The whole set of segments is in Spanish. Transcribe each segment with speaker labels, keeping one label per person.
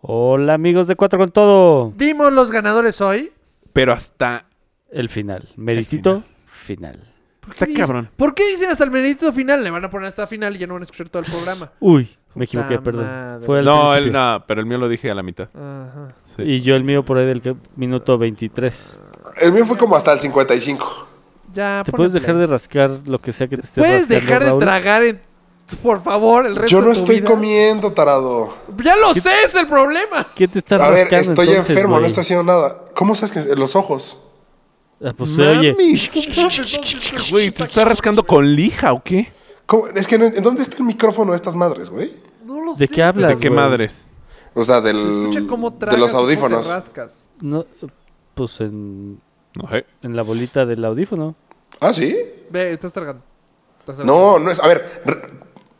Speaker 1: Hola amigos de Cuatro con Todo.
Speaker 2: Vimos los ganadores hoy.
Speaker 3: Pero hasta.
Speaker 1: El final. Meritito final.
Speaker 2: ¿Por qué
Speaker 3: Está
Speaker 2: dices-
Speaker 3: cabrón.
Speaker 2: ¿Por qué dicen hasta el benedito final? Le van a poner hasta final y ya no van a escuchar todo el programa.
Speaker 1: Uy, me
Speaker 2: Puta
Speaker 1: equivoqué, perdón.
Speaker 2: madre.
Speaker 1: Fue al
Speaker 3: No, él
Speaker 1: principio.
Speaker 3: no, pero el mío lo dije a la mitad.
Speaker 2: Ajá.
Speaker 3: Sí.
Speaker 1: Y yo el mío por ahí del que-
Speaker 2: Ah,
Speaker 1: minuto 23.
Speaker 4: El mío fue como hasta el 55.
Speaker 2: Ya,
Speaker 1: ¿Te
Speaker 2: ponle
Speaker 1: puedes dejar de
Speaker 2: play.
Speaker 1: rascar lo que sea que te estés
Speaker 2: ¿Puedes
Speaker 1: rascando,
Speaker 2: dejar de
Speaker 1: Raúl?
Speaker 2: tragar, en- por favor, el resto
Speaker 4: Yo no
Speaker 2: de tu
Speaker 4: estoy
Speaker 2: vida?
Speaker 4: comiendo, tarado.
Speaker 2: Ya lo sé, es el problema.
Speaker 1: ¿Qué te estás
Speaker 4: A ver,
Speaker 1: rascando
Speaker 4: estoy
Speaker 1: entonces,
Speaker 4: enfermo, no
Speaker 1: güey?
Speaker 4: estoy haciendo nada. ¿Cómo sabes que los ojos?
Speaker 1: Ah, pues se oye.
Speaker 3: Güey, ¿te estás rascando con lija o qué?
Speaker 4: ¿Cómo? Es que no, ¿en dónde está el micrófono de estas madres, güey?
Speaker 2: No lo
Speaker 1: ¿De
Speaker 2: sé,
Speaker 1: qué hablas,
Speaker 3: ¿De qué
Speaker 1: güey?
Speaker 3: madres?
Speaker 4: O sea,
Speaker 2: pero Se
Speaker 4: del,
Speaker 2: escucha cómo tragas
Speaker 4: de los
Speaker 2: y cómo te
Speaker 4: audífonos.
Speaker 2: rascas.
Speaker 1: No, pues en,
Speaker 3: No sé.
Speaker 1: en la bolita del audífono.
Speaker 4: Ah, sí.
Speaker 2: Ve, estás tragando. Estás tragando.
Speaker 4: No, no es. A ver. r-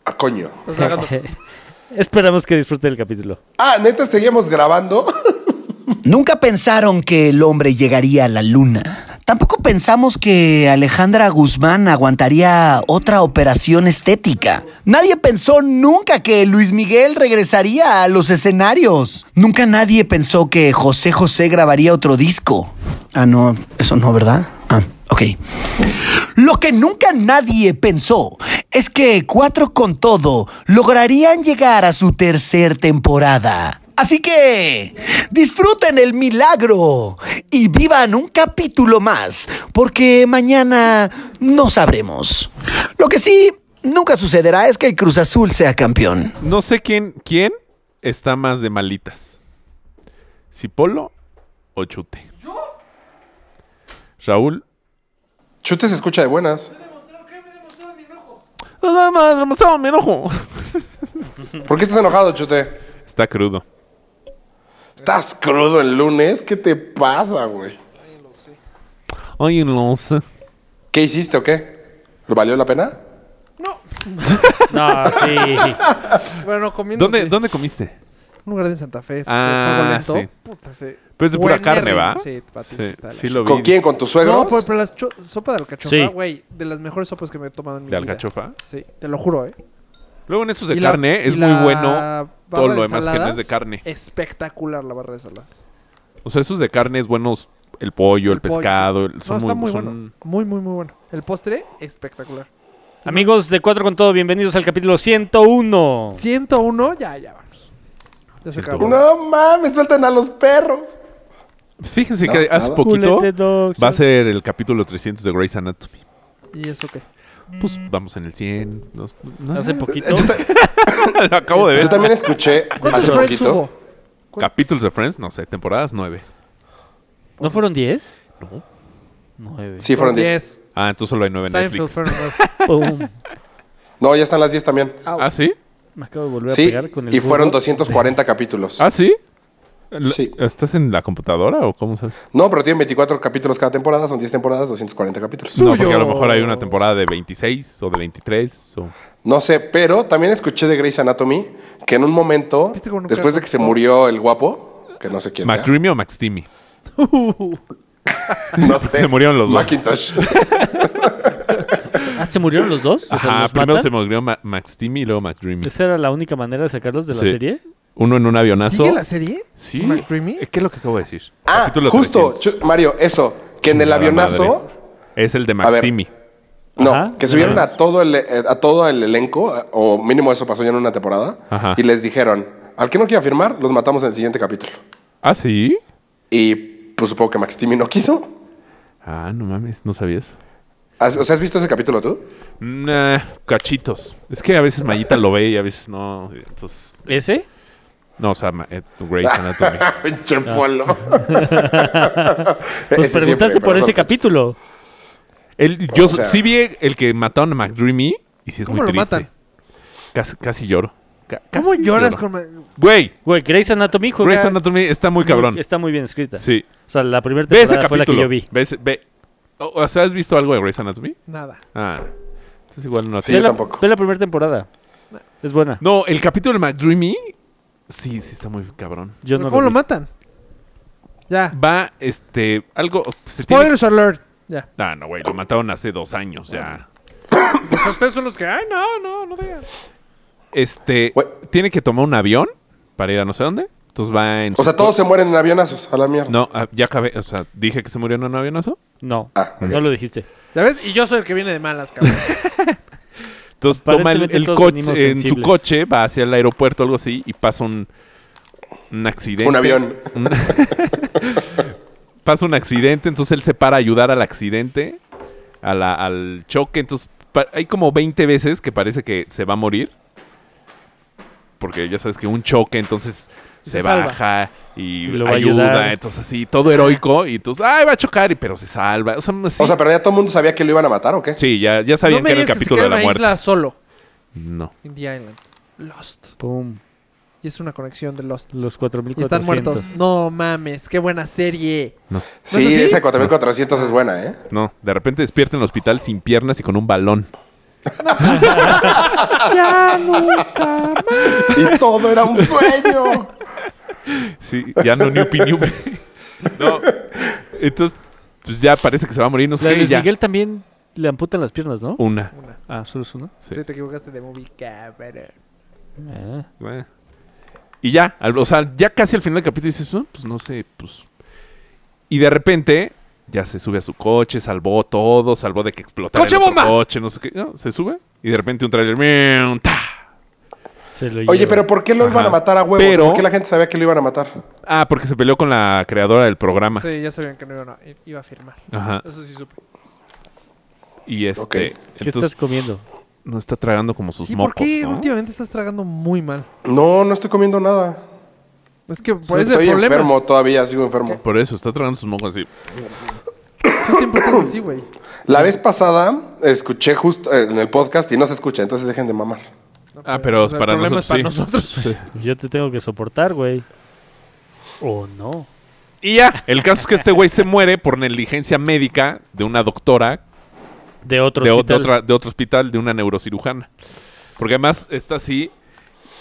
Speaker 4: ah, coño.
Speaker 2: Estás tragando.
Speaker 1: Esperamos que disfrute el capítulo.
Speaker 4: Ah, neta, seguíamos grabando.
Speaker 5: Nunca pensaron que el hombre llegaría a la luna. Tampoco pensamos que Alejandra Guzmán aguantaría otra operación estética. Nadie pensó nunca que Luis Miguel regresaría a los escenarios. Nunca nadie pensó que José José grabaría otro disco. Ah, no, eso no, ¿verdad? Ah, ok. Lo que nunca nadie pensó es que Cuatro con Todo lograrían llegar a su tercer temporada. Así que disfruten el milagro y vivan un capítulo más, porque mañana no sabremos. Lo que sí nunca sucederá es que el Cruz Azul sea campeón.
Speaker 3: No sé quién, quién está más de malitas. Si Polo o Chute. ¿Yo? Raúl.
Speaker 4: Chute se escucha de buenas.
Speaker 3: Nada más, me estaba mi enojo.
Speaker 4: ¿Por qué estás enojado, Chute?
Speaker 3: Está crudo.
Speaker 4: ¿Estás crudo el lunes? ¿Qué te pasa, güey?
Speaker 3: Ay, no sé.
Speaker 4: ¿Qué hiciste o qué? ¿Valió la pena?
Speaker 1: No, sí.
Speaker 2: Bueno, comiendo.
Speaker 3: ¿Dónde, ¿Dónde comiste?
Speaker 2: Un lugar de Santa Fe.
Speaker 3: Ah,
Speaker 2: se fue lento.
Speaker 3: sí.
Speaker 2: Puta, se-
Speaker 3: Pero es de pura
Speaker 2: Buenérrimo.
Speaker 3: carne, ¿va?
Speaker 2: Sí, patitas,
Speaker 3: sí,
Speaker 2: tal.
Speaker 3: sí lo vi.
Speaker 4: ¿Con quién? ¿Con tus suegros?
Speaker 2: No, pues, pero la cho- sopa de
Speaker 1: Sí.
Speaker 2: alcachofa, güey, de las mejores sopas que me he tomado en mi
Speaker 3: ¿De
Speaker 2: vida.
Speaker 3: alcachofa?
Speaker 2: Sí, te lo juro, ¿eh?
Speaker 3: Luego en esos de
Speaker 2: Y la-
Speaker 3: carne es
Speaker 2: y
Speaker 3: muy
Speaker 2: la
Speaker 3: bueno.
Speaker 2: barra
Speaker 3: todo
Speaker 2: de
Speaker 3: lo demás que no es de
Speaker 2: ensaladas,
Speaker 3: carne.
Speaker 2: Espectacular la barra de saladas.
Speaker 3: O sea, esos de carne es buenos. El pollo, el, pescado. el-
Speaker 2: no,
Speaker 3: Son
Speaker 2: está
Speaker 3: muy,
Speaker 2: muy
Speaker 3: son-
Speaker 2: bueno. Muy, muy, muy bueno. El postre, espectacular.
Speaker 1: Amigos de Cuatro con Todo, bienvenidos al capítulo 101.
Speaker 2: 101, ya, ya vamos. Ya se
Speaker 3: 101.
Speaker 2: acabó.
Speaker 4: No mames, sueltan a los perros.
Speaker 3: Fíjense
Speaker 4: No,
Speaker 3: que hace
Speaker 4: nada.
Speaker 3: poquito
Speaker 1: Culete dogs.
Speaker 3: va a ser el capítulo 300 de Grey's Anatomy.
Speaker 2: ¿Y eso qué?
Speaker 3: Pues vamos en el 100. nos- no,
Speaker 1: Hace poquito.
Speaker 3: lo acabo de
Speaker 4: Yo
Speaker 3: ver.
Speaker 4: también escuché
Speaker 2: ¿Cuántos
Speaker 4: hace
Speaker 2: Friends hubo?
Speaker 4: poquito.
Speaker 3: Capítulos de Friends, no sé, temporadas 9.
Speaker 1: ¿No fueron 10?
Speaker 3: No.
Speaker 1: 9.
Speaker 4: Sí, fueron 10.
Speaker 3: Ah, entonces solo hay 9 en
Speaker 2: Seinfeld
Speaker 3: Netflix.
Speaker 2: fueron nueve.
Speaker 4: No, ya están las 10 también.
Speaker 3: ¿Ah, sí?
Speaker 1: Me acabo de volver a
Speaker 4: Sí,
Speaker 1: pegar con el
Speaker 4: y fueron
Speaker 1: burro.
Speaker 4: 240 capítulos.
Speaker 3: ¿Ah, sí? La-
Speaker 4: Sí.
Speaker 3: ¿Estás en la computadora o cómo sabes?
Speaker 4: No, pero tienen 24 capítulos cada temporada, son 10 temporadas, 240 capítulos.
Speaker 3: No, porque a lo
Speaker 2: Tuyo.
Speaker 3: mejor hay una temporada de 26 o de 23. O...
Speaker 4: No sé, pero también escuché de Grey's Anatomy que en un momento,
Speaker 2: ¿Viste cómo nunca-
Speaker 4: después de que se murió el guapo, que no sé quién sea,
Speaker 3: ¿McDreamy o McSteamy?
Speaker 4: no sé,
Speaker 3: Se murieron los dos.
Speaker 4: Macintosh.
Speaker 1: Ah, ¿se murieron los dos? O sea,
Speaker 3: Ajá,
Speaker 1: ¿los
Speaker 3: primero
Speaker 1: matan?
Speaker 3: se murió Ma- McSteamy y luego McDreamy.
Speaker 1: ¿Esa era la única manera de sacarlos de la
Speaker 3: Sí.
Speaker 1: serie?
Speaker 3: Uno en un avionazo.
Speaker 2: ¿Sigue la serie?
Speaker 3: Sí.
Speaker 2: ¿McDreamy?
Speaker 3: Eh, ¿Qué es lo que acabo de decir?
Speaker 4: Ah,
Speaker 3: Capítulo
Speaker 4: justo,
Speaker 3: 300.
Speaker 4: chu- Mario, eso, que en el
Speaker 3: Chingada
Speaker 4: avionazo,
Speaker 3: madre. Es el de
Speaker 4: ver.
Speaker 3: McSteamy.
Speaker 4: no,
Speaker 1: Ajá.
Speaker 4: que subieron a todo el eh, a todo el elenco, a- o mínimo eso pasó ya en una temporada,
Speaker 3: Ajá.
Speaker 4: y les dijeron, al que no quiera firmar, los matamos en el siguiente capítulo.
Speaker 3: ¿Ah, sí?
Speaker 4: Y pues supongo que Max Timmy no quiso.
Speaker 3: Ah, no mames, no sabía eso.
Speaker 4: ¿Has, o sea, ¿has visto ese capítulo tú?
Speaker 3: Nah, cachitos. Es que a veces Mayita lo ve y a veces no. Entonces,
Speaker 1: ¿Ese?
Speaker 3: no, o sea, Ma- eh, Grey's Anatomy.
Speaker 4: Ah, Pinche polo.
Speaker 1: Pues preguntaste por ese capítulo.
Speaker 3: El- yo
Speaker 4: O sea-
Speaker 3: sí vi el que mataron a McDreamy y sí es
Speaker 2: ¿Cómo
Speaker 3: muy
Speaker 2: lo
Speaker 3: triste.
Speaker 2: matan?
Speaker 3: Casi, casi lloro. Ca-
Speaker 2: ¿Cómo
Speaker 3: casi
Speaker 2: lloras
Speaker 3: lloro.
Speaker 2: con... Ma-
Speaker 3: Güey,
Speaker 1: Güey, Grey's Anatomy juega...
Speaker 3: Grey's Anatomy está muy cabrón.
Speaker 1: Está muy bien escrita.
Speaker 3: Sí.
Speaker 1: O sea, la primera
Speaker 3: Ve ese
Speaker 1: temporada fue la que
Speaker 3: capítulo.
Speaker 1: yo vi.
Speaker 3: Ve ese- ve- O o sea, ¿has visto algo de Grey's Anatomy?
Speaker 2: Nada.
Speaker 3: Ah. Entonces igual no
Speaker 4: Sí,
Speaker 1: Ve
Speaker 4: yo
Speaker 1: la-
Speaker 4: tampoco.
Speaker 1: Ve la primera temporada. Es buena.
Speaker 3: No, el capítulo de McDreamy, sí, sí está muy cabrón.
Speaker 1: Yo no
Speaker 2: ¿Cómo lo
Speaker 1: vi.
Speaker 2: matan? Ya.
Speaker 3: Va, este, algo... se tiene-
Speaker 2: Spoilers alert. Ya.
Speaker 3: Ah, no, güey, lo mataron hace dos años ya.
Speaker 2: Pues ustedes son los que... Ay, no, no, no digan.
Speaker 3: Este,
Speaker 4: Güey.
Speaker 3: tiene que tomar un avión para ir a no sé dónde. Entonces va en.
Speaker 4: O sea, todos se mueren en avionazos, a la mierda.
Speaker 3: No, ah, ya acabé. O sea, dije que se murió en un avionazo.
Speaker 1: No,
Speaker 4: Ah, ok.
Speaker 1: no lo dijiste.
Speaker 2: ¿Ya ves? Y yo soy el que viene de malas, cabrón.
Speaker 3: Entonces toma el,
Speaker 1: Aparentemente
Speaker 3: el
Speaker 1: todos
Speaker 3: coche,
Speaker 1: venimos
Speaker 3: en su
Speaker 1: sensibles.
Speaker 3: coche, va hacia el aeropuerto algo así y pasa un, un accidente.
Speaker 4: Un avión.
Speaker 3: Un- pasa un accidente, entonces él se para a ayudar al accidente, a la- al choque. Entonces pa- hay como 20 veces que parece que se va a morir. Porque ya sabes que un choque, entonces se,
Speaker 2: Y se salva.
Speaker 3: baja y
Speaker 1: Lo va a
Speaker 3: ayuda.
Speaker 1: ayudar.
Speaker 3: Entonces así, todo heroico. Y entonces, ay, va a chocar, y, pero se salva. O sea, sí,
Speaker 4: O sea, pero ya todo el mundo sabía que lo iban a matar o qué.
Speaker 3: sí, ya, ya
Speaker 2: no
Speaker 3: sabían
Speaker 2: me
Speaker 3: que era el
Speaker 2: digas que se
Speaker 3: capítulo
Speaker 2: queda
Speaker 3: de
Speaker 2: en
Speaker 3: la
Speaker 2: una
Speaker 3: muerte.
Speaker 2: isla solo.
Speaker 3: No.
Speaker 2: India Island. Lost.
Speaker 1: Pum.
Speaker 2: Y es una conexión de Lost.
Speaker 1: Los
Speaker 2: Y
Speaker 1: 4400.
Speaker 2: están muertos. No mames, qué buena serie.
Speaker 4: Sí,
Speaker 2: ¿No es así?
Speaker 4: esa 4400 es buena, ¿eh?
Speaker 3: No, de repente despierta en el hospital sin piernas y con un balón.
Speaker 4: Y todo era un sueño.
Speaker 3: Sí, ya no niupi niupi. No. Entonces, pues ya parece que se va a morir, no sé
Speaker 1: La de
Speaker 3: qué, y
Speaker 1: Luis
Speaker 3: ya. Uh.
Speaker 1: Miguel también le amputan las piernas, ¿no?
Speaker 3: Una.
Speaker 1: Ah, solo es una.
Speaker 3: Sí.
Speaker 2: Sí, te equivocaste de movie, cabrón.
Speaker 1: Ah.
Speaker 3: Eh. Y ya, al- o sea, ya casi al final del capítulo dices, "Ah, pues no sé, pues. Y de repente, ya se sube a su coche, salvó todo, salvó de que explotara el
Speaker 2: ¡Coche
Speaker 3: otro
Speaker 2: bomba!
Speaker 3: coche, no sé qué. No, se sube y de repente un trailer. ¡miau! ¡ta!
Speaker 1: Se lo
Speaker 4: Oye,
Speaker 1: lleva.
Speaker 4: pero ¿por qué lo
Speaker 3: Ajá.
Speaker 4: iban a matar a huevos?
Speaker 3: Pero-
Speaker 4: ¿Por qué la gente sabía que lo iban a matar?
Speaker 3: Ah, porque se peleó con la creadora del programa.
Speaker 2: Sí, ya sabían que no iba a, iba a firmar.
Speaker 3: Ajá.
Speaker 2: Eso sí supe.
Speaker 3: Y este.
Speaker 4: Ok.
Speaker 1: ¿Qué
Speaker 3: Entonces,
Speaker 1: estás comiendo?
Speaker 3: no está tragando como sus
Speaker 2: Sí,
Speaker 3: mocos.
Speaker 2: ¿por qué
Speaker 3: ¿no?
Speaker 2: últimamente estás tragando muy mal?
Speaker 4: No, no estoy comiendo nada.
Speaker 2: Es que por
Speaker 4: Solo
Speaker 2: ese
Speaker 4: estoy
Speaker 2: problema.
Speaker 4: enfermo todavía, sigo enfermo.
Speaker 3: Por eso, está tragando sus mocos así.
Speaker 2: ¿Cuánto tiempo estás así, güey?
Speaker 4: La vez pasada escuché justo eh, en el podcast y no se escucha, entonces dejen de mamar.
Speaker 3: Ah, pero
Speaker 2: O sea, el
Speaker 3: para
Speaker 2: problema es
Speaker 3: nosotros.
Speaker 2: para
Speaker 3: sí.
Speaker 2: nosotros,
Speaker 3: Sí.
Speaker 1: Yo te tengo que soportar, güey. O no.
Speaker 3: Y ya, el caso es que este güey se muere por negligencia médica de una doctora
Speaker 1: De otro
Speaker 3: de, o- de
Speaker 1: hospital.
Speaker 3: otra, de otro hospital, de una neurocirujana. Porque además está así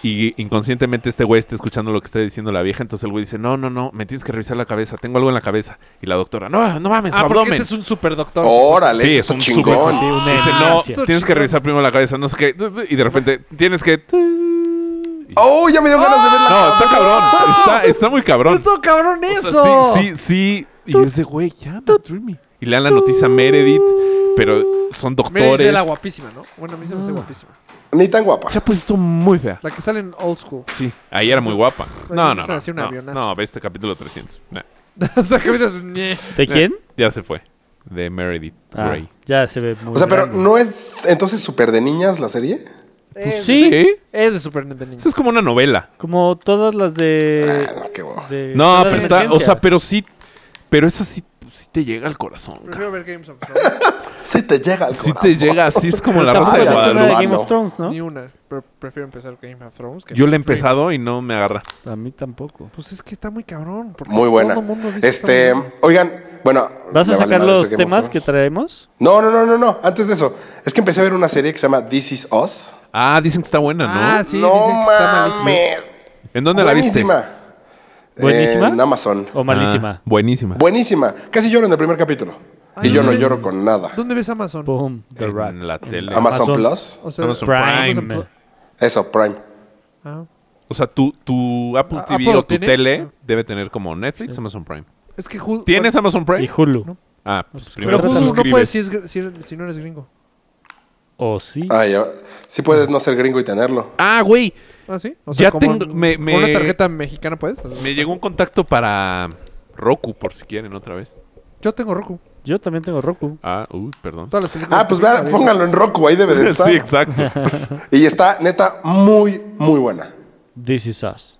Speaker 3: y inconscientemente este güey está escuchando lo que está diciendo la vieja. Entonces el güey dice, no, no, no, me tienes que revisar la cabeza, tengo algo en la cabeza. Y la doctora, no, no mames, su
Speaker 2: Ah, porque
Speaker 3: abdomen.
Speaker 2: este es un superdoctor.
Speaker 4: Órale,
Speaker 3: Sí,
Speaker 4: eso
Speaker 3: es un
Speaker 4: chingón.
Speaker 1: Sí, una
Speaker 3: Dice, no,
Speaker 1: emergencia.
Speaker 2: esto
Speaker 3: tienes que
Speaker 2: chingón.
Speaker 3: revisar primero la cabeza, no sé qué. Y de repente, tienes que...
Speaker 4: ¡Oh, ya me dio ganas de verla!
Speaker 3: No, está cabrón, está, está muy cabrón.
Speaker 2: ¡Puto cabrón
Speaker 3: O sea,
Speaker 2: eso!
Speaker 3: sí, sí, sí. Y es de, güey, ya, me dreamy. Y le dan la noticia a Meredith, pero son
Speaker 2: Mira,
Speaker 3: doctores.
Speaker 2: de la guapísima, ¿no? Bueno, a mí se me hace guapísima.
Speaker 4: Ni tan guapa.
Speaker 3: Se ha puesto muy fea.
Speaker 2: La que sale en Old School.
Speaker 3: Sí, ahí era muy guapa. No, no,
Speaker 2: Se
Speaker 3: no.
Speaker 2: hacía un
Speaker 3: No,
Speaker 2: avionazo.
Speaker 3: no, ve este capítulo 300. Nah,
Speaker 2: o sea, que ahorita- Ñe.
Speaker 1: ¿De quién?
Speaker 3: ya se fue. De Meredith
Speaker 1: Ah,
Speaker 3: Grey.
Speaker 1: ya se ve muy
Speaker 4: O sea, pero
Speaker 1: grande.
Speaker 4: ¿no es entonces súper de niñas la serie?
Speaker 2: Es-
Speaker 1: sí.
Speaker 2: Es de Super Nintendo.
Speaker 3: Eso es como una novela.
Speaker 1: Como todas las de...
Speaker 4: Ah, no, qué huevo.
Speaker 1: de
Speaker 3: No,
Speaker 1: todas
Speaker 3: pero
Speaker 1: las
Speaker 3: está, o
Speaker 1: emergencias.
Speaker 3: sea, pero sí, pero eso sí, sí te llega al corazón. cabrón.
Speaker 2: Prefiero ver Games of Thrones.
Speaker 4: Sí te llega al
Speaker 3: Sí
Speaker 4: corazón.
Speaker 3: te llega, así es como la
Speaker 1: Tampoco
Speaker 3: rosa de
Speaker 1: le gusta nada de
Speaker 3: Guadalupe.
Speaker 1: Game
Speaker 4: Guadalupe.
Speaker 1: of Thrones, ¿no?
Speaker 2: Ni una. Pero prefiero empezar Game of Thrones. que-
Speaker 3: Yo la he empezado y no me agarra.
Speaker 1: A mí tampoco.
Speaker 2: Pues es que está muy cabrón. porque
Speaker 4: Muy buena.
Speaker 2: Todo mundo dice que está
Speaker 4: Este,
Speaker 2: muy buena.
Speaker 4: oigan, bueno.
Speaker 1: ¿Vas a
Speaker 4: me vale
Speaker 1: sacar
Speaker 4: madre
Speaker 1: los
Speaker 4: eso Game of
Speaker 1: temas que
Speaker 4: Thrones.
Speaker 1: traemos?
Speaker 4: No, no, no, no, no. Antes de eso, es que empecé a ver una serie que se llama This Is Us.
Speaker 3: Ah, dicen que está buena, ¿no?
Speaker 2: Ah, sí,
Speaker 4: no
Speaker 2: dicen que está malísimo.
Speaker 4: mames.
Speaker 3: ¿En dónde la viste?
Speaker 4: Buenísima.
Speaker 1: ¿Buenísima?
Speaker 4: Eh, en Amazon.
Speaker 1: ¿O malísima?
Speaker 3: Ah, buenísima.
Speaker 4: Buenísima. Casi lloro en el primer capítulo.
Speaker 2: Ay,
Speaker 4: y yo no
Speaker 2: ¿dónde-
Speaker 4: lloro con nada.
Speaker 2: ¿Dónde ves Amazon?
Speaker 1: Boom, The
Speaker 3: En
Speaker 1: Rock.
Speaker 3: la tele.
Speaker 4: Amazon,
Speaker 1: Amazon.
Speaker 4: Plus.
Speaker 2: O sea,
Speaker 3: Amazon
Speaker 1: Prime.
Speaker 2: Amazon Pro-
Speaker 4: Eso, Prime.
Speaker 2: Ah.
Speaker 3: O sea, tu, tu Apple
Speaker 2: Ah,
Speaker 3: TV
Speaker 2: Apple
Speaker 3: o tu
Speaker 2: tiene-
Speaker 3: tele debe tener como Netflix, Amazon Prime.
Speaker 2: Es que Hulu.
Speaker 3: ¿Tienes
Speaker 2: bueno,
Speaker 3: Amazon Prime?
Speaker 1: Y Hulu.
Speaker 3: Ah, pues primero
Speaker 2: Pero
Speaker 3: te
Speaker 1: Amazon?
Speaker 2: Hulu no
Speaker 3: suscribes.
Speaker 2: puedes si, es gr- si eres- si no eres gringo.
Speaker 1: ¿O sí?
Speaker 4: Ay, ahora- sí puedes no ser gringo y tenerlo.
Speaker 3: Ah, güey.
Speaker 2: Ah, sí. O sea,
Speaker 3: Ya
Speaker 2: como
Speaker 3: tengo-
Speaker 2: un-
Speaker 3: me-
Speaker 2: como
Speaker 3: me-
Speaker 2: una tarjeta mexicana, pues. O sea,
Speaker 3: Me llegó un contacto para Roku, por si quieren otra vez.
Speaker 2: Yo tengo Roku.
Speaker 1: Yo también tengo Roku.
Speaker 3: Ah, uy, perdón.
Speaker 2: Todas las películas.
Speaker 4: Ah, pues
Speaker 2: que
Speaker 4: vea,
Speaker 2: tengo.
Speaker 4: pónganlo en Roku, ahí debe de estar.
Speaker 3: sí, exacto.
Speaker 4: Y está, neta, muy, muy buena.
Speaker 1: This is Us.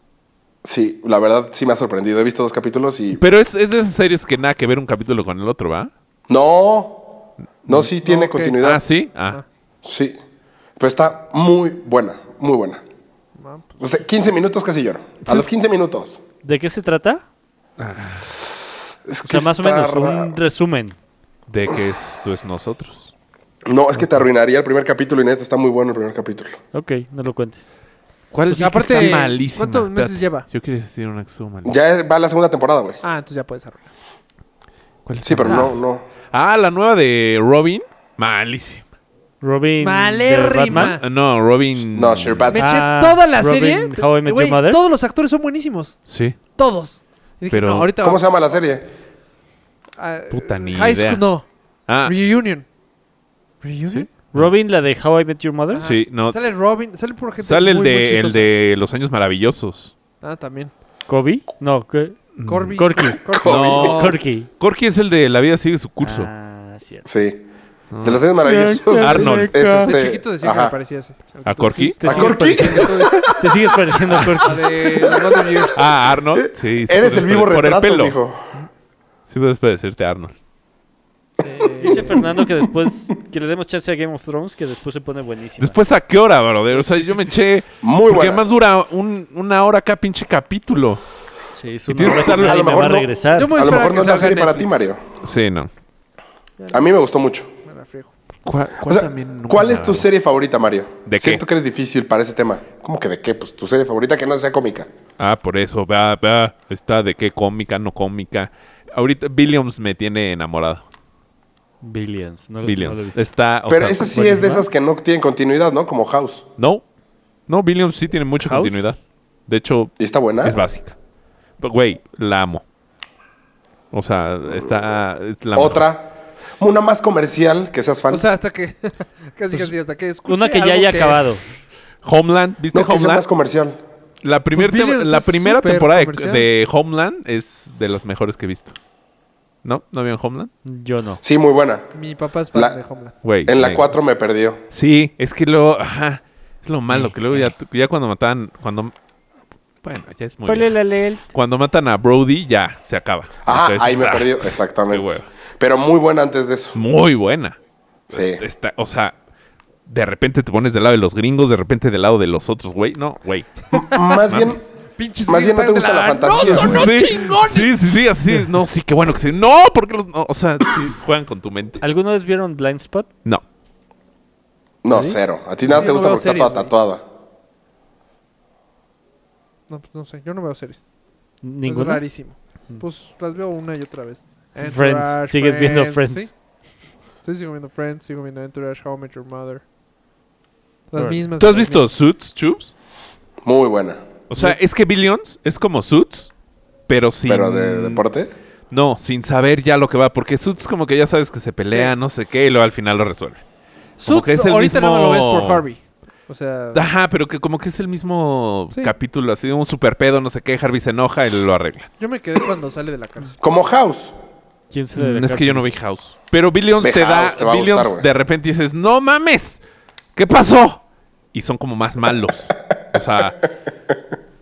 Speaker 4: Sí, la verdad sí me ha sorprendido. He visto dos capítulos y.
Speaker 3: Pero es, es de esas series que nada que ver un capítulo con el otro, ¿va?
Speaker 4: No. No, sí tiene
Speaker 2: ok.
Speaker 4: continuidad.
Speaker 3: Ah, sí. Ah.
Speaker 4: Sí. Pero está muy buena, muy buena. O sea, 15 minutos casi lloro. A los 15 minutos.
Speaker 1: ¿De qué se trata?
Speaker 4: Es
Speaker 1: O sea, más o menos
Speaker 4: raro.
Speaker 1: un resumen.
Speaker 3: De que esto es nosotros.
Speaker 4: No, es que te arruinaría el primer capítulo y neta está muy bueno el primer capítulo.
Speaker 1: Ok, no lo cuentes.
Speaker 3: ¿Cuál
Speaker 2: Pues
Speaker 3: sí que
Speaker 2: aparte,
Speaker 3: está malísima?
Speaker 2: ¿cuántos meses lleva?
Speaker 3: Yo quería decir una que estuvo malísima.
Speaker 4: Ya va la segunda temporada, güey.
Speaker 2: Ah, entonces ya puedes arreglar.
Speaker 3: ¿Cuál
Speaker 4: Sí,
Speaker 3: está
Speaker 4: pero no,
Speaker 3: malísima?
Speaker 4: no.
Speaker 3: Ah, la nueva de Robin. Malísima.
Speaker 1: Robin. de
Speaker 2: Malérrima.
Speaker 1: Batman.
Speaker 3: Ah, No, Robin.
Speaker 4: No, Sure
Speaker 2: Me
Speaker 4: Bats.
Speaker 1: Ah,
Speaker 2: eché toda la
Speaker 1: Robin,
Speaker 2: serie.
Speaker 1: How I Met
Speaker 2: Güey,
Speaker 1: Your Mother.
Speaker 2: Todos los actores son buenísimos.
Speaker 3: Sí.
Speaker 2: Todos. Y dije,
Speaker 3: Pero-
Speaker 2: no, ahorita
Speaker 4: ¿Cómo
Speaker 2: vamos
Speaker 4: se llama la serie?
Speaker 2: a-
Speaker 3: Puta, ni
Speaker 2: High
Speaker 3: idea.
Speaker 2: School, no.
Speaker 3: Ah,
Speaker 2: Reunion.
Speaker 3: ¿sí?
Speaker 1: Robin, la de How I Met Your Mother.
Speaker 3: Sí, no.
Speaker 2: Sale Robin, sale por gente
Speaker 3: Sale el
Speaker 2: muy, muy
Speaker 3: de, el
Speaker 2: chistosa.
Speaker 3: de Los Años Maravillosos.
Speaker 2: Ah, también.
Speaker 1: Kobe. No, que-
Speaker 2: Corby.
Speaker 1: Corky.
Speaker 2: Corky.
Speaker 3: Mm, No.
Speaker 1: Corky.
Speaker 3: Corky es el de La vida sigue su curso.
Speaker 1: Ah, cierto.
Speaker 4: Sí. De los años maravillosos.
Speaker 3: Arnold.
Speaker 4: Es
Speaker 2: De
Speaker 4: este,
Speaker 2: chiquito decía que
Speaker 4: ajá.
Speaker 2: me parecía ese.
Speaker 3: ¿A Corky?
Speaker 1: Te
Speaker 4: ¿A
Speaker 1: sigues
Speaker 4: Corky?
Speaker 1: pareciendo- Te sigues pareciendo a
Speaker 2: La
Speaker 1: Corky.
Speaker 2: de The Wonder Years.
Speaker 3: Ah, Arnold. Sí, sí,
Speaker 4: Eres
Speaker 3: por
Speaker 4: el vivo
Speaker 3: por
Speaker 4: retrato,
Speaker 3: el pelo.
Speaker 4: mijo.
Speaker 3: Sí, puedes parecerte a Arnold.
Speaker 1: Dice Fernando que después, que le demos chance a Game of Thrones, que después se pone buenísimo.
Speaker 3: Después, ¿a qué hora, brother? O sea, yo me eché.
Speaker 4: Muy
Speaker 3: Porque
Speaker 4: buena.
Speaker 3: además dura un- una hora cada pinche capítulo.
Speaker 1: Sí, es
Speaker 3: Y
Speaker 1: una
Speaker 3: tienes que
Speaker 1: obra
Speaker 3: estar-
Speaker 1: que
Speaker 4: a lo
Speaker 1: nadie me
Speaker 4: mejor
Speaker 1: va a
Speaker 4: no.
Speaker 1: regresar.
Speaker 2: Yo me voy
Speaker 4: A lo
Speaker 2: esperar
Speaker 4: mejor
Speaker 2: que
Speaker 4: no es la
Speaker 2: salga
Speaker 4: serie
Speaker 2: en
Speaker 4: para ti,
Speaker 2: Netflix.
Speaker 4: Mario.
Speaker 3: Sí, no.
Speaker 4: A mí me gustó mucho.
Speaker 2: Me la friego.
Speaker 3: ¿Cuál,
Speaker 4: O sea, ¿Cuál es tu serie favorita, Mario?
Speaker 3: ¿De qué?
Speaker 4: Siento que eres difícil para ese tema. ¿Cómo que de qué? Pues tu serie favorita que no sea cómica.
Speaker 3: Ah, por eso. Va, va. Está de qué cómica, no cómica. Ahorita Williams me tiene enamorado.
Speaker 1: Billions. No, lo- no lo he
Speaker 3: Billions.
Speaker 1: visto.
Speaker 3: Está. o
Speaker 4: Pero
Speaker 3: sea,
Speaker 4: esa sí es de esas que no tienen continuidad, ¿no? Como House.
Speaker 3: No. No, Billions sí tiene mucha
Speaker 1: House.
Speaker 3: continuidad. De hecho,
Speaker 4: Y está buena.
Speaker 3: es básica. Pero, güey, la amo. O sea, está. es la mejor.
Speaker 4: Otra. Una más comercial que seas fan.
Speaker 2: O sea, hasta que.
Speaker 3: Pues,
Speaker 2: casi, casi, hasta que escuche
Speaker 1: Una que ya
Speaker 2: algo
Speaker 1: haya acabado.
Speaker 3: Homeland. ¿Viste
Speaker 4: no, que sea
Speaker 3: ¿este Homeland?
Speaker 4: más comercial.
Speaker 3: La, primer
Speaker 2: Pues
Speaker 3: tem-
Speaker 2: Billions
Speaker 3: la
Speaker 2: es
Speaker 3: primera
Speaker 2: súper
Speaker 3: temporada de,
Speaker 2: comercial.
Speaker 3: de Homeland es de las mejores que he visto. ¿No? ¿No vieron Homeland?
Speaker 1: Yo no.
Speaker 4: Sí, muy buena.
Speaker 2: Mi papá es fan
Speaker 4: La-
Speaker 2: de Homeland.
Speaker 3: Güey.
Speaker 4: En la
Speaker 3: me-
Speaker 4: 4 me perdió.
Speaker 3: Sí, es que luego. Ajá. Es lo malo, que luego ya, ya cuando mataban. Cuando. Bueno, ya es muy. viejo. Cuando matan a Brody, ya se acaba.
Speaker 4: Ajá,
Speaker 3: Entonces,
Speaker 4: ahí me
Speaker 3: ah,
Speaker 4: perdió.
Speaker 3: qué
Speaker 4: Exactamente.
Speaker 3: hueva.
Speaker 4: Pero muy buena antes de eso.
Speaker 3: Muy buena.
Speaker 4: Sí.
Speaker 3: Está- o sea, de repente te pones del lado de los gringos, de repente del lado de los otros, güey. No, güey.
Speaker 4: Más bien,
Speaker 2: Pinches
Speaker 4: más bien no
Speaker 2: gringos
Speaker 4: te gusta
Speaker 2: están
Speaker 4: la
Speaker 2: de
Speaker 4: fantasía. güey.
Speaker 3: sí, Sí, sí, sí, así. No, sí, qué bueno que sí. No, porque los. no, o sea, sí, juegan con tu mente.
Speaker 1: ¿Alguna vez vieron Blind Spot?
Speaker 3: No.
Speaker 4: No, cero. A ti nada más
Speaker 2: Yo no
Speaker 4: te gusta
Speaker 2: veo
Speaker 4: porque está
Speaker 2: series,
Speaker 4: toda
Speaker 2: güey.
Speaker 4: tatuada.
Speaker 2: No, pues, no sé, yo no veo series. Es
Speaker 1: Ninguna.
Speaker 2: rarísimo.
Speaker 3: Mm.
Speaker 2: Pues las veo una y otra vez. Entourage,
Speaker 1: Friends. Sigues viendo
Speaker 2: Sí,
Speaker 1: Friends.
Speaker 2: Sí, sigo viendo Friends, sigo viendo Entourage, How I Met Your Mother. Las
Speaker 1: Alright.
Speaker 2: mismas.
Speaker 3: ¿Tú has
Speaker 2: las
Speaker 3: visto
Speaker 2: mismas.
Speaker 3: Suits, Chubbs?
Speaker 4: Muy buena.
Speaker 3: O sea, es que Billions es como Suits, pero sin.
Speaker 4: Pero de deporte.
Speaker 3: No, sin saber ya lo que va. Porque Suits, como que ya sabes que se pelea,
Speaker 2: Sí.
Speaker 3: no sé qué, y luego al final lo resuelve. Como que
Speaker 2: Suits,
Speaker 3: es el
Speaker 2: ahorita no lo ves
Speaker 3: mismo- Ah.
Speaker 2: por Harvey. O sea,
Speaker 3: Ajá, pero que como que es el mismo
Speaker 2: Sí.
Speaker 3: capítulo, así un super pedo, no sé qué, Harvey se enoja y lo arregla.
Speaker 2: yo me quedé cuando sale de la cárcel.
Speaker 4: Como House.
Speaker 1: ¿Quién se le
Speaker 3: Mm, Es que yo no vi House. Pero Billions
Speaker 4: Ve
Speaker 3: te da,
Speaker 4: House, te va a
Speaker 3: Billions
Speaker 4: gustar, güey.
Speaker 3: de repente dices, no mames, ¿qué pasó? Y son como más malos. o sea,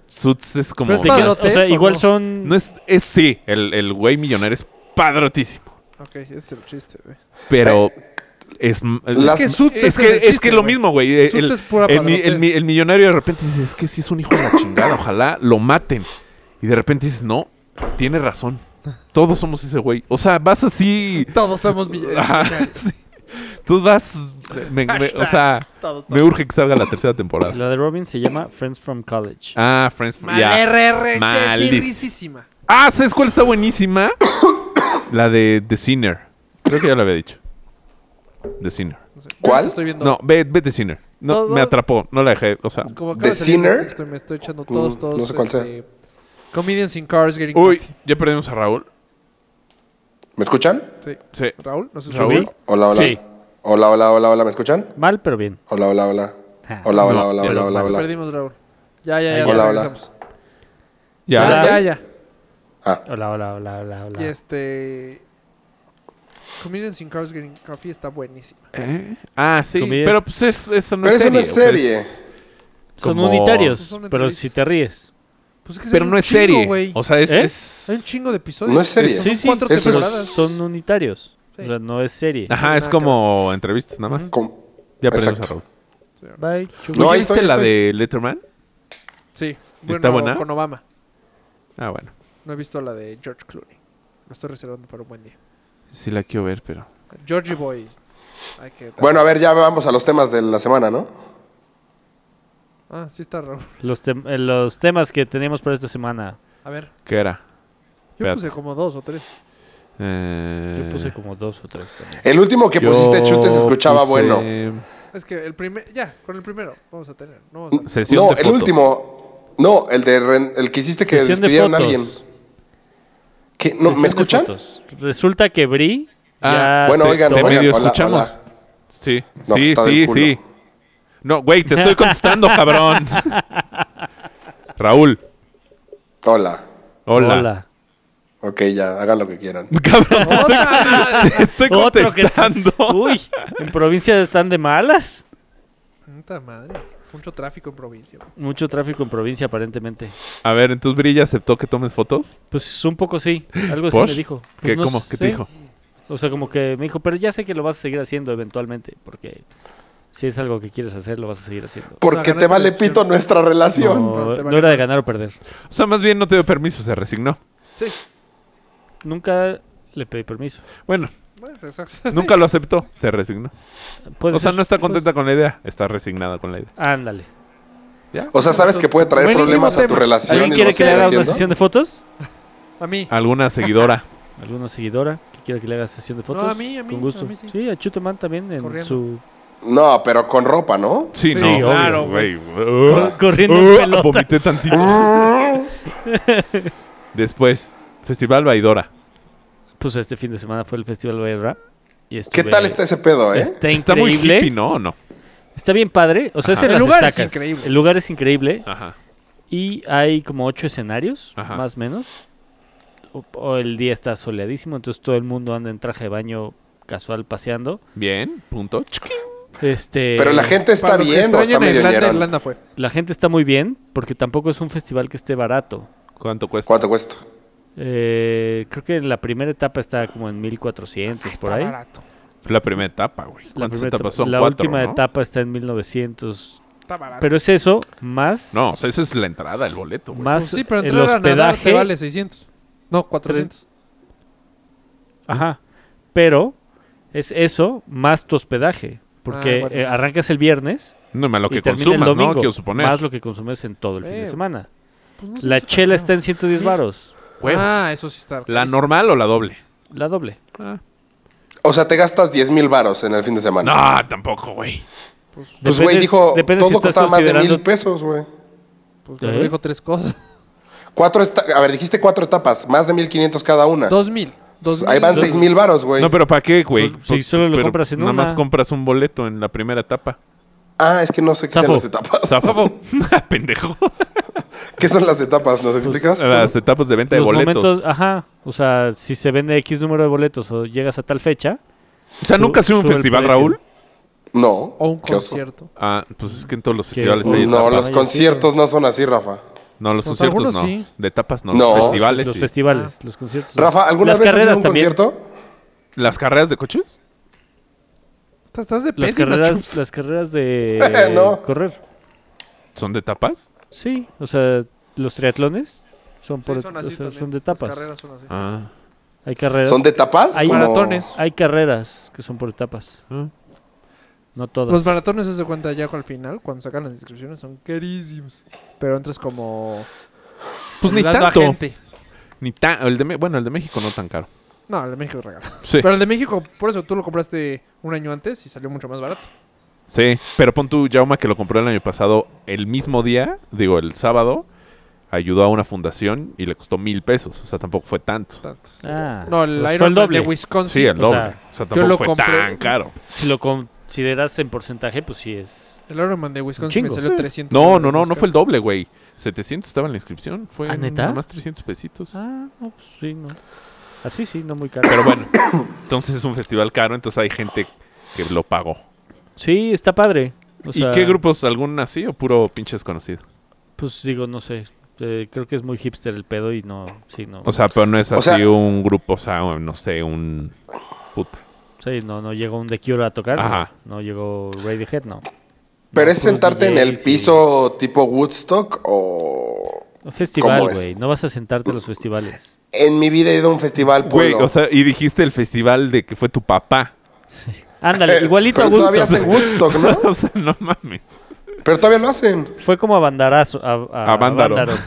Speaker 3: Suits es como...
Speaker 2: Pero es padrote.
Speaker 1: O sea,
Speaker 2: ¿Eso
Speaker 1: igual
Speaker 2: no?
Speaker 1: son.
Speaker 3: No es, es sí, el, el güey millonario es padrotísimo.
Speaker 2: Ok, ese es el chiste, güey.
Speaker 3: Pero es...
Speaker 4: Las-
Speaker 2: Es que Suits
Speaker 3: es, que,
Speaker 2: el
Speaker 3: es
Speaker 2: chiste,
Speaker 3: que lo
Speaker 2: güey.
Speaker 3: mismo, güey. El,
Speaker 2: Suits
Speaker 3: el-
Speaker 2: es pura
Speaker 3: el mi- el
Speaker 2: padrotez.
Speaker 3: mi- el millonario de repente dice, es que sí es un hijo de la chingada, ojalá lo maten. Y de repente dices, no, tiene razón. Todos somos ese güey. O sea, vas así...
Speaker 2: Todos somos millones.
Speaker 3: Ajá, sí. Entonces vas. me- me- o sea, me urge que salga la tercera temporada.
Speaker 1: La de Robin se llama Friends from College.
Speaker 3: Ah, Friends. from- ya.
Speaker 2: Mal
Speaker 3: Malísimo.
Speaker 2: risísima.
Speaker 3: Ah, ¿sabes cuál está buenísima? la de The Sinner. Creo que ya la había dicho. The Sinner.
Speaker 2: No sé.
Speaker 4: ¿Cuál?
Speaker 2: Yo Estoy viendo.
Speaker 3: No, ve, ve The Sinner. No,
Speaker 2: Todo-
Speaker 3: me atrapó. No la dejé. O sea.
Speaker 2: Como acaba
Speaker 4: The
Speaker 2: de salir en
Speaker 4: Sinner.
Speaker 2: Netflix, Me estoy echando todos,
Speaker 4: Mm,
Speaker 2: todos. este,
Speaker 4: no sé cuál sea.
Speaker 2: Comedians in Cars Getting
Speaker 3: Uy,
Speaker 2: Coffee.
Speaker 3: ya perdimos a Raúl.
Speaker 4: ¿Me escuchan?
Speaker 2: Sí.
Speaker 3: Sí.
Speaker 2: Raúl, no sé si
Speaker 1: Raúl.
Speaker 4: Hola, hola.
Speaker 1: Sí.
Speaker 4: Hola, hola, hola, hola. ¿Me escuchan?
Speaker 1: Mal, pero bien.
Speaker 4: Hola, hola, hola.
Speaker 1: Ah,
Speaker 4: Hola, hola,
Speaker 3: no,
Speaker 4: hola,
Speaker 3: ya
Speaker 4: hola,
Speaker 3: lo-
Speaker 4: hola, hola.
Speaker 2: Perdimos, Raúl. Ya, ya, ya.
Speaker 1: Hola,
Speaker 2: ya
Speaker 4: hola.
Speaker 2: regresamos.
Speaker 3: Ya.
Speaker 2: Ya, ya,
Speaker 4: estoy?
Speaker 2: ya.
Speaker 4: Ah,
Speaker 1: Hola, hola, hola, hola, hola.
Speaker 2: Y este. Comedians in Cars Getting Coffee está buenísima.
Speaker 3: Ah, sí.
Speaker 1: Comillas.
Speaker 3: Pero pues es, eso no
Speaker 4: pero
Speaker 3: es
Speaker 4: eso
Speaker 3: serie.
Speaker 4: no es
Speaker 3: o sea,
Speaker 4: serie.
Speaker 3: es-
Speaker 1: Son
Speaker 3: como-
Speaker 1: unitarios,
Speaker 2: Son
Speaker 1: pero
Speaker 2: unitarios.
Speaker 1: si te ríes.
Speaker 2: Pues que
Speaker 3: Pero
Speaker 2: hay
Speaker 3: no
Speaker 2: un
Speaker 3: es
Speaker 2: chingo,
Speaker 3: serie.
Speaker 2: güey.
Speaker 3: O sea, es.
Speaker 1: ¿Eh?
Speaker 3: es-
Speaker 2: Hay un chingo de episodios.
Speaker 4: No es serie.
Speaker 2: Son
Speaker 1: Sí, sí,
Speaker 2: cuatro
Speaker 1: pero
Speaker 4: eso es-
Speaker 2: temporadas.
Speaker 1: son unitarios.
Speaker 2: Sí.
Speaker 1: O sea, no es serie.
Speaker 3: Ajá, es
Speaker 2: nada que
Speaker 3: como entrevistas nada más.
Speaker 4: Con-
Speaker 3: Ya perdimos
Speaker 4: Exacto.
Speaker 3: a Raúl.
Speaker 1: Bye, chubu.
Speaker 4: No,
Speaker 3: ¿Ya
Speaker 4: ahí
Speaker 3: viste
Speaker 4: estoy,
Speaker 3: la
Speaker 4: estoy.
Speaker 3: de Letterman?
Speaker 2: Sí.
Speaker 3: ¿Está buena?
Speaker 2: Con Obama.
Speaker 3: Ah, bueno.
Speaker 2: No he visto la de George Clooney. Lo estoy reservando para un buen día.
Speaker 3: Sí la quiero ver, pero...
Speaker 2: Georgie Boy. Hay que.
Speaker 4: Bueno, a ver, ya vamos a los temas de la semana, ¿no?
Speaker 2: Ah, sí está Raúl.
Speaker 1: Los, tem- eh, los temas que teníamos para esta semana.
Speaker 2: A ver.
Speaker 3: ¿Qué era?
Speaker 2: Yo
Speaker 3: Espérate.
Speaker 2: puse como dos o tres.
Speaker 3: Eh,
Speaker 1: Yo puse como dos o tres también.
Speaker 4: El último que
Speaker 3: yo
Speaker 4: pusiste chute se escuchaba
Speaker 3: puse
Speaker 4: bueno.
Speaker 2: Es que el primer. Ya, con el primero. Vamos a tener. No vamos a-
Speaker 3: Sesión
Speaker 4: No,
Speaker 3: de
Speaker 4: el
Speaker 3: fotos.
Speaker 4: último. No, el de Ren- el que hiciste que
Speaker 1: Sesión de
Speaker 4: despidieron a
Speaker 1: fotos.
Speaker 4: alguien. ¿Qué? ¿No,
Speaker 1: Sesión
Speaker 4: ¿Me
Speaker 1: de
Speaker 4: escuchan?
Speaker 1: fotos. Resulta que Bri. ya
Speaker 3: Ah,
Speaker 4: bueno,
Speaker 1: aceptó-
Speaker 4: oigan,
Speaker 3: Te
Speaker 4: oigan,
Speaker 3: medio
Speaker 4: hola,
Speaker 3: escuchamos.
Speaker 4: hola.
Speaker 3: Sí,
Speaker 4: No, pues
Speaker 3: sí,
Speaker 4: está
Speaker 3: sí,
Speaker 4: del culo.
Speaker 3: sí. No, güey, te estoy contestando, cabrón. Raúl,
Speaker 4: Hola.
Speaker 3: hola.
Speaker 1: Hola.
Speaker 4: Ok, ya, hagan lo que quieran.
Speaker 3: Cabrón, te estoy- te estoy
Speaker 1: Otro que-
Speaker 3: contestando.
Speaker 1: Uy, en provincia están de malas.
Speaker 2: Puta madre. Mucho tráfico en provincia. güey.
Speaker 1: Mucho tráfico en provincia, aparentemente.
Speaker 3: A ver, entonces Brilla aceptó que tomes fotos.
Speaker 1: Pues un poco sí. Algo así
Speaker 3: ¿Por?
Speaker 1: me dijo. Pues,
Speaker 3: ¿Qué,
Speaker 1: no
Speaker 3: ¿Cómo? ¿Qué te
Speaker 1: sé.
Speaker 3: dijo?
Speaker 1: O sea, como que me dijo, pero ya sé que lo vas a seguir haciendo eventualmente, porque si es algo que quieres hacer, lo vas a seguir haciendo.
Speaker 4: Porque
Speaker 2: ganaste
Speaker 4: te vale
Speaker 2: la elección.
Speaker 4: pito nuestra relación.
Speaker 1: No,
Speaker 2: te
Speaker 1: no
Speaker 2: vale
Speaker 1: era de
Speaker 2: más.
Speaker 1: ganar o perder.
Speaker 3: O sea, más bien no te dio permiso, se resignó.
Speaker 2: Sí.
Speaker 1: Nunca le pedí permiso.
Speaker 3: Bueno,
Speaker 2: Bueno, exacto.
Speaker 3: nunca lo aceptó, se resignó.
Speaker 1: Puede
Speaker 3: O sea,
Speaker 1: ser,
Speaker 3: no está
Speaker 1: puede
Speaker 3: contenta con la idea, está resignada con la idea.
Speaker 1: ser. Ándale.
Speaker 4: O sea, sabes que puede traer
Speaker 2: Buenísimo
Speaker 4: problemas a tu
Speaker 2: tema.
Speaker 4: relación.
Speaker 1: ¿Alguien
Speaker 4: y
Speaker 1: quiere
Speaker 4: lo
Speaker 1: que le
Speaker 4: sigue
Speaker 1: haga una
Speaker 4: haciendo?
Speaker 1: sesión de fotos?
Speaker 2: A mí.
Speaker 3: ¿Alguna seguidora?
Speaker 1: ¿Alguna seguidora que quiera que le haga sesión de fotos?
Speaker 2: a mí, a mí,
Speaker 1: Con gusto.
Speaker 2: a mí sí.
Speaker 1: a Chuteman también en
Speaker 2: Corriendo.
Speaker 1: su...
Speaker 4: No, pero con ropa, ¿no?
Speaker 3: Sí,
Speaker 1: Sí,
Speaker 3: no.
Speaker 1: obvio,
Speaker 3: Claro, güey.
Speaker 1: güey.
Speaker 3: Uh,
Speaker 1: Cor- corriendo en
Speaker 3: uh,
Speaker 1: pelota.
Speaker 3: Vomité tantito. Después, Festival Vaidora.
Speaker 1: Pues este fin de semana fue el Festival Valle Rap. Y
Speaker 4: ¿Qué
Speaker 1: estuve-
Speaker 4: tal está ese pedo, eh?
Speaker 1: Está
Speaker 3: Está muy
Speaker 1: increíble.
Speaker 3: hippie, ¿no? ¿O no?
Speaker 1: Está bien padre. O sea, es
Speaker 3: Ajá.
Speaker 1: en
Speaker 2: El
Speaker 1: las
Speaker 2: lugar es
Speaker 1: estacas.
Speaker 2: increíble.
Speaker 1: El lugar es increíble.
Speaker 3: Ajá.
Speaker 1: Y hay como ocho escenarios,
Speaker 3: Ajá.
Speaker 1: más o menos. O- o el día está soleadísimo, entonces todo el mundo anda en traje de baño casual paseando.
Speaker 3: Bien, punto. Chiqui.
Speaker 1: Este,
Speaker 4: Pero la gente está
Speaker 2: Para los que
Speaker 4: bien o está
Speaker 2: extrañan a
Speaker 4: medio
Speaker 2: Irlanda,
Speaker 4: ñerón?
Speaker 2: Irlanda fue.
Speaker 1: la gente está muy bien, porque tampoco es un festival que esté barato.
Speaker 3: ¿Cuánto cuesta?
Speaker 4: ¿Cuánto cuesta?
Speaker 1: Eh, creo que en la primera etapa está como en 1400 por ahí.
Speaker 2: Ah, barato.
Speaker 3: La primera etapa, güey.
Speaker 1: La,
Speaker 3: ¿Cuántas
Speaker 1: primera etapa-
Speaker 3: etapas son?
Speaker 1: la
Speaker 3: Cuatro,
Speaker 1: última
Speaker 3: ¿no?
Speaker 1: etapa está en 1900.
Speaker 2: Está barato.
Speaker 1: Pero es eso, más,
Speaker 3: No, o sea, esa es la entrada, el boleto, güey.
Speaker 1: más
Speaker 2: sí, pero
Speaker 1: el
Speaker 2: entrar a nadar te
Speaker 1: hospedaje.
Speaker 2: vale 600. No, 400.
Speaker 1: Ajá. Pero es eso más tu hospedaje. Porque
Speaker 2: Ah, bueno.
Speaker 1: eh, arrancas el viernes
Speaker 3: No, más lo
Speaker 1: y
Speaker 3: que
Speaker 1: termina el
Speaker 3: consumas, ¿no?
Speaker 1: domingo.
Speaker 3: Quiero suponer.
Speaker 1: Más lo que consumes en todo el fin
Speaker 2: Eh,
Speaker 1: de semana.
Speaker 2: Pues no se me
Speaker 1: La
Speaker 2: hizo tan
Speaker 1: chela
Speaker 2: caro.
Speaker 1: está en 110 varos.
Speaker 3: Huevos.
Speaker 2: Ah, eso sí está.
Speaker 3: ¿La
Speaker 2: carísimo.
Speaker 3: normal o la doble?
Speaker 1: La doble.
Speaker 3: Ah.
Speaker 4: O sea, te gastas 10 mil varos en el fin de semana.
Speaker 3: No, tampoco, güey.
Speaker 4: Pues,
Speaker 1: Depende-
Speaker 4: güey, dijo,
Speaker 1: depende
Speaker 4: todo
Speaker 1: si estás
Speaker 4: costaba más de
Speaker 1: considerando-
Speaker 4: mil pesos, güey.
Speaker 2: Pues
Speaker 1: ¿Eh?
Speaker 2: me dijo tres cosas.
Speaker 4: Cuatro esta- A ver, dijiste cuatro etapas, más de 1500 cada una.
Speaker 2: Dos mil. Dos
Speaker 4: Ahí
Speaker 2: mil.
Speaker 4: van seis mil varos, güey.
Speaker 3: No, pero ¿para qué, güey?
Speaker 1: Pues, si solo lo
Speaker 3: Pero
Speaker 1: compras en
Speaker 3: Nada
Speaker 1: una.
Speaker 3: más compras un boleto en la primera etapa.
Speaker 4: Ah, es que no sé qué son
Speaker 1: Zafo.
Speaker 4: las etapas.
Speaker 3: Zafo. Ah, Pendejo.
Speaker 4: ¿Qué son las etapas? ¿Nos
Speaker 3: Pues,
Speaker 4: explicas?
Speaker 3: Las etapas de venta de
Speaker 1: Los
Speaker 3: boletos.
Speaker 1: momentos, ajá. O sea, si se vende X número de boletos o llegas a tal fecha,
Speaker 3: O sea,
Speaker 1: Su-
Speaker 3: ¿nunca ha sido un
Speaker 1: sube el
Speaker 3: festival,
Speaker 1: precio.
Speaker 3: Raúl?
Speaker 4: no.
Speaker 2: O un
Speaker 4: qué oso.
Speaker 2: concierto.
Speaker 3: Ah, pues es que en todos los
Speaker 1: Que-
Speaker 3: festivales hay
Speaker 4: No,
Speaker 3: etapas.
Speaker 4: los conciertos no son así, Rafa.
Speaker 3: No, los
Speaker 2: Pues
Speaker 3: conciertos
Speaker 2: algunos
Speaker 3: no.
Speaker 2: sí.
Speaker 3: De etapas no.
Speaker 4: No.
Speaker 3: Los festivales.
Speaker 1: los
Speaker 3: sí.
Speaker 1: festivales,
Speaker 2: Ah.
Speaker 1: los conciertos.
Speaker 4: Rafa, ¿alguna
Speaker 1: Las
Speaker 4: vez has ido a
Speaker 1: carreras
Speaker 4: un
Speaker 1: también.
Speaker 4: concierto?
Speaker 3: ¿Las carreras de coches?
Speaker 2: Estás- Estás de
Speaker 1: Las
Speaker 2: pésima,
Speaker 1: carreras,
Speaker 2: Chups.
Speaker 1: las carreras de
Speaker 4: No.
Speaker 1: correr.
Speaker 3: ¿Son de etapas?
Speaker 1: Sí, o sea, los triatlones son,
Speaker 2: Sí,
Speaker 1: por,
Speaker 2: son
Speaker 1: o
Speaker 2: así
Speaker 1: sea,
Speaker 2: también.
Speaker 1: son de
Speaker 2: Las
Speaker 1: etapas.
Speaker 2: carreras son así.
Speaker 3: Ah.
Speaker 1: Hay carreras.
Speaker 4: ¿Son de etapas?
Speaker 1: Hay
Speaker 4: Como-
Speaker 2: maratones.
Speaker 1: Hay carreras que son por etapas.
Speaker 2: ¿Mm?
Speaker 3: Ah.
Speaker 1: No todas.
Speaker 2: Los maratones se cuenta ya al final, cuando sacan las inscripciones, son carísimos. Pero entras como...
Speaker 3: Pues ni
Speaker 2: ayudando a
Speaker 3: tanto.
Speaker 2: gente.
Speaker 3: Ni ta- el de Me- bueno, el de México no tan caro.
Speaker 2: No, el de México es regalo.
Speaker 3: Sí.
Speaker 2: Pero el de México, por eso tú lo compraste un año antes y salió mucho más barato.
Speaker 3: Sí, pero pon tu Jauma que lo compró el año pasado, el mismo día, digo, el sábado, ayudó a una fundación y le costó mil pesos. O sea, tampoco fue tanto.
Speaker 2: Tanto.
Speaker 1: Ah,
Speaker 2: No, el
Speaker 1: pues fue
Speaker 2: Iron
Speaker 1: el
Speaker 2: Man de
Speaker 1: doble.
Speaker 2: Wisconsin.
Speaker 3: Sí, el
Speaker 1: o
Speaker 3: doble. O
Speaker 1: sea,
Speaker 3: sea, tampoco
Speaker 2: lo
Speaker 3: fue
Speaker 2: compré-
Speaker 3: tan caro.
Speaker 1: Si lo consideras en porcentaje, pues sí es.
Speaker 2: El Iron Man de Wisconsin
Speaker 1: chingo.
Speaker 2: me salió 300.
Speaker 3: No,
Speaker 2: dólares
Speaker 3: no, no,
Speaker 2: más
Speaker 3: no
Speaker 2: caro.
Speaker 3: fue el doble, güey. 700 estaba en la inscripción. Fue
Speaker 1: ¿Ah, neta?
Speaker 3: nada más 300 pesitos.
Speaker 1: Ah, no, pues sí, no. Así sí, no muy caro.
Speaker 3: Pero bueno, entonces es un festival caro, entonces hay gente que lo pagó.
Speaker 1: Sí, está padre. O sea,
Speaker 3: ¿Y qué grupos? ¿Algún así o puro pinche desconocido?
Speaker 1: Pues digo, no sé. eh, creo que es muy hipster el pedo y no. Sí, no.
Speaker 3: O sea, pero no es
Speaker 4: O
Speaker 3: así
Speaker 4: sea-
Speaker 3: un grupo, o sea, no sé, un... Puta.
Speaker 1: sí, no, no llegó un The Cure a tocar. no.
Speaker 3: Ajá.
Speaker 1: No, llegó Radiohead, no.
Speaker 4: ¿Pero
Speaker 1: No, puros
Speaker 4: es sentarte en el
Speaker 1: DJs y-
Speaker 4: piso tipo Woodstock o...? ¿Cómo
Speaker 1: Festival,
Speaker 4: es?
Speaker 1: güey. No vas a sentarte a los festivales.
Speaker 4: En mi vida he ido a un festival
Speaker 3: Güey,
Speaker 4: polo.
Speaker 3: o sea, y dijiste el festival de que fue tu papá.
Speaker 1: Ándale, igualito a
Speaker 4: Eh,
Speaker 1: gusto.
Speaker 4: Pero todavía hacen Woodstock, ¿no?
Speaker 3: o sea, no mames.
Speaker 4: Pero todavía lo hacen.
Speaker 1: Fue como a bandarazo. A, a,
Speaker 3: A Vándaro.
Speaker 1: Vándaro.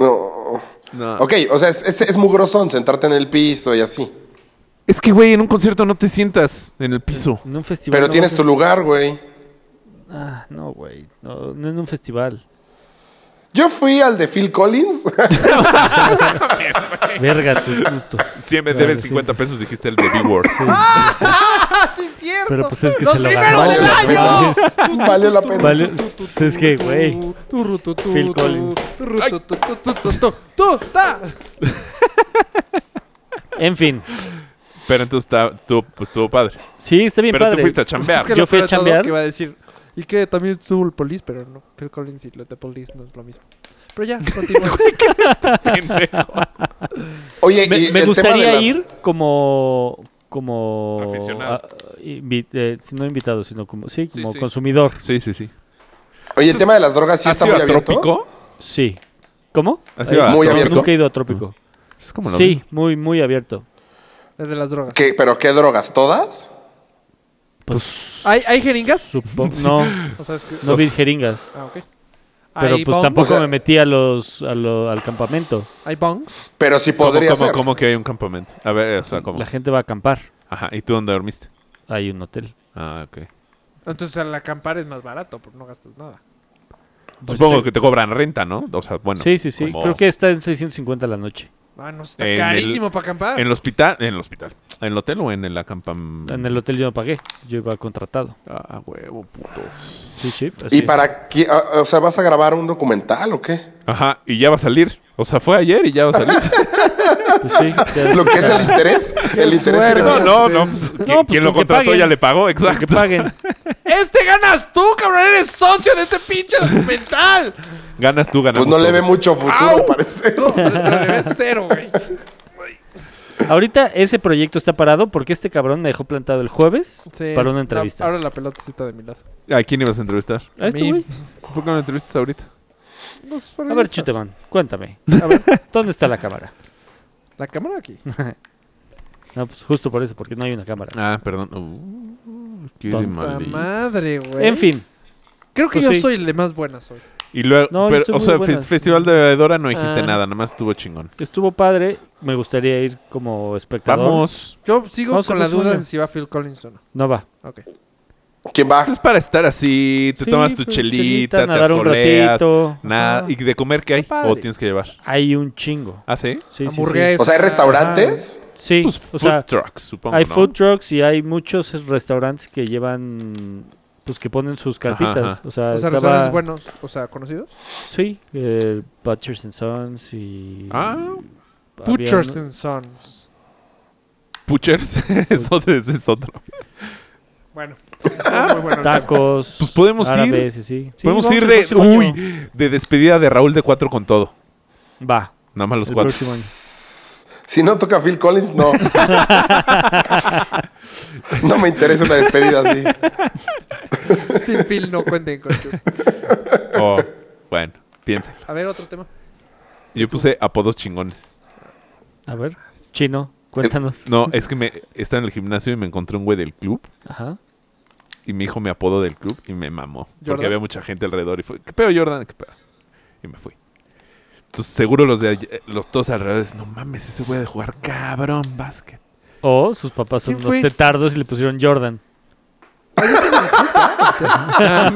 Speaker 4: No.
Speaker 3: No.
Speaker 4: Ok, o sea, es, es, es mugrosón sentarte en el piso y así.
Speaker 3: Es que, güey, en un concierto no te sientas en el piso.
Speaker 1: En un festival.
Speaker 4: Pero
Speaker 1: no pues.
Speaker 4: tienes
Speaker 1: vas a-
Speaker 4: tu lugar, güey.
Speaker 1: Ah, no, güey. No, no en un festival.
Speaker 4: Yo fui al de Phil Collins.
Speaker 1: Verga tus gustos.
Speaker 3: Siempre
Speaker 1: Claro,
Speaker 3: debes
Speaker 1: sí,
Speaker 3: 50
Speaker 1: sí,
Speaker 3: pesos, dijiste el de B-Word.
Speaker 2: ¡Sí, es cierto!
Speaker 1: Pero pues es que
Speaker 2: ¡Los
Speaker 1: se lo
Speaker 2: primeros
Speaker 1: ganó.
Speaker 2: del
Speaker 1: güey,
Speaker 2: año!
Speaker 1: no mames.
Speaker 4: Valió la pena.
Speaker 1: Vale, pues es que, güey. Phil Collins. En fin.
Speaker 3: Pero entonces está- estuvo, pues, estuvo padre.
Speaker 1: Sí, está bien
Speaker 3: Pero
Speaker 1: padre.
Speaker 3: tú fuiste a chambear.
Speaker 1: que- Yo fui a chambear.
Speaker 2: Que iba a decir. Y que también tuvo el police, pero no. Phil Collins y los de police no es lo mismo. Pero ya, continúa.
Speaker 3: pendejo.
Speaker 4: Oye, y
Speaker 1: me, me
Speaker 4: el tema de
Speaker 1: gustaría
Speaker 4: las-
Speaker 1: ir como como
Speaker 3: Aficionado.
Speaker 1: ah, invi- eh, no invitado sino como sí
Speaker 3: Sí,
Speaker 1: como
Speaker 3: sí.
Speaker 1: consumidor
Speaker 3: Sí, sí, sí.
Speaker 4: Oye, el tema de las drogas sí
Speaker 3: ¿Has
Speaker 4: está
Speaker 3: ido
Speaker 4: muy
Speaker 3: a
Speaker 4: abierto.
Speaker 3: Trópico?
Speaker 1: sí cómo
Speaker 3: ¿Has ido a
Speaker 4: Muy
Speaker 1: no,
Speaker 4: abierto.
Speaker 1: nunca he ido a trópico
Speaker 3: Es como lo
Speaker 1: sí
Speaker 3: mismo.
Speaker 1: muy muy abierto
Speaker 2: Es de las drogas.
Speaker 4: ¿Qué- ¿Pero qué drogas? ¿Todas?
Speaker 1: pues
Speaker 2: ¿Hay, ¿Hay jeringas?
Speaker 1: supo- no
Speaker 2: O sea, es que...
Speaker 1: no vi jeringas
Speaker 2: Ah, ok.
Speaker 1: pero
Speaker 2: ¿Hay
Speaker 1: pues
Speaker 2: bong?
Speaker 1: tampoco
Speaker 4: O sea-
Speaker 1: me metí a los a lo- al campamento
Speaker 2: ¿Hay bongs?
Speaker 4: Pero sí
Speaker 3: ¿Cómo,
Speaker 4: podría
Speaker 3: cómo,
Speaker 4: ser.
Speaker 3: cómo que hay un campamento? A ver, o sea, ¿cómo?
Speaker 1: la gente va a acampar
Speaker 3: Ajá, ¿y tú dónde dormiste?
Speaker 1: hay un hotel
Speaker 3: Ah, ok.
Speaker 2: Entonces al acampar es más barato, porque no gastas nada.
Speaker 1: Pues
Speaker 3: Supongo
Speaker 1: te-
Speaker 3: que te cobran renta, ¿no? O sea, bueno.
Speaker 1: sí sí sí
Speaker 3: como-
Speaker 1: creo que está en 650 la noche
Speaker 2: Ah, no, está
Speaker 3: En el-
Speaker 2: carísimo para acampar.
Speaker 3: ¿En el hospital? ¿En el hospital? ¿En el hotel o en el acampamento?
Speaker 1: en el hotel yo no pagué yo iba contratado
Speaker 3: Ah, huevo, putos.
Speaker 1: sí sí así
Speaker 4: ¿Y
Speaker 1: es.
Speaker 4: para qué? Ah, O sea, ¿vas a grabar un documental o qué?
Speaker 3: Ajá, y ya va a salir. O sea, fue ayer y ya va a salir.
Speaker 1: Pues sí, ya-
Speaker 4: Lo que es el interés. El interés. que le
Speaker 3: no,
Speaker 4: das.
Speaker 3: no, no. pues,
Speaker 1: pues,
Speaker 3: ¿Quién, quién
Speaker 1: con
Speaker 3: lo
Speaker 1: que
Speaker 3: contrató
Speaker 1: paguen.
Speaker 3: ya le pagó?
Speaker 1: Para que
Speaker 3: Exacto.
Speaker 1: paguen
Speaker 2: ¡Este ganas tú, cabrón! ¡Eres socio de este pinche documental!
Speaker 3: Ganas tú, ganas
Speaker 4: Pues no le ve mucho futuro, al parecer.
Speaker 2: No, al revés, cero, güey.
Speaker 1: Ahorita ese proyecto está parado porque este cabrón me dejó plantado el jueves para una
Speaker 2: la-
Speaker 1: entrevista.
Speaker 2: ahora la pelotecita de mi lado.
Speaker 3: ¿A quién ibas a entrevistar?
Speaker 1: ¿A este
Speaker 2: mí.
Speaker 1: güey?
Speaker 3: ¿Por qué no lo entrevistas ahorita?
Speaker 2: No, pues, por
Speaker 1: A
Speaker 2: ahí
Speaker 1: ver,
Speaker 2: está.
Speaker 1: Chuteman, cuéntame. ¿Dónde está la cámara?
Speaker 2: La cámara aquí.
Speaker 1: No, pues justo por eso, porque no hay una cámara.
Speaker 3: Ah, perdón. Uh, qué de
Speaker 1: Tanta
Speaker 2: La
Speaker 3: malí.
Speaker 2: madre, güey.
Speaker 1: En fin,
Speaker 2: Creo que
Speaker 1: pues
Speaker 2: yo
Speaker 1: sí.
Speaker 2: soy el de más buenas hoy.
Speaker 3: Y luego,
Speaker 1: No, yo
Speaker 3: pero,
Speaker 1: estoy
Speaker 3: o
Speaker 1: muy
Speaker 3: sea,
Speaker 1: buenas.
Speaker 3: fes- Festival de Bebedora no dijiste
Speaker 2: Ah.
Speaker 3: nada, nada más estuvo chingón.
Speaker 1: estuvo padre. Me gustaría ir como espectador.
Speaker 3: Vamos.
Speaker 2: Yo sigo
Speaker 1: Vamos
Speaker 2: con
Speaker 1: a
Speaker 2: la
Speaker 1: Cruz
Speaker 2: duda
Speaker 1: Moño.
Speaker 2: de si va Phil Collins o no.
Speaker 1: No va.
Speaker 2: Ok.
Speaker 4: ¿Quién va?
Speaker 3: Pues Es para estar así, te
Speaker 1: Sí,
Speaker 3: tomas tu
Speaker 1: fue
Speaker 3: chelita, te
Speaker 1: nadar un
Speaker 3: asoleas,
Speaker 1: ratito.
Speaker 3: nada.
Speaker 1: Ajá.
Speaker 3: ¿Y de comer Ah. qué hay?
Speaker 2: padre.
Speaker 3: ¿O tienes que llevar?
Speaker 1: Hay un chingo.
Speaker 3: ¿Ah, sí?
Speaker 1: Sí, sí, sí.
Speaker 2: Hamburguesas.
Speaker 4: O sea, ¿hay restaurantes?
Speaker 1: Sí,
Speaker 3: Pues
Speaker 1: o
Speaker 3: food
Speaker 1: sea,
Speaker 3: trucks, supongo,
Speaker 1: hay
Speaker 3: ¿no?
Speaker 1: food trucks y hay muchos restaurantes que llevan, pues que ponen sus
Speaker 3: Ajá,
Speaker 1: cartitas.
Speaker 3: ajá.
Speaker 1: O sea,
Speaker 2: O sea,
Speaker 1: Ah, estaba-
Speaker 2: restaurantes buenos, o sea, conocidos.
Speaker 1: Sí, eh, Butchers and Sons y.
Speaker 3: Ah,
Speaker 1: había
Speaker 2: Butchers
Speaker 1: uno-
Speaker 2: and Sons.
Speaker 3: Puchers, eso es otro.
Speaker 2: Bueno, estuvo muy bueno. el tema.
Speaker 1: Tacos.
Speaker 3: Pues podemos ir.
Speaker 1: árabes, y sí. Sí,
Speaker 3: Podemos
Speaker 1: vamos
Speaker 3: ir
Speaker 1: el
Speaker 3: de,
Speaker 1: próximo año.
Speaker 3: uy, de despedida de Raúl de cuatro con todo.
Speaker 1: Va.
Speaker 3: Nada más los
Speaker 1: el
Speaker 3: cuatro.
Speaker 1: próximo año.
Speaker 4: Si no toca Phil Collins, no. no me interesa una despedida así.
Speaker 2: Sin Phil no cuenten con Chu.
Speaker 3: Oh, bueno, piensa.
Speaker 2: A ver, otro tema.
Speaker 3: Yo puse apodos chingones.
Speaker 1: A ver. Chino, cuéntanos.
Speaker 3: No, es que me estaba en el gimnasio y me encontré un güey del club
Speaker 1: Ajá.
Speaker 3: y me dijo mi apodo del club y me mamó.
Speaker 2: ¿Jordan?
Speaker 3: Porque había mucha gente alrededor y fue, ¿qué pedo, Jordan? ¿Qué pedo? Y me fui. Entonces, seguro los de allí- eh, los todos alrededor dicen, no mames, ese güey de jugar cabrón básquet.
Speaker 1: O sus papás son
Speaker 2: ¿Quién
Speaker 1: unos
Speaker 2: fue?
Speaker 1: tetardos y le pusieron Jordan.
Speaker 3: Mira,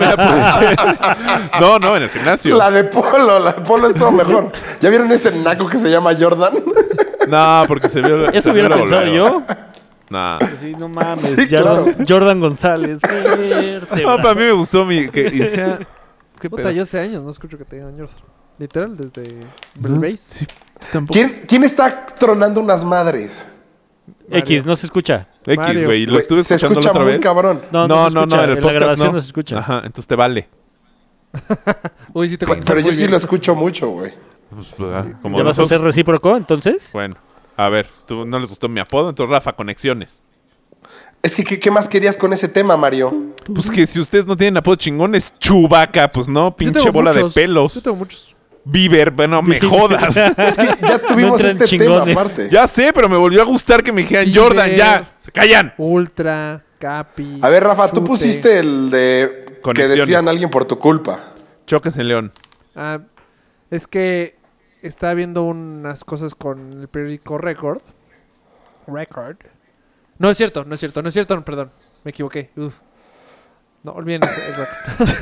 Speaker 3: Ah, puede ser. No, no, en el gimnasio.
Speaker 4: La de Polo, la de Polo es todo mejor. ¿Ya vieron ese naco que se llama Jordan?
Speaker 3: No, porque se vio.
Speaker 1: Eso
Speaker 3: se
Speaker 1: hubiera
Speaker 3: vio luego,
Speaker 1: pensado
Speaker 3: luego.
Speaker 1: yo.
Speaker 3: No.
Speaker 1: Sí, no mames.
Speaker 4: Sí,
Speaker 1: Jordan,
Speaker 4: claro.
Speaker 1: Jordan González. Fuerte,
Speaker 3: No,
Speaker 1: güey.
Speaker 3: para mí me gustó mi. Que, y dije, ah, ¿Qué
Speaker 2: Puta,
Speaker 3: pedo?
Speaker 2: yo hace años no escucho que te digan Jordan. Literal, desde el base.
Speaker 3: Sí, tú tampoco.
Speaker 4: ¿Quién, ¿Quién está tronando unas madres?
Speaker 1: X, no se escucha.
Speaker 3: X, güey. Lo
Speaker 4: Güey,
Speaker 3: estuve
Speaker 4: se
Speaker 3: escuchando
Speaker 4: escucha
Speaker 3: otra
Speaker 4: muy
Speaker 3: vez.
Speaker 4: cabrón.
Speaker 1: No, no, no, no, en la grabación no se escucha.
Speaker 3: Ajá, entonces te vale.
Speaker 2: Uy, sí te
Speaker 4: Pero,
Speaker 2: cuento
Speaker 4: yo
Speaker 2: muy
Speaker 4: sí
Speaker 2: bien.
Speaker 4: lo escucho mucho, güey.
Speaker 3: Pues, pues, ah, como
Speaker 1: ¿Ya vas a
Speaker 3: nosotros-
Speaker 1: ser recíproco entonces?
Speaker 3: Bueno, a ver, tú no les gustó mi apodo, entonces Rafa, conexiones.
Speaker 4: Es que, ¿qué, qué más querías con ese tema, Mario?
Speaker 3: Pues que si ustedes no tienen apodo chingones, chubaca, pues no,
Speaker 2: Yo tengo
Speaker 3: pinche bola
Speaker 2: muchos,
Speaker 3: de
Speaker 2: Yo
Speaker 3: pelos.
Speaker 2: tengo muchos.
Speaker 3: Bieber, bueno, me jodas.
Speaker 4: Es que ya tuvimos
Speaker 1: entran
Speaker 4: este tema
Speaker 1: chingones.
Speaker 4: aparte.
Speaker 3: ya sé, pero me volvió a gustar que me dijeran
Speaker 2: Bieber.
Speaker 3: Jordan, ya. Se callan.
Speaker 2: Ultra, Capi.
Speaker 4: A ver, Rafa, tú
Speaker 2: Chute.
Speaker 4: pusiste el de que
Speaker 3: Conexiones.
Speaker 4: despidan a alguien por tu culpa.
Speaker 3: Choques en León.
Speaker 2: Ah, es que estaba viendo unas cosas con el periódico Record. Record. No es cierto, no es cierto, no es cierto, perdón. Me equivoqué. Uf. No, olviden el- el Record.
Speaker 3: Tres,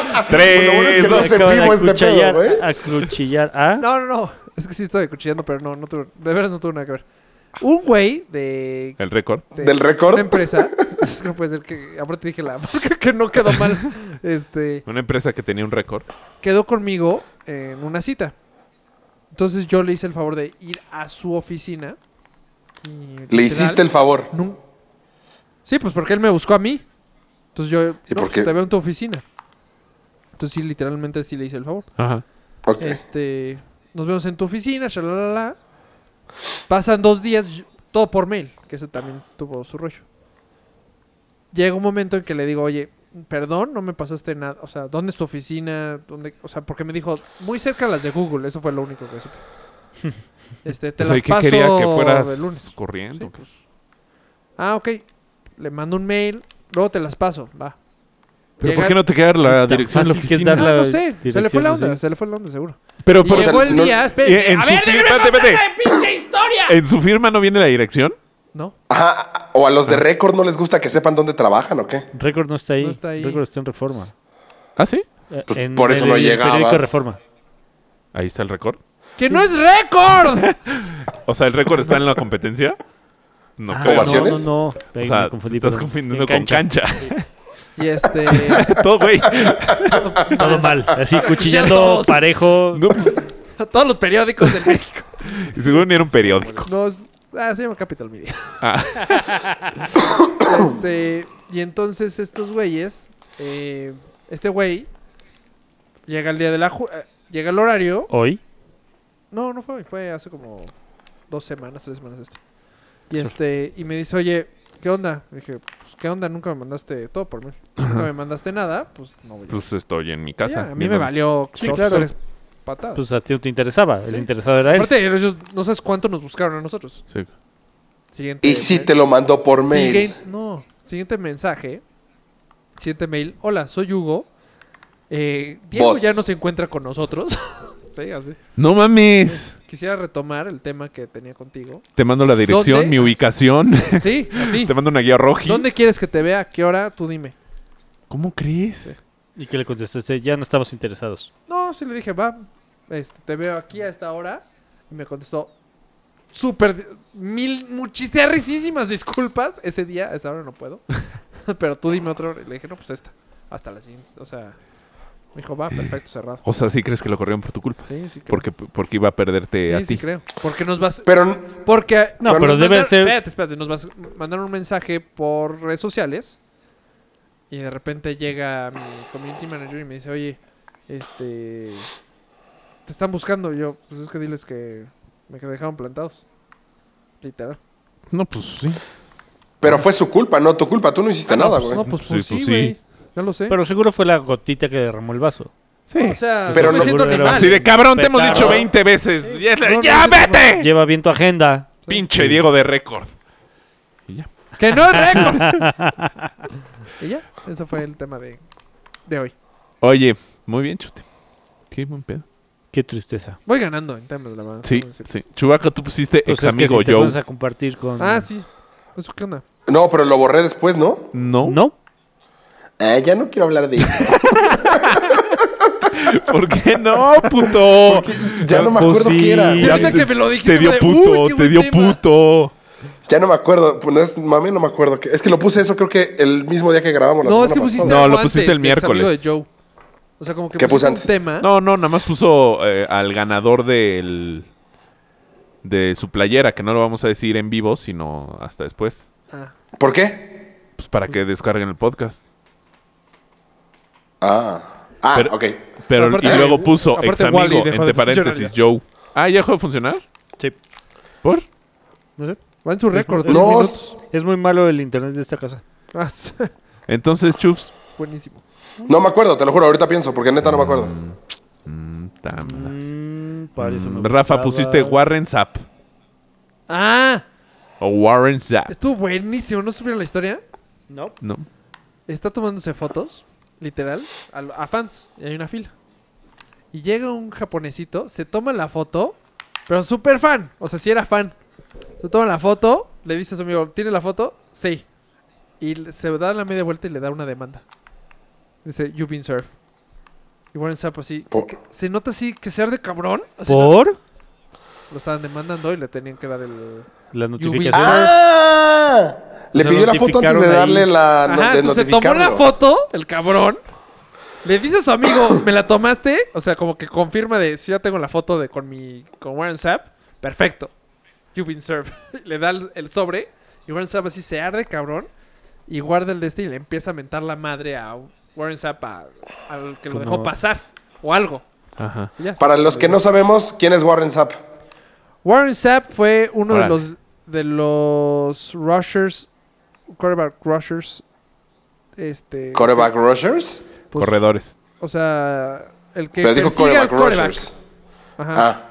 Speaker 4: Ah,
Speaker 1: Pues
Speaker 4: Lo bueno es que
Speaker 3: dos.
Speaker 4: no se
Speaker 1: Acaban de
Speaker 4: vivo este pedo,
Speaker 1: acuchillar-
Speaker 4: güey.
Speaker 1: acuchillar Ah, a...
Speaker 2: No, no, no. Es que sí estoy cuchillando, pero no, no tuve, de veras no tuvo nada que ver. Un güey de
Speaker 3: El récord.
Speaker 2: de
Speaker 4: ¿Del récord?
Speaker 2: Una empresa. Es que no puede ser que. Aparte dije la marca que no quedó mal. Este.
Speaker 3: Una empresa que tenía un récord.
Speaker 2: Quedó conmigo en una cita. Entonces yo le hice el favor de ir a su oficina. y
Speaker 4: Le
Speaker 2: literal,
Speaker 4: hiciste el favor.
Speaker 2: nun- Sí, pues porque él me buscó a mí. Entonces yo.
Speaker 4: ¿Y
Speaker 2: no,
Speaker 4: por
Speaker 2: pues
Speaker 4: qué?
Speaker 2: Te veo en tu oficina. Entonces sí, literalmente sí le hice el favor.
Speaker 3: Ajá.
Speaker 4: Ok.
Speaker 2: Este. Nos vemos en tu oficina, shalalala. Pasan dos días, yo- todo por mail, que ese también tuvo su rollo. Llega un momento en que le digo, oye, perdón, no me pasaste nada. O sea, ¿dónde es tu oficina? ¿Dónde? O sea, porque me dijo, muy cerca las de Google, eso fue lo único que supe. Este, te
Speaker 3: O sea,
Speaker 2: las
Speaker 3: ¿y qué
Speaker 2: paso
Speaker 3: quería que
Speaker 2: el lunes.
Speaker 3: fueras
Speaker 2: Sí,
Speaker 3: corriendo?
Speaker 2: pues. Ah, ok. Le mando un mail, luego te las paso, va.
Speaker 3: ¿Pero
Speaker 2: Llega-
Speaker 3: por qué no te queda la
Speaker 1: Tan
Speaker 3: dirección de la
Speaker 1: fácil que es
Speaker 3: oficina?
Speaker 1: dar la
Speaker 2: Ah, no sé, se le fue
Speaker 1: dirección,
Speaker 2: la
Speaker 1: no
Speaker 2: onda,
Speaker 1: sé.
Speaker 2: se le fue la onda, seguro.
Speaker 3: Pero
Speaker 2: Y
Speaker 3: por-
Speaker 2: llegó el
Speaker 4: no-
Speaker 2: día,
Speaker 3: Eh,
Speaker 2: espérense.
Speaker 3: en
Speaker 2: a
Speaker 3: su
Speaker 2: ver,
Speaker 3: firma-
Speaker 2: déjenme
Speaker 3: espérate, espérate.
Speaker 2: contar la pinche historia.
Speaker 3: ¿En su firma no viene la dirección?
Speaker 2: No,
Speaker 4: Ajá. ¿O a los de
Speaker 2: Ah.
Speaker 4: récord no les gusta que sepan dónde trabajan o qué?
Speaker 1: Récord no está ahí.
Speaker 2: No está ahí.
Speaker 1: Récord está en Reforma.
Speaker 3: ¿Ah, sí?
Speaker 1: Eh,
Speaker 4: Pues
Speaker 1: en
Speaker 4: por eso
Speaker 1: el
Speaker 4: no
Speaker 1: Periódico
Speaker 4: llegabas.
Speaker 1: Reforma.
Speaker 3: Ahí está el récord.
Speaker 2: que no es récord.
Speaker 3: O sea, ¿el récord está en la competencia? No
Speaker 1: Ah,
Speaker 3: creo.
Speaker 1: no, no,
Speaker 4: ¿Ovaciones?
Speaker 1: no.
Speaker 3: O
Speaker 1: Ahí
Speaker 3: sea,
Speaker 1: me confundí,
Speaker 3: te estás
Speaker 1: perdón.
Speaker 3: confundiendo
Speaker 1: En
Speaker 3: con cancha.
Speaker 2: y este
Speaker 3: Todo, güey.
Speaker 1: Todo mal. Así, cuchillando
Speaker 2: Cuchillados.
Speaker 1: parejo.
Speaker 3: No, pues,
Speaker 2: a todos los periódicos de México.
Speaker 3: y seguro ni era un periódico.
Speaker 2: No, es- ah, se llama Capital Media.
Speaker 3: Ah.
Speaker 2: Este, y entonces estos güeyes eh, este güey llega el día de la ju- eh, llega el horario
Speaker 1: Hoy.
Speaker 2: No, no fue hoy, fue hace como dos semanas, tres semanas esto. Y este, y me dice, oye, ¿qué onda? Le dije, pues qué onda, nunca me mandaste todo por mí. Nunca me mandaste nada, pues no voy a.
Speaker 3: Pues estoy en mi
Speaker 2: Ya,
Speaker 3: casa.
Speaker 2: a mí me
Speaker 3: viendo-
Speaker 2: valió
Speaker 1: Sí,
Speaker 2: dos,
Speaker 1: claro.
Speaker 2: tres patadas.
Speaker 1: Pues a ti no te interesaba. El
Speaker 2: Sí.
Speaker 1: interesado era él.
Speaker 2: Aparte, ellos no sabes cuánto nos buscaron a nosotros.
Speaker 3: Sí.
Speaker 2: Siguiente.
Speaker 4: Y sí te lo mandó por mail.
Speaker 2: Sigue- no, siguiente mensaje. Siguiente mail. Hola, soy Hugo. Eh, Diego
Speaker 4: Vos.
Speaker 2: ya no se encuentra con nosotros. sí, así.
Speaker 3: No mames.
Speaker 2: Quisiera retomar el tema que tenía contigo.
Speaker 3: Te mando la dirección,
Speaker 2: ¿Dónde?
Speaker 3: mi ubicación.
Speaker 2: Sí, así.
Speaker 3: Te mando una guía roji.
Speaker 2: ¿Dónde quieres que te vea? ¿A qué hora? Tú dime.
Speaker 3: ¿Cómo crees?
Speaker 1: Y que le contestaste, ya no estamos interesados.
Speaker 2: No, sí le dije, va, este, te veo aquí a esta hora. Y me contestó, súper, di- mil, muchísimas disculpas. Ese día, a esa hora no puedo. Pero tú dime otra hora. Y le dije, no, pues esta. Hasta la siguiente. O sea, me dijo, va, perfecto, cerrado.
Speaker 3: O sea, sí crees que lo corrieron por tu culpa.
Speaker 2: Sí, sí creo.
Speaker 3: Porque, porque iba a perderte
Speaker 2: sí,
Speaker 3: a
Speaker 2: sí
Speaker 3: ti.
Speaker 2: creo. Porque nos vas...
Speaker 4: Pero n-
Speaker 2: Porque...
Speaker 1: No,
Speaker 4: Pero
Speaker 1: pero
Speaker 2: nos
Speaker 1: debe
Speaker 2: mandaron-
Speaker 1: ser.
Speaker 2: Espérate, espérate. Nos vas mandaron un mensaje por redes sociales. Y de repente llega mi community manager y me dice, oye, este... Te están buscando. Y yo, pues es que diles que me dejaron plantados. Literal.
Speaker 3: No, pues sí.
Speaker 4: Pero fue su culpa, no tu culpa. Tú no hiciste nada, güey.
Speaker 2: no, pues,
Speaker 3: Sí,
Speaker 2: pues
Speaker 3: pues,
Speaker 2: sí,
Speaker 3: sí.
Speaker 2: güey. Ya lo sé.
Speaker 1: Pero seguro fue la gotita que derramó el vaso.
Speaker 3: Sí.
Speaker 2: o sea,
Speaker 4: Pero
Speaker 2: pero no
Speaker 4: no-
Speaker 2: me siento
Speaker 1: Seguro
Speaker 2: ni
Speaker 1: era-
Speaker 2: mal.
Speaker 3: Así de cabrón, te hemos
Speaker 1: Petardo.
Speaker 3: dicho 20 veces. Ya,
Speaker 2: No,
Speaker 3: ya
Speaker 2: no,
Speaker 3: vete.
Speaker 1: Lleva bien tu agenda.
Speaker 3: Pinche Diego de récord. Y ya.
Speaker 2: ¡Que no es récord! y ya, ese fue el tema de, de hoy.
Speaker 3: Oye, muy bien, chute. Qué buen pedo.
Speaker 1: Qué tristeza.
Speaker 2: Voy ganando en temas, la verdad.
Speaker 3: Sí,
Speaker 2: tengo que decir.
Speaker 3: sí. Chubaca, tú pusiste
Speaker 1: Pues
Speaker 3: ex
Speaker 1: es que
Speaker 3: amigo
Speaker 1: si te
Speaker 3: Joe.
Speaker 1: pones a compartir con.
Speaker 2: Ah, sí. ¿Eso qué onda?
Speaker 4: No, pero lo borré después, ¿no?
Speaker 3: No,
Speaker 1: ¿No?
Speaker 4: Ah, ya no quiero hablar de eso.
Speaker 3: ¿por qué no, puto?
Speaker 4: Ya no me
Speaker 1: Pues
Speaker 4: acuerdo
Speaker 1: sí.
Speaker 4: qué era.
Speaker 1: Ya-
Speaker 2: ahorita que me lo dijiste,
Speaker 3: te dio
Speaker 2: fue de,
Speaker 3: puto,
Speaker 2: "Uy, qué
Speaker 3: te
Speaker 2: buen
Speaker 3: dio
Speaker 2: tema".
Speaker 3: puto.
Speaker 4: Ya no me acuerdo. Pues no es mami, no me acuerdo. qué. Es que lo puse eso, creo que el mismo día que grabamos. la
Speaker 2: No, es
Speaker 4: semana
Speaker 2: que pusiste
Speaker 4: pasada.
Speaker 3: No,
Speaker 2: algo
Speaker 3: lo pusiste
Speaker 2: antes,
Speaker 3: el
Speaker 2: de ex amigo
Speaker 3: miércoles.
Speaker 2: de Joe. O sea, como que
Speaker 4: ¿Qué
Speaker 2: pusiste
Speaker 4: puse
Speaker 2: un
Speaker 4: antes?
Speaker 2: tema.
Speaker 3: No, no, nada más puso eh, al ganador del de su playera, que no lo vamos a decir en vivo, sino hasta después.
Speaker 2: Ah,
Speaker 4: ¿Por qué?
Speaker 3: Pues para que descarguen el podcast.
Speaker 4: Ah. Ah,
Speaker 3: Pero-
Speaker 4: ok.
Speaker 3: Pero
Speaker 2: Aparte-
Speaker 3: y luego puso
Speaker 2: aparte
Speaker 3: ex amigo,
Speaker 2: Wally dejó de
Speaker 3: entre paréntesis, Joe. Ah, ¿ya dejó de funcionar?
Speaker 1: Sí.
Speaker 3: ¿Por?
Speaker 1: No sé.
Speaker 2: va en su récord.
Speaker 1: es-
Speaker 2: diez
Speaker 4: No,
Speaker 2: minutos.
Speaker 1: Es muy malo el internet de esta casa.
Speaker 2: Ah, sí,
Speaker 3: Entonces, Chups.
Speaker 2: buenísimo.
Speaker 4: No me acuerdo, te lo juro. Ahorita pienso, porque neta no me acuerdo.
Speaker 2: Pues,
Speaker 3: Mm, ta madre.
Speaker 1: Mm, para eso me
Speaker 3: Rafa,
Speaker 1: gustaba.
Speaker 3: pusiste Warren Zap.
Speaker 2: Ah,
Speaker 3: O Warren Zap.
Speaker 2: estuvo buenísimo. ¿No supieron la historia?
Speaker 1: No.
Speaker 3: No.
Speaker 2: Está tomándose fotos, literal, a, lo- a fans. Y hay una fila. Y llega un japonesito, se toma la foto, pero súper fan. O sea, si era fan. Se toma la foto, le dice a su amigo, ¿tiene la foto? Sí. Y le- se da la media vuelta y le da una demanda. Dice, you've been served. Y Warren Sapp así.
Speaker 4: Por-
Speaker 2: Se, que- se nota así que ser de cabrón. así, ¿no?
Speaker 1: ¿Por?
Speaker 2: Lo estaban demandando y le tenían que dar el...
Speaker 1: La
Speaker 2: Ah,
Speaker 1: notificación.
Speaker 4: ¡Ah! Le
Speaker 1: Se
Speaker 4: pidió la foto antes
Speaker 1: notificaron
Speaker 4: de
Speaker 1: ahí.
Speaker 4: darle la. no-
Speaker 2: Pues Ajá,
Speaker 4: de
Speaker 2: entonces se tomó la
Speaker 4: notificarlo.
Speaker 2: foto, el cabrón. Le dice a su amigo, ¿me la tomaste? O sea, como que confirma de si ya tengo la foto de con mi. con Warren Sapp. Perfecto. You've been served. le da el, el sobre. Y Warren Sapp así se arde, cabrón. Y guarda el de este y le empieza a mentar la madre a Warren Sapp a- al que lo
Speaker 1: Como-
Speaker 2: dejó pasar. O algo.
Speaker 3: Ajá.
Speaker 2: Y ya.
Speaker 4: Para los que no sabemos quién es Warren Sapp.
Speaker 2: Warren Sapp fue uno de
Speaker 3: Órale.
Speaker 2: los de los rushers. Quarterback rushers. Este.
Speaker 4: Coreback Rushers.
Speaker 2: pues,
Speaker 3: Corredores.
Speaker 2: O sea, el que
Speaker 4: Pero dijo
Speaker 2: persigue al
Speaker 4: coreback
Speaker 2: quarterback.
Speaker 4: Rushers. Oh,
Speaker 2: Ajá.
Speaker 4: Ah.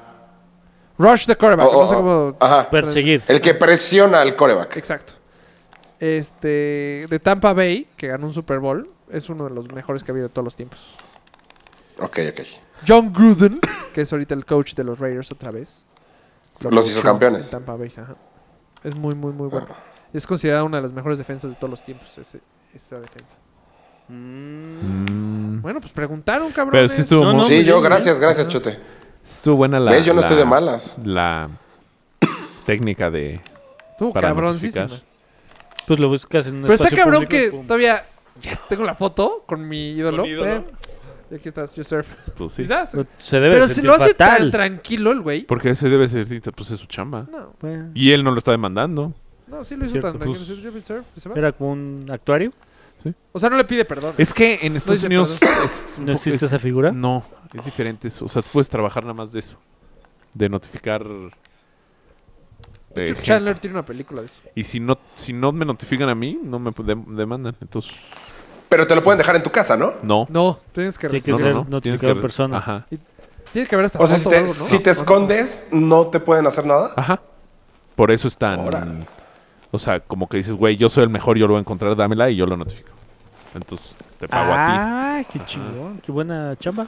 Speaker 2: Rush the quarterback.
Speaker 4: o- o-
Speaker 2: no sé cómo-
Speaker 4: Ajá.
Speaker 1: Perseguir.
Speaker 4: El que presiona al coreback.
Speaker 2: Exacto. Este, de Tampa Bay, que ganó un Super Bowl, es uno de los mejores que ha habido de todos los tiempos.
Speaker 4: Ok, ok.
Speaker 2: John Gruden, que es ahorita el coach de los Raiders otra vez. Lo
Speaker 4: Los hizo
Speaker 2: coachó
Speaker 4: campeones.
Speaker 2: en Tampa Bay, ajá. Es muy, muy, muy bueno. Es considerada una de las mejores defensas de todos los tiempos, ese- esa defensa. Bueno, pues preguntaron, cabrón.
Speaker 3: Pero sí estuvo,
Speaker 1: No,
Speaker 3: muy-
Speaker 1: no.
Speaker 4: Sí, ¿eh?
Speaker 1: pues
Speaker 4: yo,
Speaker 1: sí,
Speaker 4: gracias, gracias, Chute.
Speaker 3: estuvo buena la.
Speaker 4: ¿Ves? Yo no estoy
Speaker 3: la-
Speaker 4: de malas.
Speaker 3: La técnica de.
Speaker 2: Estuvo
Speaker 3: para
Speaker 2: cabroncísima.
Speaker 3: notificar.
Speaker 1: Pues lo buscas en un
Speaker 2: Pero está
Speaker 1: espacio
Speaker 2: cabrón
Speaker 1: público,
Speaker 2: que
Speaker 1: pum.
Speaker 2: todavía yes, tengo la foto con mi ídolo.
Speaker 3: mi ídolo.
Speaker 2: eh, y aquí estás, you surf.
Speaker 3: Pues sí.
Speaker 2: Quizás.
Speaker 1: Se debe
Speaker 2: Pero
Speaker 1: de
Speaker 2: si
Speaker 1: sentir
Speaker 2: lo hace tan
Speaker 1: fatal.
Speaker 2: tranquilo el güey.
Speaker 3: Porque ese debe ser. Pues es su chamba.
Speaker 2: No,
Speaker 1: Bueno,
Speaker 3: Y él no lo está demandando.
Speaker 2: no, sí lo hizo
Speaker 1: Cierto.
Speaker 2: tan tranquilo.
Speaker 3: Pues-
Speaker 2: you surf, y se va.
Speaker 1: Era como un actuario.
Speaker 2: O sea, no le pide perdón.
Speaker 3: Es que en Estados
Speaker 2: dice
Speaker 3: Unidos. es
Speaker 1: No
Speaker 3: un po-
Speaker 1: existe
Speaker 3: es-
Speaker 1: esa figura.
Speaker 3: No, es diferente. eso. O sea, tú puedes trabajar nada más de eso. De notificar. de
Speaker 2: Chuck
Speaker 3: gente.
Speaker 2: Chandler tiene una película de eso.
Speaker 3: Y si no, si no me notifican a mí, no me dem- demandan. Entonces,
Speaker 4: Pero te lo pueden dejar en tu casa, ¿no?
Speaker 3: no.
Speaker 2: No, tienes que
Speaker 1: Tiene
Speaker 2: res-
Speaker 1: que
Speaker 3: no, no,
Speaker 1: ser
Speaker 3: no,
Speaker 1: notificado
Speaker 3: tienes que
Speaker 1: en
Speaker 3: re-
Speaker 1: persona.
Speaker 3: Ajá.
Speaker 2: Tiene que haber esta
Speaker 4: O sea, si
Speaker 2: foto
Speaker 4: te,
Speaker 2: o algo, ¿no?
Speaker 4: si te escondes, no te pueden hacer nada.
Speaker 3: Ajá. Por eso están.
Speaker 4: Órale.
Speaker 3: O sea, como que dices, güey, yo soy el mejor, yo lo voy a encontrar, dámela y yo lo notifico. Entonces, te pago a ti.
Speaker 1: Ah, qué chingón. Qué buena chamba.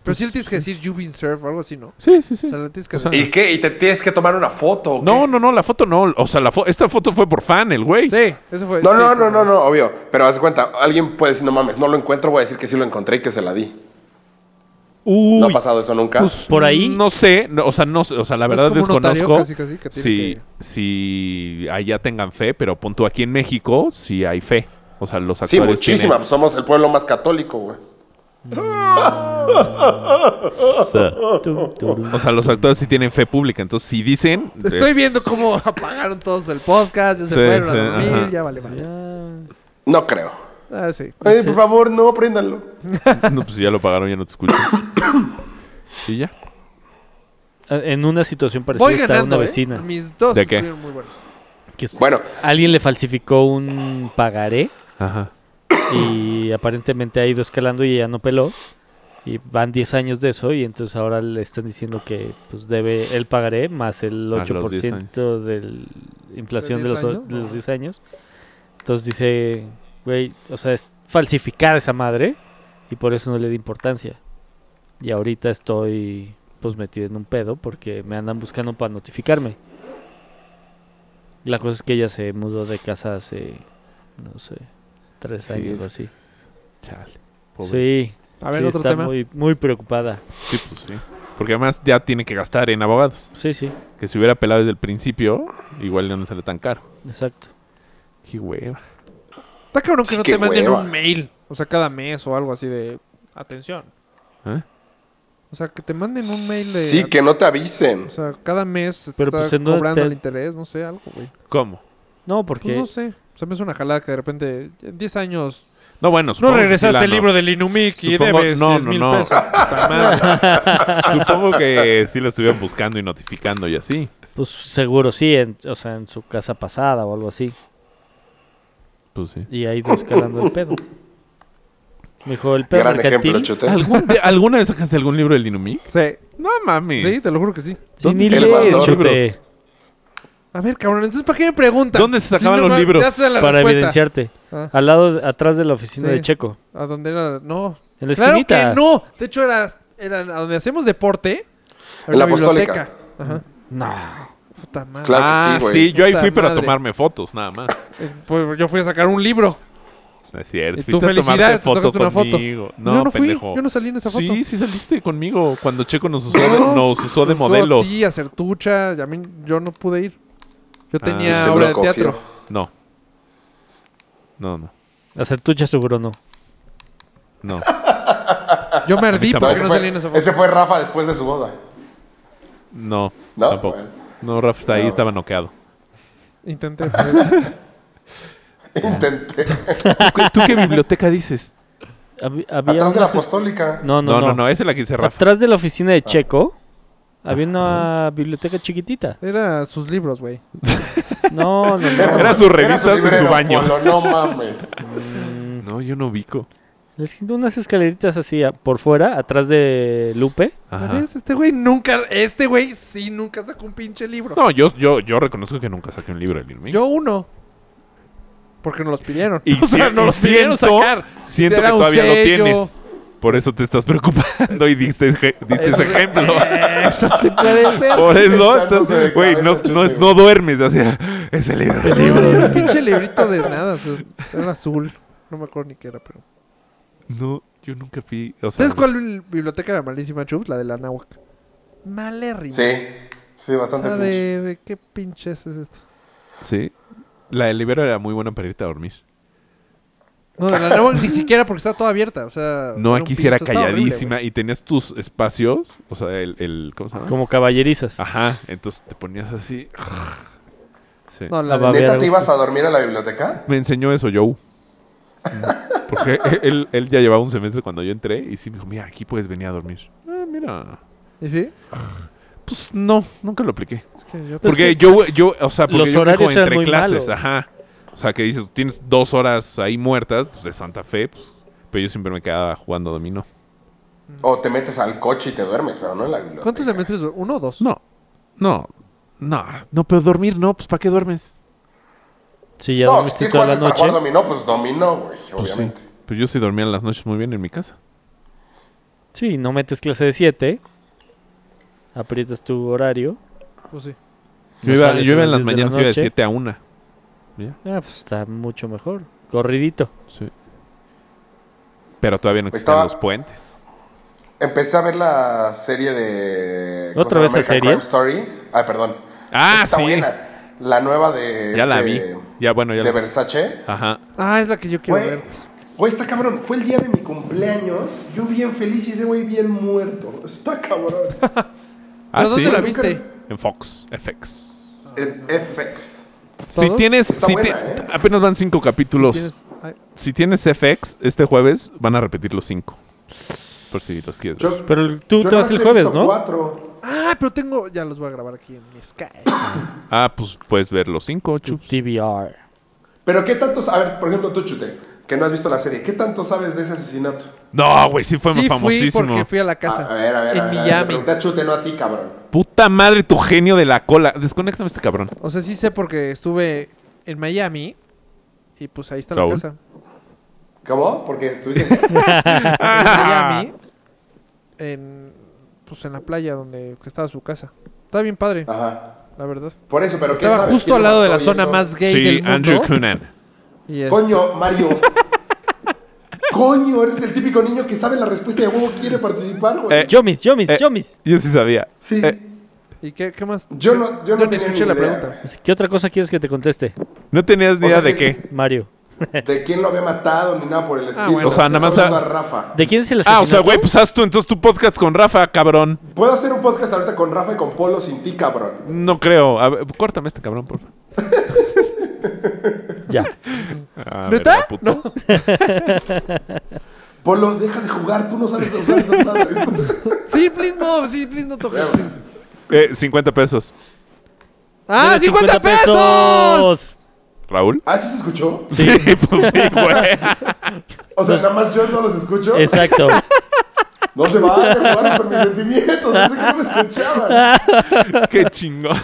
Speaker 2: Pero sí le tienes que decir you been served o algo así, ¿no?
Speaker 3: Sí, sí, sí.
Speaker 2: O sea, le tienes que
Speaker 3: O sea,
Speaker 2: decir.
Speaker 4: ¿Y qué? ¿Y te tienes que tomar una foto? o qué?
Speaker 3: no, no, no, la foto no. O sea, la fo- esta foto fue por fan, el güey.
Speaker 2: Sí, eso fue.
Speaker 4: No,
Speaker 2: sí,
Speaker 4: no,
Speaker 2: fue-
Speaker 4: no, no, no, obvio. Pero haz de cuenta, alguien puede decir, no mames, no lo encuentro, voy a decir que sí lo encontré y que se la di.
Speaker 3: Uy,
Speaker 4: ¿No ha pasado eso nunca?
Speaker 3: pues,
Speaker 1: Por ahí.
Speaker 3: No sé, no, o sea, no, sé, o sea, la
Speaker 2: No es
Speaker 3: verdad
Speaker 2: como un notario
Speaker 3: desconozco
Speaker 2: casi, casi, que tiene
Speaker 3: si,
Speaker 2: que-
Speaker 3: si allá tengan fe, pero pon tú aquí en México, si hay fe. O sea, los
Speaker 4: sí,
Speaker 3: actores tienen-
Speaker 4: muchísima. pues Somos el pueblo más católico, güey.
Speaker 1: Tum, turum.
Speaker 3: O sea, los actores sí tienen fe pública, entonces si dicen...
Speaker 2: Estoy
Speaker 3: es-
Speaker 2: viendo cómo apagaron todos el podcast, ya se
Speaker 3: Sí,
Speaker 2: fueron
Speaker 3: sí,
Speaker 2: a dormir,
Speaker 3: ajá.
Speaker 2: ya vale, vale.
Speaker 1: Ah,
Speaker 4: No creo.
Speaker 2: Ah, sí.
Speaker 4: Ay, por favor, no, préndanlo.
Speaker 3: No, pues ya lo pagaron, ya no te escucho. y ya.
Speaker 1: En una situación parecida
Speaker 2: Voy
Speaker 1: está
Speaker 2: ganando,
Speaker 1: una
Speaker 2: ¿eh?
Speaker 1: vecina.
Speaker 2: Mis dos
Speaker 3: ¿De qué?
Speaker 2: estuvieron muy buenos.
Speaker 1: que s-
Speaker 4: Bueno,
Speaker 1: alguien le falsificó un pagaré
Speaker 3: Ajá.
Speaker 1: y aparentemente ha ido escalando y ella no peló. Y van 10 años de eso y entonces ahora le están diciendo que pues debe el pagaré más el
Speaker 3: Más los 10
Speaker 1: 8% de inflación
Speaker 2: ¿De
Speaker 1: de los,
Speaker 2: 10
Speaker 1: o-
Speaker 2: años?
Speaker 1: de los
Speaker 2: Ajá.
Speaker 1: 10 años. Entonces dice, güey, o sea, es falsificar esa madre y por eso no le di importancia. Y ahorita estoy pues metido en un pedo porque me andan buscando para notificarme. La cosa es que ella se mudó de casa hace, no sé, tres
Speaker 3: Sí,
Speaker 1: años
Speaker 3: es-
Speaker 1: o así.
Speaker 3: Chale. pobre.
Speaker 1: Sí,
Speaker 2: A ver,
Speaker 1: sí,
Speaker 2: otro
Speaker 1: está
Speaker 2: tema.
Speaker 1: Muy, muy preocupada.
Speaker 3: Sí. pues sí. Porque además ya tiene que gastar en abogados.
Speaker 1: Sí, sí,
Speaker 3: Que si hubiera pelado desde el principio, igual ya no sale tan caro.
Speaker 1: exacto.
Speaker 3: Qué hueva.
Speaker 2: Está cabrón que
Speaker 4: Sí,
Speaker 2: no
Speaker 4: qué
Speaker 2: te manden
Speaker 4: hueva.
Speaker 2: un mail. O sea, cada mes o algo así de atención.
Speaker 3: ¿Eh?
Speaker 2: O sea, que te manden un mail de.
Speaker 4: sí, que no te avisen.
Speaker 2: O sea, cada mes se te
Speaker 1: Pero,
Speaker 2: está
Speaker 1: pues, ¿en dónde
Speaker 2: cobrando
Speaker 1: te-
Speaker 2: el interés, no sé, algo, güey.
Speaker 3: ¿Cómo?
Speaker 1: No,
Speaker 2: Pues
Speaker 1: porque
Speaker 2: no sé. O sea, me es una jalada que de repente, en 10 años.
Speaker 3: No, bueno, supongo que sí la no-
Speaker 2: del Inumic
Speaker 3: Supongo- no, no, no.
Speaker 2: Puta madre.
Speaker 3: Supongo que sí lo estuvieron buscando y notificando y así.
Speaker 1: pues seguro sí, en- o sea, en su casa pasada o algo así.
Speaker 3: Pues sí.
Speaker 1: Y ha ido escalando el pedo. Me dijo el pedo
Speaker 4: Gran
Speaker 1: mercantil.
Speaker 4: ejemplo, Chute.
Speaker 3: ¿Algún de- ¿Alguna vez sacaste algún libro del Inumic?
Speaker 2: Sí,
Speaker 3: No mames.
Speaker 2: sí, te lo juro que sí.
Speaker 1: Sí, ni
Speaker 4: El
Speaker 1: lees,
Speaker 4: valor.
Speaker 1: Chute,
Speaker 2: A ver, cabrón, entonces, ¿para qué me preguntan?
Speaker 3: ¿Dónde se sacaban los
Speaker 2: ma-
Speaker 3: libros?
Speaker 2: Ya sé la
Speaker 1: para
Speaker 2: respuesta.
Speaker 1: evidenciarte.
Speaker 2: Ah.
Speaker 1: Al lado, atrás de la oficina
Speaker 2: Sí.
Speaker 1: de Checo.
Speaker 2: ¿A dónde era? No.
Speaker 1: En la
Speaker 2: claro
Speaker 1: esquinita.
Speaker 2: que no. De hecho, era era a donde hacemos deporte. era
Speaker 4: En la
Speaker 2: una
Speaker 4: Apostólica.
Speaker 2: biblioteca. Ajá.
Speaker 1: No.
Speaker 2: Puta madre.
Speaker 4: Claro que
Speaker 3: ah,
Speaker 4: sí, güey.
Speaker 3: sí, yo ahí
Speaker 2: Puta
Speaker 3: fui para
Speaker 2: madre.
Speaker 3: tomarme fotos, nada más.
Speaker 2: Eh, Pues yo fui a sacar un libro.
Speaker 3: No es cierto.
Speaker 2: Y tu
Speaker 3: Fuiste a tomarte
Speaker 2: felicidad, te
Speaker 3: fotos
Speaker 2: tocaste una foto.
Speaker 3: conmigo. No,
Speaker 2: yo no fui,
Speaker 3: pendejo.
Speaker 2: yo no salí en esa foto.
Speaker 3: Sí, sí saliste conmigo cuando Checo nos usó de,
Speaker 2: No.
Speaker 3: nos usó de
Speaker 2: Nos usó a
Speaker 3: modelos.
Speaker 2: ti, a Sertucha, y a mí- yo no pude ir. Yo
Speaker 3: Ah.
Speaker 2: tenía
Speaker 4: Se
Speaker 2: obra
Speaker 4: los
Speaker 2: de
Speaker 4: cogió.
Speaker 2: teatro.
Speaker 3: No. No, no.
Speaker 1: La sertucha seguro no.
Speaker 3: No.
Speaker 2: Yo me ardí porque
Speaker 3: tampoco.
Speaker 4: No, ese,
Speaker 2: no salí en esa
Speaker 4: fue,
Speaker 2: foto.
Speaker 4: ese fue Rafa después de su boda.
Speaker 3: No.
Speaker 4: No,
Speaker 3: Tampoco.
Speaker 4: bueno.
Speaker 3: No, Rafa está ahí,
Speaker 4: No.
Speaker 3: estaba noqueado.
Speaker 2: Intenté.
Speaker 4: Intenté.
Speaker 3: ¿Tú, qué- tú qué biblioteca dices?
Speaker 1: Hab- había
Speaker 4: Atrás de la
Speaker 1: unas-
Speaker 4: apostólica.
Speaker 1: No,
Speaker 3: No, no,
Speaker 1: no,
Speaker 3: no, esa es la que dice Rafa.
Speaker 1: Atrás de la oficina de Checo había una biblioteca chiquitita.
Speaker 2: Era sus libros, güey.
Speaker 1: No, no, no.
Speaker 3: Era sus revistas en su
Speaker 4: librero,
Speaker 3: baño.
Speaker 4: Polo, no mames.
Speaker 3: No, yo no ubico.
Speaker 1: Les siento unas escaleritas así a- por fuera, atrás de Lupe.
Speaker 2: ¿Ya
Speaker 3: Ajá.
Speaker 2: ves? Este güey nunca, este güey sí nunca sacó un pinche libro.
Speaker 3: No, yo, yo, yo reconozco que nunca saqué un libro del Irving.
Speaker 2: Yo uno. Porque nos los pidieron.
Speaker 3: Y,
Speaker 2: O sea,
Speaker 3: si-
Speaker 2: no
Speaker 3: y
Speaker 2: los pidieron
Speaker 3: siento-
Speaker 2: sacar.
Speaker 3: Siento
Speaker 2: Era
Speaker 3: que
Speaker 2: un
Speaker 3: todavía lo
Speaker 2: sello.
Speaker 3: tienes. Por eso te estás preocupando y diste, eje- diste ese ejemplo.
Speaker 2: Eso sí puede ser.
Speaker 3: Por eso,
Speaker 4: Pensándose
Speaker 3: estás-
Speaker 4: de
Speaker 3: güey, no,
Speaker 4: cabeza el
Speaker 3: no, es-
Speaker 4: libro.
Speaker 3: no duermes hacia ese libro.
Speaker 2: No, era un pinche librito de nada. o sea, Era azul. No me acuerdo ni qué era, pero.
Speaker 3: No, yo nunca fui. O sea,
Speaker 2: ¿Sabes cuál biblioteca era malísima, Chubs? La de la Nahuac. Malérrima.
Speaker 4: Sí, sí,
Speaker 2: O
Speaker 4: bastante
Speaker 2: sea,
Speaker 4: pinche.
Speaker 2: de, de qué pinches es esto.
Speaker 3: Sí. La del Ibero era muy buena para irte a dormir.
Speaker 2: No, de la Nahuac ni siquiera porque está toda abierta. O sea,
Speaker 3: No,
Speaker 2: Ah, era un
Speaker 3: aquí sí era
Speaker 2: piso, estaba horrible,
Speaker 3: calladísima y tenías tus espacios. O sea, el. el- ¿Cómo se llama?
Speaker 1: Como caballerizas.
Speaker 3: Ajá. Entonces te ponías así. Sí.
Speaker 2: güey. No, la
Speaker 1: La
Speaker 2: de-
Speaker 1: ver,
Speaker 4: ¿Neta te
Speaker 1: Augusto.
Speaker 4: ibas a dormir a la biblioteca?
Speaker 3: Me enseñó eso, Joe. Porque él, él ya llevaba un semestre cuando yo entré y sí me dijo, mira, aquí puedes venir a dormir. Ah, mira.
Speaker 2: ¿Y sí?
Speaker 3: Pues no, nunca lo apliqué.
Speaker 2: Es que yo
Speaker 1: Pues
Speaker 3: Porque
Speaker 1: es que-
Speaker 3: yo, yo, o sea, porque
Speaker 1: Los
Speaker 3: yo me dijo
Speaker 1: horarios eran
Speaker 3: entre
Speaker 1: muy
Speaker 3: clases,
Speaker 1: malos.
Speaker 3: ajá. O sea, que dices, tienes dos horas ahí muertas, pues de Santa Fe, pues, pero yo siempre me quedaba jugando dominó.
Speaker 4: O te metes al coche y te duermes, pero no en la biblioteca.
Speaker 2: ¿Cuántos semestres? güey? ¿Uno o dos?
Speaker 3: No, no, no, no, pero dormir no, pues ¿para qué duermes?
Speaker 1: Sí, ya
Speaker 4: No, si
Speaker 1: dormiste
Speaker 4: tienes
Speaker 1: toda la
Speaker 4: cuates para
Speaker 1: noche.
Speaker 4: jugar dominó, pues dominó, güey, obviamente.
Speaker 3: Pues yo sí dormía en las noches muy bien en mi casa.
Speaker 1: Sí, no metes clase de 7. Aprietas tu horario.
Speaker 2: Pues sí.
Speaker 3: Yo
Speaker 1: No
Speaker 3: iba,
Speaker 1: sales
Speaker 3: yo
Speaker 1: a
Speaker 3: iba en
Speaker 1: las
Speaker 3: las
Speaker 1: 10 de la
Speaker 3: mañanas, iba de
Speaker 1: noche.
Speaker 3: 7 a 1.
Speaker 1: Ah, pues está mucho mejor. Corridito.
Speaker 3: Sí. Pero todavía no existían
Speaker 4: Estaba-
Speaker 3: los puentes.
Speaker 4: Empecé a ver la serie de... ¿cómo
Speaker 1: ¿Otra
Speaker 4: se llama?
Speaker 1: vez esa
Speaker 4: American
Speaker 1: serie?
Speaker 4: Crime Story. Ah, perdón.
Speaker 3: Ah,
Speaker 4: Está
Speaker 3: sí.
Speaker 4: buena. La nueva de...
Speaker 3: Ya la vi.
Speaker 4: este,
Speaker 3: Ya, bueno, ya
Speaker 4: De
Speaker 3: la
Speaker 4: Versace.
Speaker 3: Ajá.
Speaker 2: Ah, es la que yo quiero
Speaker 4: Güey,
Speaker 2: ver.
Speaker 4: güey, está cabrón. Fue el día de mi cumpleaños. Yo bien feliz y ese güey bien muerto. Está cabrón.
Speaker 3: Ah,
Speaker 2: ¿Pero
Speaker 3: sí.
Speaker 2: dónde la viste?
Speaker 3: En Fox, FX.
Speaker 4: En FX.
Speaker 3: Si
Speaker 2: ¿Todos?
Speaker 3: tienes.
Speaker 4: Está
Speaker 3: si
Speaker 4: buena,
Speaker 3: ti-
Speaker 4: ¿eh?
Speaker 3: Apenas van cinco capítulos.
Speaker 2: ¿Tienes? Ay,
Speaker 3: Si tienes FX, este jueves van a repetir los cinco. Por si los quieres. ver.
Speaker 4: Yo-
Speaker 1: Pero el- tú
Speaker 4: yo
Speaker 1: te vas
Speaker 4: nomás
Speaker 1: el
Speaker 4: he
Speaker 1: jueves,
Speaker 4: visto
Speaker 1: ¿no?
Speaker 4: cuatro.
Speaker 2: Ah, pero tengo. Ya los voy a grabar aquí en mi Skype.
Speaker 3: Ah, pues puedes ver los cinco,
Speaker 1: Tu
Speaker 3: chups.
Speaker 1: TBR.
Speaker 4: Pero qué tantos... A ver, por ejemplo, tú, Chute, que no has visto la serie. ¿Qué tanto sabes de ese asesinato?
Speaker 3: No, güey, sí fue
Speaker 2: sí,
Speaker 3: famosísimo.
Speaker 2: Fui porque fui a la casa.
Speaker 4: A ver, a ver,
Speaker 2: en
Speaker 4: a ver, a ver, le
Speaker 2: Miami.
Speaker 4: pregunté a Chute, no a ti, cabrón.
Speaker 3: Puta madre, tu genio de la cola. Desconéctame este cabrón.
Speaker 2: o sea, sí sé porque estuve en Miami. Y pues ahí está la
Speaker 3: Raúl.
Speaker 2: casa.
Speaker 4: ¿Cómo? Porque estuviste...
Speaker 2: En Miami. En, pues en la playa donde que estaba su casa. Estaba bien padre,
Speaker 4: Ajá.
Speaker 2: la verdad.
Speaker 4: Por eso, pero... Ah. ¿qué
Speaker 2: Estaba
Speaker 4: sabes?
Speaker 2: justo
Speaker 4: ¿Quién
Speaker 2: al lado de la
Speaker 4: mató y
Speaker 2: zona
Speaker 4: eso?
Speaker 2: más gay
Speaker 3: Sí,
Speaker 2: del
Speaker 3: Andrew
Speaker 2: mundo.
Speaker 3: Cunan.
Speaker 2: y es-
Speaker 4: Coño, Mario. Coño, eres el típico niño que sabe la respuesta y a huevo quiere participar, güey.
Speaker 3: Eh,
Speaker 1: Yomis, yomis,
Speaker 3: Eh.
Speaker 1: yomis.
Speaker 3: Yo sí sabía.
Speaker 4: sí.
Speaker 3: eh.
Speaker 2: ¿Y qué, qué más?
Speaker 4: Yo no- yo no
Speaker 2: ni
Speaker 4: tenía
Speaker 2: escuché
Speaker 4: ni
Speaker 2: la
Speaker 4: idea.
Speaker 2: pregunta.
Speaker 1: Así, ¿Qué otra cosa quieres que te conteste,
Speaker 3: No tenías ni
Speaker 4: O sea
Speaker 3: idea de
Speaker 4: que-
Speaker 3: qué.
Speaker 1: Mario?
Speaker 4: de quién lo había matado ni nada por el estilo.
Speaker 2: Ah, bueno. O
Speaker 3: sea, nada más
Speaker 4: Solo
Speaker 3: a-
Speaker 4: a Rafa.
Speaker 1: ¿De quién es el asesinato?
Speaker 3: Ah, o sea, güey, pues haz tú entonces tu podcast con Rafa, cabrón.
Speaker 4: Puedo hacer un podcast ahorita con Rafa y con Polo sin ti, cabrón.
Speaker 3: No creo. A ver, córtame este cabrón, por favor.
Speaker 1: Ya.
Speaker 3: Ah,
Speaker 2: ¿Neta?
Speaker 3: verga, puto.
Speaker 2: No.
Speaker 4: Polo, deja de jugar, tú no sabes usar esas madres.
Speaker 2: Sí, please no, sí, please no toques. please.
Speaker 3: Eh, 50 pesos.
Speaker 2: ¡Ah,
Speaker 1: Debe
Speaker 2: 50 pesos!
Speaker 3: ¿Raúl?
Speaker 4: ¿Ah, sí se escuchó?
Speaker 3: Sí, pues sí, güey.
Speaker 4: O
Speaker 3: Pues-
Speaker 4: sea, nada más yo no los escucho.
Speaker 1: Exacto.
Speaker 4: No se va a jugar por mis sentimientos. No sé que no me
Speaker 3: Ah.
Speaker 4: escuchaban.
Speaker 3: Qué chingón.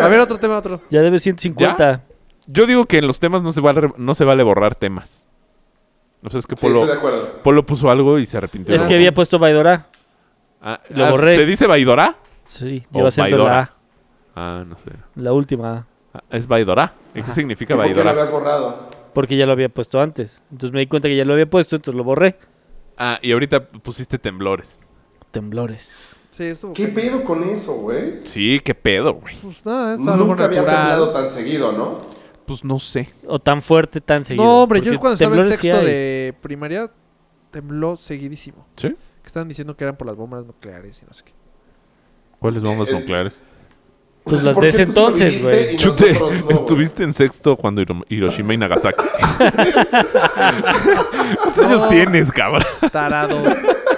Speaker 2: A ver, otro tema, otro.
Speaker 1: Ya debes 150.
Speaker 3: Yo digo que en los temas no se vale, no se vale borrar temas. No sé, es que
Speaker 4: Sí, estoy
Speaker 3: Polo,
Speaker 4: de acuerdo.
Speaker 3: Polo puso algo y se arrepintió.
Speaker 1: Es que había puesto Vaidora.
Speaker 3: Ah,
Speaker 1: Lo
Speaker 3: ah,
Speaker 1: borré.
Speaker 3: ¿Se dice Vaidora?
Speaker 1: Sí,
Speaker 3: O
Speaker 1: lleva siendo la,
Speaker 3: Vaidora.
Speaker 1: A,
Speaker 3: Ah, no sé.
Speaker 1: la última
Speaker 3: Ah, ¿Es Vaidora? ¿Y qué significa
Speaker 4: ¿Por qué lo
Speaker 3: Vaidora?
Speaker 4: habías borrado?
Speaker 1: A, porque ya lo había puesto antes. Entonces me di cuenta que ya lo había puesto, entonces lo borré.
Speaker 3: Ah, y ahorita pusiste temblores.
Speaker 1: Temblores.
Speaker 2: Sí, estuvo.
Speaker 4: ¿Qué pedo con eso, güey?
Speaker 3: Sí, qué pedo, güey.
Speaker 2: Pues nada, es algo
Speaker 4: Nunca había temblado
Speaker 2: natural.
Speaker 4: tan seguido, ¿no?
Speaker 3: Pues no sé.
Speaker 1: O tan fuerte, tan seguido.
Speaker 2: No, hombre, yo
Speaker 1: porque
Speaker 2: cuando estaba en
Speaker 1: temblores sí
Speaker 2: sexto
Speaker 1: hay.
Speaker 2: de primaria tembló seguidísimo.
Speaker 3: ¿Sí?
Speaker 2: Que estaban diciendo que eran por las bombas nucleares y no sé qué.
Speaker 3: ¿Cuáles bombas
Speaker 4: Eh,
Speaker 3: nucleares?
Speaker 1: Pues las
Speaker 4: ¿por
Speaker 1: de
Speaker 4: qué
Speaker 1: ese
Speaker 4: tú sí lo
Speaker 1: entonces,
Speaker 4: viviste
Speaker 1: güey.
Speaker 4: y
Speaker 3: Chute,
Speaker 4: nosotros no, güey?
Speaker 3: estuviste en sexto cuando Hiro- Hiroshima y Nagasaki. ¿Cuántos años tienes, cabrón?
Speaker 2: Tarado.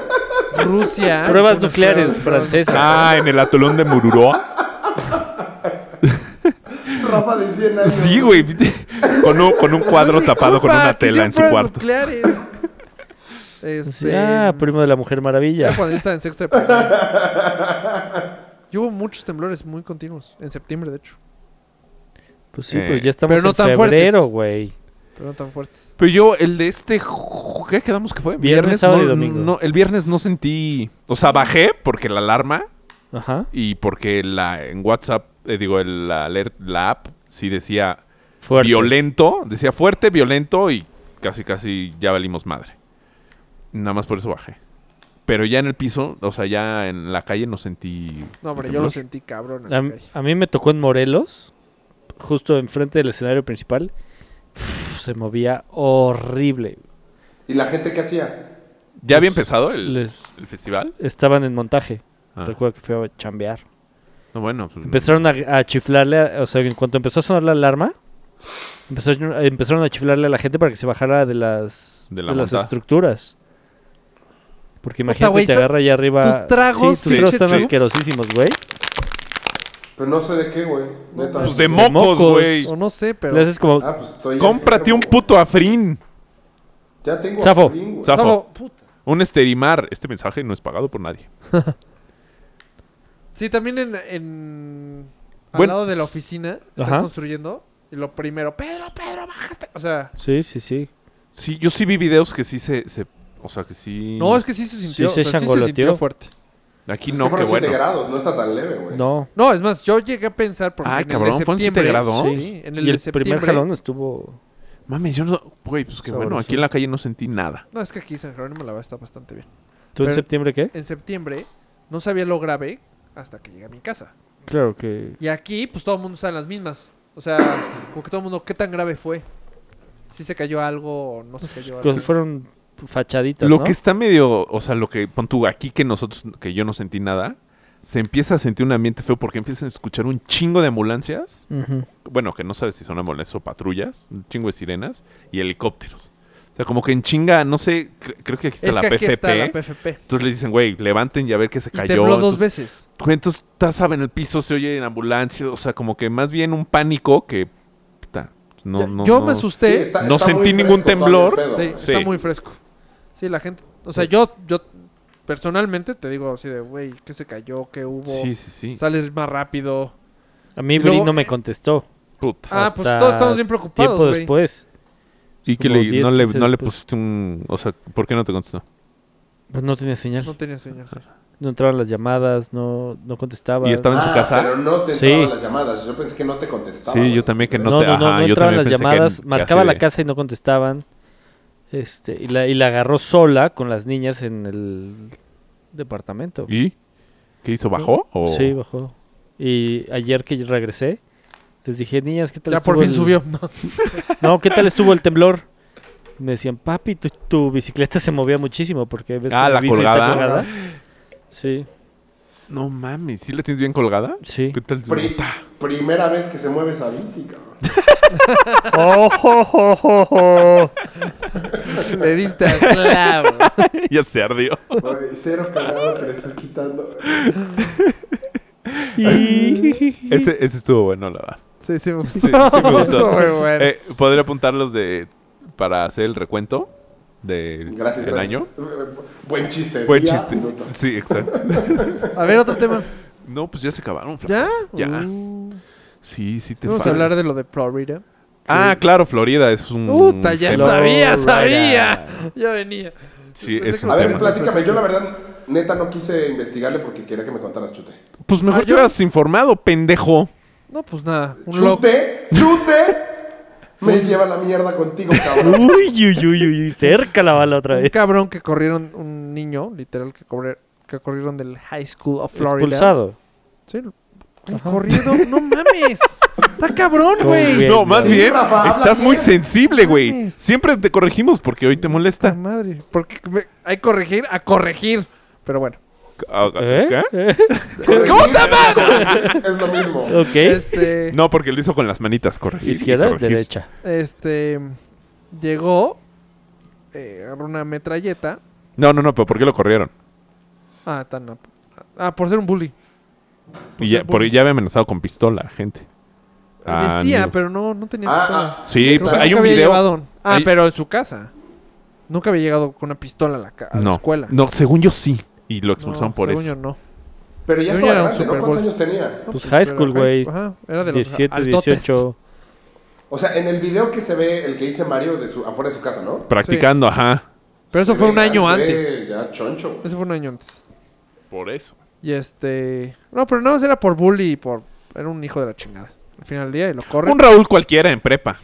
Speaker 2: Rusia.
Speaker 1: Pruebas
Speaker 2: Fueron
Speaker 1: nucleares
Speaker 2: fueron- fueron-
Speaker 1: francesas.
Speaker 3: Ah, en el atolón de Mururoa.
Speaker 4: Rafa de 100 años.
Speaker 3: Sí, güey. Con un, con un
Speaker 2: No
Speaker 3: cuadro
Speaker 2: es mi
Speaker 3: tapado con
Speaker 2: culpa
Speaker 3: una
Speaker 2: que
Speaker 3: tela en su
Speaker 2: sean
Speaker 3: cuarto.
Speaker 2: pruebas nucleares.
Speaker 1: Sí,
Speaker 2: Este,
Speaker 1: ah, primo de la Mujer
Speaker 2: era
Speaker 1: Maravilla.
Speaker 2: cuando yo estaba en sexto de primaria. Y hubo muchos temblores muy continuos. En septiembre, de hecho.
Speaker 1: Pues sí,
Speaker 3: Eh,
Speaker 1: pues ya estamos
Speaker 2: pero no
Speaker 1: en
Speaker 2: tan fuertes.
Speaker 1: febrero, güey.
Speaker 2: Pero no tan fuertes.
Speaker 3: Pero yo, el de este. ju- ¿Qué quedamos que fue?
Speaker 1: Viernes, sábado
Speaker 3: no,
Speaker 1: y domingo.
Speaker 3: no, el viernes no sentí. O sea, bajé porque la alarma
Speaker 1: Ajá.
Speaker 3: y porque la en WhatsApp, eh, digo, el alert, la app, sí decía
Speaker 1: Fuerte.
Speaker 3: violento. Decía fuerte, violento y casi, casi ya valimos madre. Nada más por eso bajé. Pero ya en el piso, o sea, ya en la calle no sentí.
Speaker 2: No, hombre,
Speaker 3: el
Speaker 2: yo lo
Speaker 3: temblor.
Speaker 2: sentí cabrón. en la
Speaker 1: A,
Speaker 2: calle.
Speaker 1: a mí me tocó en Morelos, justo enfrente del escenario principal. Uf, se movía horrible.
Speaker 4: ¿Y la gente qué hacía?
Speaker 3: ¿Ya había empezado el,
Speaker 1: Les-
Speaker 3: el festival?
Speaker 1: estaban en montaje.
Speaker 3: Ah,
Speaker 1: Recuerdo que fui a chambear.
Speaker 3: no, bueno. pues,
Speaker 1: Empezaron a, a chiflarle, a- o sea, en cuanto empezó a sonar la alarma, empezó, empezaron a chiflarle a la gente para que se bajara de las,
Speaker 3: De la
Speaker 1: de las
Speaker 3: montada.
Speaker 1: estructuras. Porque imagínate,
Speaker 2: güey,
Speaker 1: te
Speaker 2: está-
Speaker 1: agarra allá arriba.
Speaker 2: tus tragos,
Speaker 1: sí, tus tragos
Speaker 3: pinche
Speaker 1: están
Speaker 3: chips.
Speaker 1: asquerosísimos, güey.
Speaker 4: Pero no sé de qué, güey. Neta.
Speaker 3: Pues de mocos,
Speaker 1: mocos.
Speaker 3: güey.
Speaker 2: O no sé, pero.
Speaker 1: Le haces como.
Speaker 4: Ah, pues estoy
Speaker 3: Cómprate un
Speaker 4: enfermo,
Speaker 3: puto afrín.
Speaker 4: güey. Ya tengo
Speaker 1: Zafo.
Speaker 4: aspirin, güey.
Speaker 3: Zafo.
Speaker 2: No, puta.
Speaker 3: Un esterimar. Este mensaje no es pagado por nadie.
Speaker 2: Sí, también en. en- al
Speaker 3: Bueno,
Speaker 2: lado de la
Speaker 3: s-
Speaker 2: oficina. Están
Speaker 1: Ajá.
Speaker 2: construyendo. Y lo primero. Pedro, Pedro, bájate. O sea.
Speaker 1: Sí, sí, sí.
Speaker 3: Sí, yo sí vi videos que sí se... se- o sea, que sí...
Speaker 2: No, es que sí se sintió.
Speaker 1: se
Speaker 2: o sea, sí se
Speaker 1: changoloteó.
Speaker 2: sintió fuerte.
Speaker 3: Aquí
Speaker 4: Es que
Speaker 3: no, qué
Speaker 4: fueron siete
Speaker 3: bueno.
Speaker 4: grados, no está tan leve, güey.
Speaker 1: No.
Speaker 2: No, es más, yo llegué a pensar porque
Speaker 3: Ay,
Speaker 2: en el
Speaker 3: cabrón,
Speaker 2: de
Speaker 3: ¿fue en siete
Speaker 2: septiembre-
Speaker 3: grados?
Speaker 2: Sí, en el,
Speaker 1: y
Speaker 2: de
Speaker 1: el
Speaker 2: septiembre.
Speaker 1: primer jalón estuvo.
Speaker 3: Mames, yo no... Güey, pues qué bueno.
Speaker 1: Sabroso.
Speaker 3: Aquí en la calle no sentí nada.
Speaker 2: No, es que aquí San Jerónimo la va a estar bastante bien.
Speaker 1: ¿Tú
Speaker 2: Pero-
Speaker 1: en septiembre qué?
Speaker 2: En septiembre no sabía lo grave hasta que llegué a mi casa.
Speaker 1: Claro que.
Speaker 2: Y aquí, pues todo el mundo está en las mismas. O sea, como que todo el mundo, ¿qué tan grave fue? Si se cayó algo o no se cayó algo.
Speaker 1: que pues, Fueron fachaditas.
Speaker 3: Lo
Speaker 1: ¿no?
Speaker 3: que está medio... O sea, lo que... Pon tú, aquí que nosotros... Que yo no sentí nada. Se empieza a sentir un ambiente feo porque empiezan a escuchar un chingo de ambulancias.
Speaker 1: Ujú.
Speaker 3: Bueno, que no sabes si son ambulancias o patrullas. Un chingo de sirenas. Y helicópteros. O sea, como que en chinga... No sé... cre- creo que aquí está,
Speaker 2: es
Speaker 3: la,
Speaker 2: que aquí
Speaker 3: PFP.
Speaker 2: está la PFP.
Speaker 3: Entonces le dicen, güey, levanten y a ver qué se
Speaker 2: Y
Speaker 3: cayó.
Speaker 2: tembló dos
Speaker 3: Entonces,
Speaker 2: veces.
Speaker 3: Güey, Entonces, estás en el piso, se oye en ambulancia, o sea, como que más bien un pánico que... puta, no,
Speaker 2: Ya-
Speaker 3: no,
Speaker 2: yo
Speaker 3: no.
Speaker 2: me
Speaker 4: Sí,
Speaker 2: asusté.
Speaker 4: está-
Speaker 3: No
Speaker 4: está
Speaker 3: sentí
Speaker 4: muy
Speaker 3: ningún
Speaker 4: fresco todavía el
Speaker 3: temblor.
Speaker 4: pedo,
Speaker 2: Sí,
Speaker 4: güey.
Speaker 2: está
Speaker 3: Sí.
Speaker 2: muy fresco. Sí, la gente. O sea, yo, yo personalmente te digo así de, güey, ¿qué se cayó? ¿Qué hubo?
Speaker 3: Sí, sí, sí.
Speaker 2: Sales más rápido.
Speaker 1: A mí
Speaker 2: Y luego-
Speaker 1: Bri no me contestó.
Speaker 3: Puta.
Speaker 2: Ah, pues
Speaker 1: Hasta
Speaker 2: todos estamos bien preocupados,
Speaker 1: Tiempo
Speaker 2: güey.
Speaker 1: después.
Speaker 3: y que
Speaker 1: como
Speaker 3: le-
Speaker 1: 10,
Speaker 3: no, le,
Speaker 1: 15
Speaker 3: no le
Speaker 1: después.
Speaker 3: pusiste un... O sea, ¿por qué no te contestó?
Speaker 1: Pues no tenía señal.
Speaker 2: No tenía sueño. sí.
Speaker 1: No entraban las llamadas, no, no contestaba.
Speaker 3: Y estaba- en su
Speaker 4: Ah,
Speaker 3: casa.
Speaker 4: Pero no te
Speaker 1: Sí.
Speaker 4: entraban las llamadas. Yo pensé que no te contestaba.
Speaker 3: Sí,
Speaker 4: güey.
Speaker 3: yo también que
Speaker 1: No,
Speaker 3: no,
Speaker 1: no,
Speaker 3: te...
Speaker 1: no, no,
Speaker 3: ajá, yo
Speaker 1: entraban
Speaker 3: también
Speaker 1: las
Speaker 3: pensé que
Speaker 1: llamadas,
Speaker 3: en- que
Speaker 1: marcaba
Speaker 3: así
Speaker 1: la
Speaker 3: de-
Speaker 1: casa y no contestaban. Este, y la, y la agarró sola con las niñas en el departamento.
Speaker 3: ¿Y? ¿Qué hizo? ¿Bajó? O...
Speaker 1: Sí, bajó. Y ayer que regresé, les dije, niñas, ¿qué tal
Speaker 2: Ya por
Speaker 1: estuvo
Speaker 2: fin
Speaker 1: el-
Speaker 2: subió. No.
Speaker 1: No, ¿qué tal estuvo el temblor? Me decían, papi, tu, tu bicicleta se movía muchísimo porque ves
Speaker 3: Ah,
Speaker 1: que mi
Speaker 3: la
Speaker 1: bici está
Speaker 3: colgada.
Speaker 1: Sí,
Speaker 3: No mames, ¿sí la tienes bien colgada?
Speaker 1: sí.
Speaker 3: ¿Qué tal?
Speaker 4: Pri- primera vez que se mueve esa bici, cabrón.
Speaker 1: ¡Oh, jo, jo, jo, jo!
Speaker 2: Le diste al clavo.
Speaker 3: ya se ardió.
Speaker 4: Güey, Cero cagado te le estás quitando. güey.
Speaker 1: Y-
Speaker 3: ese, ese estuvo bueno, la verdad.
Speaker 2: Sí, sí, me gustó.
Speaker 3: Sí, sí me gustó.
Speaker 2: Estuvo muy bueno.
Speaker 3: Eh, ¿Podría apuntar los de... para hacer el recuento del
Speaker 4: Gracias,
Speaker 3: del
Speaker 4: gracias.
Speaker 3: año?
Speaker 4: Buen chiste.
Speaker 3: Buen
Speaker 4: día,
Speaker 3: chiste.
Speaker 4: minuto.
Speaker 3: Sí, exacto.
Speaker 2: A ver, otro tema.
Speaker 3: No, pues ya se acabaron, Flaco.
Speaker 2: ¿Ya?
Speaker 3: Ya.
Speaker 2: Uh,
Speaker 3: Sí, sí te
Speaker 2: vamos a
Speaker 3: falta.
Speaker 2: hablar de lo de Florida.
Speaker 3: Ah, claro, Florida es un
Speaker 2: Puta, ya
Speaker 3: tema.
Speaker 2: sabía,
Speaker 1: Florida.
Speaker 2: sabía. Ya venía.
Speaker 3: Sí,
Speaker 2: Pensé
Speaker 3: es
Speaker 2: que
Speaker 3: un
Speaker 4: A ver,
Speaker 3: tema.
Speaker 4: platícame. Yo, la verdad, Neta, no quise investigarle porque quería que me contaras chute.
Speaker 3: Pues mejor
Speaker 2: Ah,
Speaker 3: te
Speaker 2: yo-
Speaker 3: hubieras informado, pendejo.
Speaker 2: No, pues nada. Un loco.
Speaker 4: ¡Chute! ¡Chute! Me lleva la mierda contigo, cabrón.
Speaker 1: Uy, uy, uy, uy, uy, cerca la bala otra
Speaker 2: Un
Speaker 1: vez.
Speaker 2: cabrón que corrieron, un niño, literal, que, correr- que corrieron del High School of Florida.
Speaker 1: Expulsado.
Speaker 2: Sí. güey, Corrido, no mames. Está cabrón,
Speaker 1: Con
Speaker 2: güey.
Speaker 1: bien.
Speaker 3: No, más
Speaker 1: Sí,
Speaker 3: bien,
Speaker 4: Rafa, habla
Speaker 3: estás muy
Speaker 4: bien.
Speaker 3: sensible, güey.
Speaker 2: Mames.
Speaker 3: Siempre te corregimos porque hoy te
Speaker 2: La
Speaker 3: molesta.
Speaker 2: madre. Porque me- hay que corregir a corregir. Pero bueno.
Speaker 3: Ah,
Speaker 1: ¿Eh?
Speaker 3: ¿qué?
Speaker 1: ¿Eh?
Speaker 4: ¿Cómo te Es lo mismo.
Speaker 1: Ok.
Speaker 2: Este.
Speaker 3: No, porque lo hizo con las manitas, corregir. y
Speaker 1: Izquierda,
Speaker 3: corregir.
Speaker 1: derecha.
Speaker 2: Este. Llegó. eh, agarró una metralleta.
Speaker 3: No, no, no, pero ¿por qué lo corrieron?
Speaker 2: Ah, tan. Ah, por ser un bully.
Speaker 3: Y
Speaker 2: Pues,
Speaker 3: ya, porque ya había amenazado con pistola, gente. Ah,
Speaker 2: Decía,
Speaker 3: amigos.
Speaker 2: pero no, no tenía
Speaker 4: Ah,
Speaker 2: pistola.
Speaker 4: ah,
Speaker 3: Sí,
Speaker 2: O
Speaker 3: pues,
Speaker 2: sea,
Speaker 3: hay
Speaker 2: nunca
Speaker 3: un
Speaker 2: había
Speaker 3: video.
Speaker 2: llevado- Ah,
Speaker 3: hay-
Speaker 2: pero en su casa. Nunca había llegado con una pistola a la, ca- a la
Speaker 3: no,
Speaker 2: escuela.
Speaker 3: no, según yo sí. Y lo expulsaron
Speaker 2: No,
Speaker 3: por
Speaker 2: según
Speaker 3: eso.
Speaker 2: yo no.
Speaker 4: Pero ya
Speaker 2: Según
Speaker 4: estaba
Speaker 2: yo era un
Speaker 4: grande, ¿no?
Speaker 2: Super
Speaker 4: ¿Cuántos
Speaker 2: Bowl.
Speaker 4: años tenía?
Speaker 1: Pues high
Speaker 2: pero
Speaker 1: school,
Speaker 2: era
Speaker 1: güey.
Speaker 2: Ajá, era de los
Speaker 1: 17,
Speaker 2: altotes.
Speaker 1: 18.
Speaker 4: O sea, en el video que se ve, el que dice Mario de su, afuera de su casa, ¿no?
Speaker 3: Practicando, ajá.
Speaker 2: Pero eso
Speaker 4: Se
Speaker 2: fue
Speaker 4: ve
Speaker 2: un año
Speaker 4: grande, se
Speaker 2: antes.
Speaker 4: ve Ya choncho. güey.
Speaker 2: Eso fue un año antes.
Speaker 3: Por eso.
Speaker 2: Y este... No, pero no, era por bully y por... Era un hijo de la chingada. Al final del día y lo corre.
Speaker 3: Un Raúl cualquiera en prepa.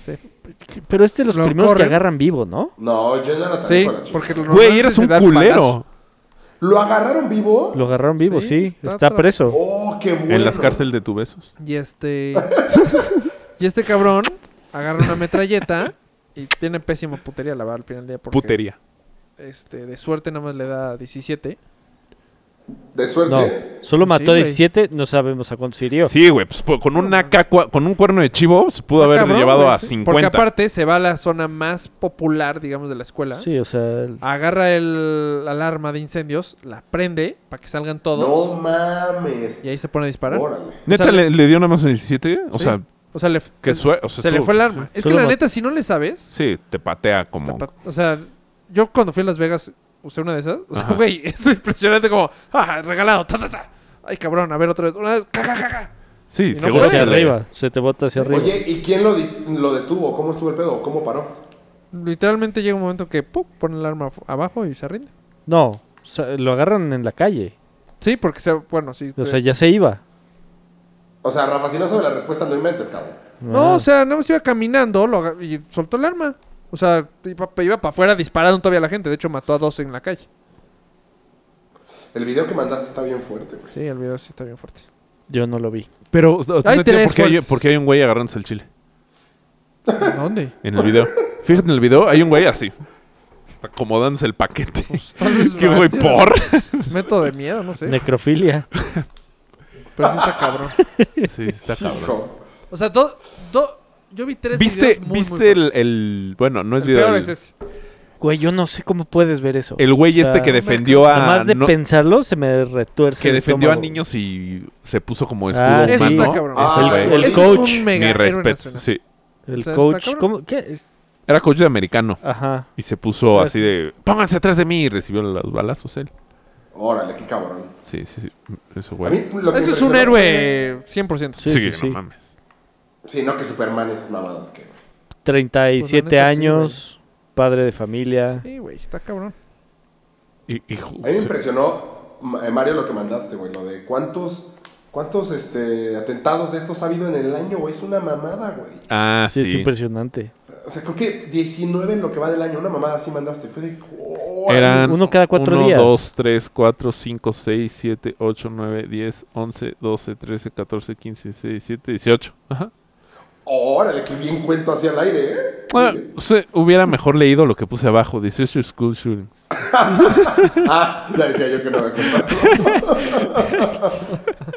Speaker 1: Pero este es los
Speaker 2: Lo
Speaker 1: primeros
Speaker 2: corren.
Speaker 1: que agarran vivo, ¿no?
Speaker 4: No, yo ya no
Speaker 2: Sí, porque...
Speaker 3: Güey, eres un culero.
Speaker 4: ¿Lo agarraron vivo?
Speaker 1: Lo agarraron vivo,
Speaker 2: Sí,
Speaker 1: sí.
Speaker 2: está
Speaker 1: Está,
Speaker 2: tra-
Speaker 1: preso.
Speaker 4: Oh, qué bueno.
Speaker 3: En las cárceles de tu besos.
Speaker 2: Y este... y este cabrón agarra una metralleta y tiene pésima putería la verdad al final del día. Porque,
Speaker 3: Putería.
Speaker 2: Este, de suerte nada más le da 17.
Speaker 4: De
Speaker 1: No,
Speaker 4: suerte.
Speaker 1: solo
Speaker 2: Sí,
Speaker 1: mató a
Speaker 2: güey.
Speaker 1: 17, no sabemos a cuántos hirió.
Speaker 3: Sí, güey, pues fue- con un AK, cua- con un cuerno de chivo, se pudo haber
Speaker 2: Está cabrón,
Speaker 3: llevado
Speaker 2: güey,
Speaker 3: a
Speaker 2: sí. Porque
Speaker 3: 50.
Speaker 2: aparte se va a la zona más popular, digamos, de la escuela.
Speaker 1: Sí, o sea,
Speaker 3: Ah,
Speaker 1: el-
Speaker 2: Agarra el la alarma de incendios, la prende para que salgan todos
Speaker 4: No mames.
Speaker 2: y ahí se pone a disparar.
Speaker 4: Órale.
Speaker 3: Neta,
Speaker 2: o sea,
Speaker 3: le, le dio nada más un 17. O
Speaker 2: Sí.
Speaker 3: sea,
Speaker 2: O sea, le,
Speaker 3: que
Speaker 2: el-
Speaker 3: sue- o sea,
Speaker 2: se le
Speaker 3: estuvo-
Speaker 2: fue el arma. Es que
Speaker 1: Solo
Speaker 2: la
Speaker 1: mat-
Speaker 2: neta, si no le sabes,
Speaker 3: Sí, sí, te patea como.
Speaker 2: te pa- o sea, yo cuando fui a Las Vegas usé una de esas. O sea,
Speaker 3: Ajá.
Speaker 2: güey, es impresionante como, ah, regalado, ta, ta, ta. Ay, cabrón, a ver otra vez. Una vez, ca, ca, ca, ca.
Speaker 3: Sí,
Speaker 2: Y no
Speaker 3: seguro.
Speaker 2: puedes.
Speaker 3: se
Speaker 1: hacia
Speaker 3: le-
Speaker 1: arriba. Se te bota hacia arriba.
Speaker 4: Oye, ¿y quién lo, di- lo detuvo? ¿Cómo estuvo el pedo? ¿Cómo paró?
Speaker 2: Literalmente llega un momento que pum, pone el arma afu- abajo y se rinde.
Speaker 1: No, o sea, lo agarran en la calle.
Speaker 2: Sí, porque se, bueno, sí. eh,
Speaker 1: O
Speaker 2: te-
Speaker 1: sea, ya se iba.
Speaker 4: O sea, Rafa, si no sabe la respuesta, no inventes, cabrón.
Speaker 2: No,
Speaker 1: Ah.
Speaker 2: o sea, nada más iba caminando lo aga- y soltó el arma. O sea, iba, para afuera disparando todavía a la gente. De hecho, mató a dos en la calle.
Speaker 4: El video que mandaste está bien fuerte, güey.
Speaker 2: Sí, el video sí está bien fuerte.
Speaker 1: Yo no lo vi.
Speaker 3: Pero, o sea, no
Speaker 2: Hay
Speaker 3: entiendo
Speaker 2: tres
Speaker 3: por qué hay,
Speaker 2: fuertes.
Speaker 3: por qué hay un güey agarrándose el chile
Speaker 2: ¿Dónde?
Speaker 3: en el video. Fíjate en el video, hay un güey así, acomodándose el paquete.
Speaker 2: Tal vez
Speaker 3: ¿Qué
Speaker 2: lo
Speaker 3: güey
Speaker 2: hacía,
Speaker 3: por?
Speaker 2: Método de miedo, no sé.
Speaker 1: Necrofilia.
Speaker 2: Pero sí está cabrón.
Speaker 3: Sí, está cabrón.
Speaker 4: Hijo.
Speaker 2: O sea, do, do- yo vi tres
Speaker 3: ¿Viste,
Speaker 2: videos muy, muy
Speaker 3: viste el,
Speaker 2: fuertes.
Speaker 3: el- Bueno, no es
Speaker 2: El
Speaker 3: video.
Speaker 2: peor
Speaker 3: el-
Speaker 2: es ese.
Speaker 1: Güey, yo no sé cómo puedes ver eso.
Speaker 3: El güey
Speaker 1: O sea,
Speaker 3: este que
Speaker 1: no me
Speaker 3: defendió a.
Speaker 1: Además de
Speaker 3: no-
Speaker 1: pensarlo, se me retuerce.
Speaker 3: que
Speaker 1: el
Speaker 3: defendió a
Speaker 1: estómago.
Speaker 3: niños y se puso como escudo
Speaker 1: Ah,
Speaker 2: Eso
Speaker 1: sí.
Speaker 2: está
Speaker 3: humano.
Speaker 2: cabrón.
Speaker 4: Ah,
Speaker 1: Fue el-
Speaker 3: güey.
Speaker 1: el,
Speaker 2: Ese
Speaker 1: coach.
Speaker 2: Es un mega
Speaker 3: Mi
Speaker 2: héroe
Speaker 3: respeto.
Speaker 2: nacional.
Speaker 3: Sí.
Speaker 1: El
Speaker 2: O sea, está
Speaker 1: coach.
Speaker 2: cabrón. Pues
Speaker 1: ¿Cómo? ¿Qué es?
Speaker 3: Era coach de americano.
Speaker 1: Ajá.
Speaker 3: Y se puso así de. Pónganse atrás de mí. Y recibió los balazos él.
Speaker 4: Órale, qué cabrón.
Speaker 3: Sí, sí, sí. Eso,
Speaker 4: A
Speaker 3: güey.
Speaker 4: mí, lo
Speaker 2: Eso
Speaker 4: que
Speaker 2: es
Speaker 4: impresionó
Speaker 2: un
Speaker 4: fue-
Speaker 2: héroe 100%.
Speaker 1: Sí,
Speaker 3: sí,
Speaker 1: sí,
Speaker 3: no
Speaker 1: sí.
Speaker 3: mames.
Speaker 4: Sí, no que Superman y esas mamadas que.
Speaker 1: 37
Speaker 2: Pues la neta sí,
Speaker 1: años, padre de familia.
Speaker 2: Sí, güey, está cabrón.
Speaker 3: Y- hijo,
Speaker 4: A mí me
Speaker 3: sí.
Speaker 4: impresionó, Ma- eh, Mario, lo que mandaste, güey. Lo de cuántos, cuántos este, atentados de estos ha habido en el año, güey. Es una mamada, güey.
Speaker 3: Ah,
Speaker 1: sí,
Speaker 3: sí.
Speaker 1: es impresionante.
Speaker 4: O sea, creo que 19 en lo que va del año. Una mamada así mandaste. Fue de. órale.
Speaker 3: Eran
Speaker 1: Uno cada cuatro
Speaker 3: uno,
Speaker 1: días.
Speaker 3: 2, 3, 4, 5, 6, 7, 8, 9, 10, 11, 12, 13, 14, 15, 16, 17, 18. Ajá.
Speaker 4: Órale, que bien cuento hacia el aire, ¿eh?
Speaker 3: Ah, se- hubiera mejor leído lo que puse abajo: 18 school shootings.
Speaker 4: Ah, ya decía yo que no me contado.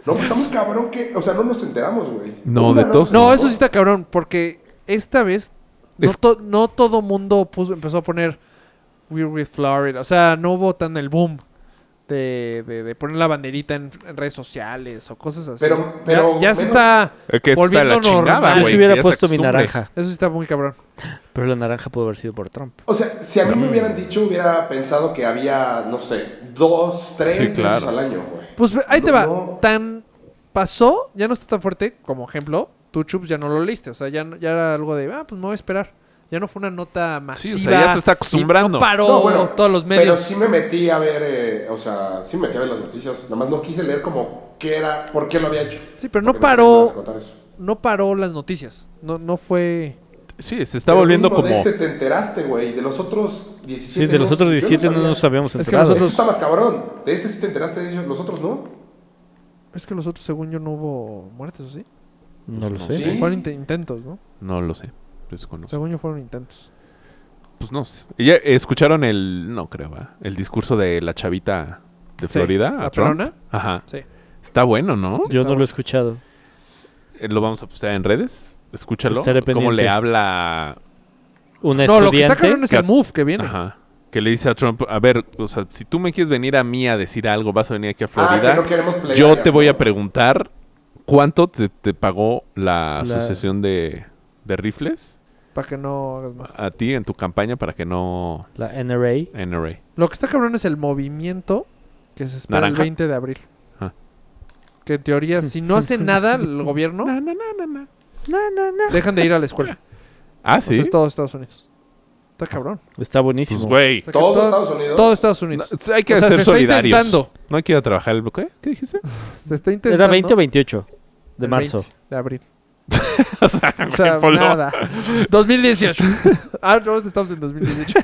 Speaker 4: no, pues estamos cabrón que. O sea, no nos enteramos, güey.
Speaker 3: No,
Speaker 4: Una,
Speaker 3: de todos
Speaker 2: No, eso sí está cabrón, porque esta vez no,
Speaker 3: Es-
Speaker 2: to- no todo mundo puso, empezó a poner We're with Florida. O sea, no hubo tan el boom de, de- de poner la banderita en, en redes sociales o cosas así.
Speaker 4: Pero-
Speaker 2: Ya-
Speaker 4: pero
Speaker 2: ya, se
Speaker 4: menos-
Speaker 2: está
Speaker 3: Es que está
Speaker 2: volviendo
Speaker 3: la chingada,
Speaker 2: normal.
Speaker 3: Ah,
Speaker 1: Yo
Speaker 3: güey,
Speaker 1: si
Speaker 3: que
Speaker 1: hubiera
Speaker 3: ya se
Speaker 1: puesto mi
Speaker 3: acostumbre.
Speaker 1: naranja,
Speaker 2: Eso sí está muy cabrón.
Speaker 1: pero la naranja pudo haber sido por Trump.
Speaker 4: O sea, si a mí me hubieran dicho, hubiera pensado que había, no sé, dos, tres
Speaker 3: Sí,
Speaker 4: de esos
Speaker 3: claro.
Speaker 4: al año, güey.
Speaker 2: Pues ve- ahí te
Speaker 4: No,
Speaker 2: va.
Speaker 4: no.
Speaker 2: Tan pasó, ya no está tan fuerte como ejemplo. Tú, Chups, ya no lo leíste. O sea, ya, no- ya era algo de, ah, pues me voy a esperar. Ya no fue una nota masiva.
Speaker 3: ya se está
Speaker 2: y
Speaker 3: acostumbrando.
Speaker 2: No paró
Speaker 4: No, bueno,
Speaker 2: todos los
Speaker 4: Pero
Speaker 2: medios.
Speaker 4: sí me metí a ver, eh, o sea, sí me metí a ver las noticias. Nada más no quise leer como qué era, por qué lo había hecho.
Speaker 2: Sí, pero no
Speaker 4: Porque
Speaker 2: paró.
Speaker 4: quise contar eso.
Speaker 2: No paró las noticias. No, no fue.
Speaker 3: Sí, se está
Speaker 4: Pero
Speaker 3: volviendo
Speaker 4: mínimo
Speaker 3: como...
Speaker 4: De este te enteraste, güey. De los otros 17.
Speaker 1: Sí, de los
Speaker 4: no,
Speaker 1: otros
Speaker 4: yo
Speaker 1: 17 no
Speaker 4: sabía.
Speaker 1: nos habíamos
Speaker 2: Es que
Speaker 1: enterado.
Speaker 4: Eso
Speaker 2: nosotros-
Speaker 4: está más cabrón. De este sí te enteraste de ellos, los otros no.
Speaker 2: Es que los otros, según yo, no hubo muertes, ¿o sí?
Speaker 1: No lo
Speaker 3: no
Speaker 1: sé.
Speaker 4: sé. Sí.
Speaker 2: Fueron inte- intentos, ¿no?
Speaker 3: No lo sé. desconozco.
Speaker 2: Según yo, fueron intentos.
Speaker 3: Pues no sé. ¿Ya escucharon el... no creo, ¿va? El discurso de la chavita de
Speaker 2: Sí,
Speaker 3: Florida?
Speaker 2: ¿la
Speaker 3: a Trump?
Speaker 2: pelona?
Speaker 3: Ajá.
Speaker 2: Sí.
Speaker 3: Está bueno, ¿no?
Speaker 1: Yo no
Speaker 2: Estaba-
Speaker 1: lo he escuchado.
Speaker 3: Eh, Lo vamos a postear en redes. Escúchalo.
Speaker 1: Estaré
Speaker 3: Cómo
Speaker 1: pendiente.
Speaker 3: le habla...
Speaker 1: Una
Speaker 2: No, lo que está
Speaker 1: estudiante.
Speaker 2: cabrón es el
Speaker 3: que-
Speaker 2: move que viene.
Speaker 3: Ajá. Que le dice a Trump, a ver, o sea, si tú me quieres venir a mí a decir algo, vas a venir aquí a
Speaker 4: Ah,
Speaker 3: Florida.
Speaker 4: que no queremos pelear.
Speaker 3: Yo te voy a preguntar cuánto te, te pagó la
Speaker 1: La-
Speaker 3: asociación de, de rifles
Speaker 2: Para que no hagas más.
Speaker 3: a ti en tu campaña para que no
Speaker 1: La NRA.
Speaker 3: NRA.
Speaker 2: Lo que está cabrón es el movimiento que se espera el
Speaker 3: ¿Naranja?
Speaker 2: 20 de abril.
Speaker 3: Ah.
Speaker 2: Que en teoría, si no hace nada el gobierno,
Speaker 3: Na, na, na, na, na.
Speaker 2: dejan de ir a la escuela.
Speaker 3: Ah,
Speaker 2: O
Speaker 3: sí.
Speaker 2: sea, Pues es todo Estados Unidos. Está cabrón.
Speaker 1: Está buenísimo.
Speaker 3: Pues, güey.
Speaker 2: O sea, que
Speaker 4: Todo
Speaker 2: todo-
Speaker 4: Estados Unidos.
Speaker 2: todo Estados
Speaker 3: no,
Speaker 2: Unidos.
Speaker 3: hay que
Speaker 2: O sea,
Speaker 3: ser
Speaker 2: se está
Speaker 3: solidarios.
Speaker 2: intentando.
Speaker 3: No hay que ir a trabajar el bloque. ¿Qué dijiste?
Speaker 2: Se está intentando.
Speaker 1: Era 20 o 28 de
Speaker 2: el
Speaker 1: marzo.
Speaker 2: 20 de abril.
Speaker 3: o sea,
Speaker 2: O sea,
Speaker 3: güey, Polo.
Speaker 2: nada. 2018. ah, no, estamos en 2018.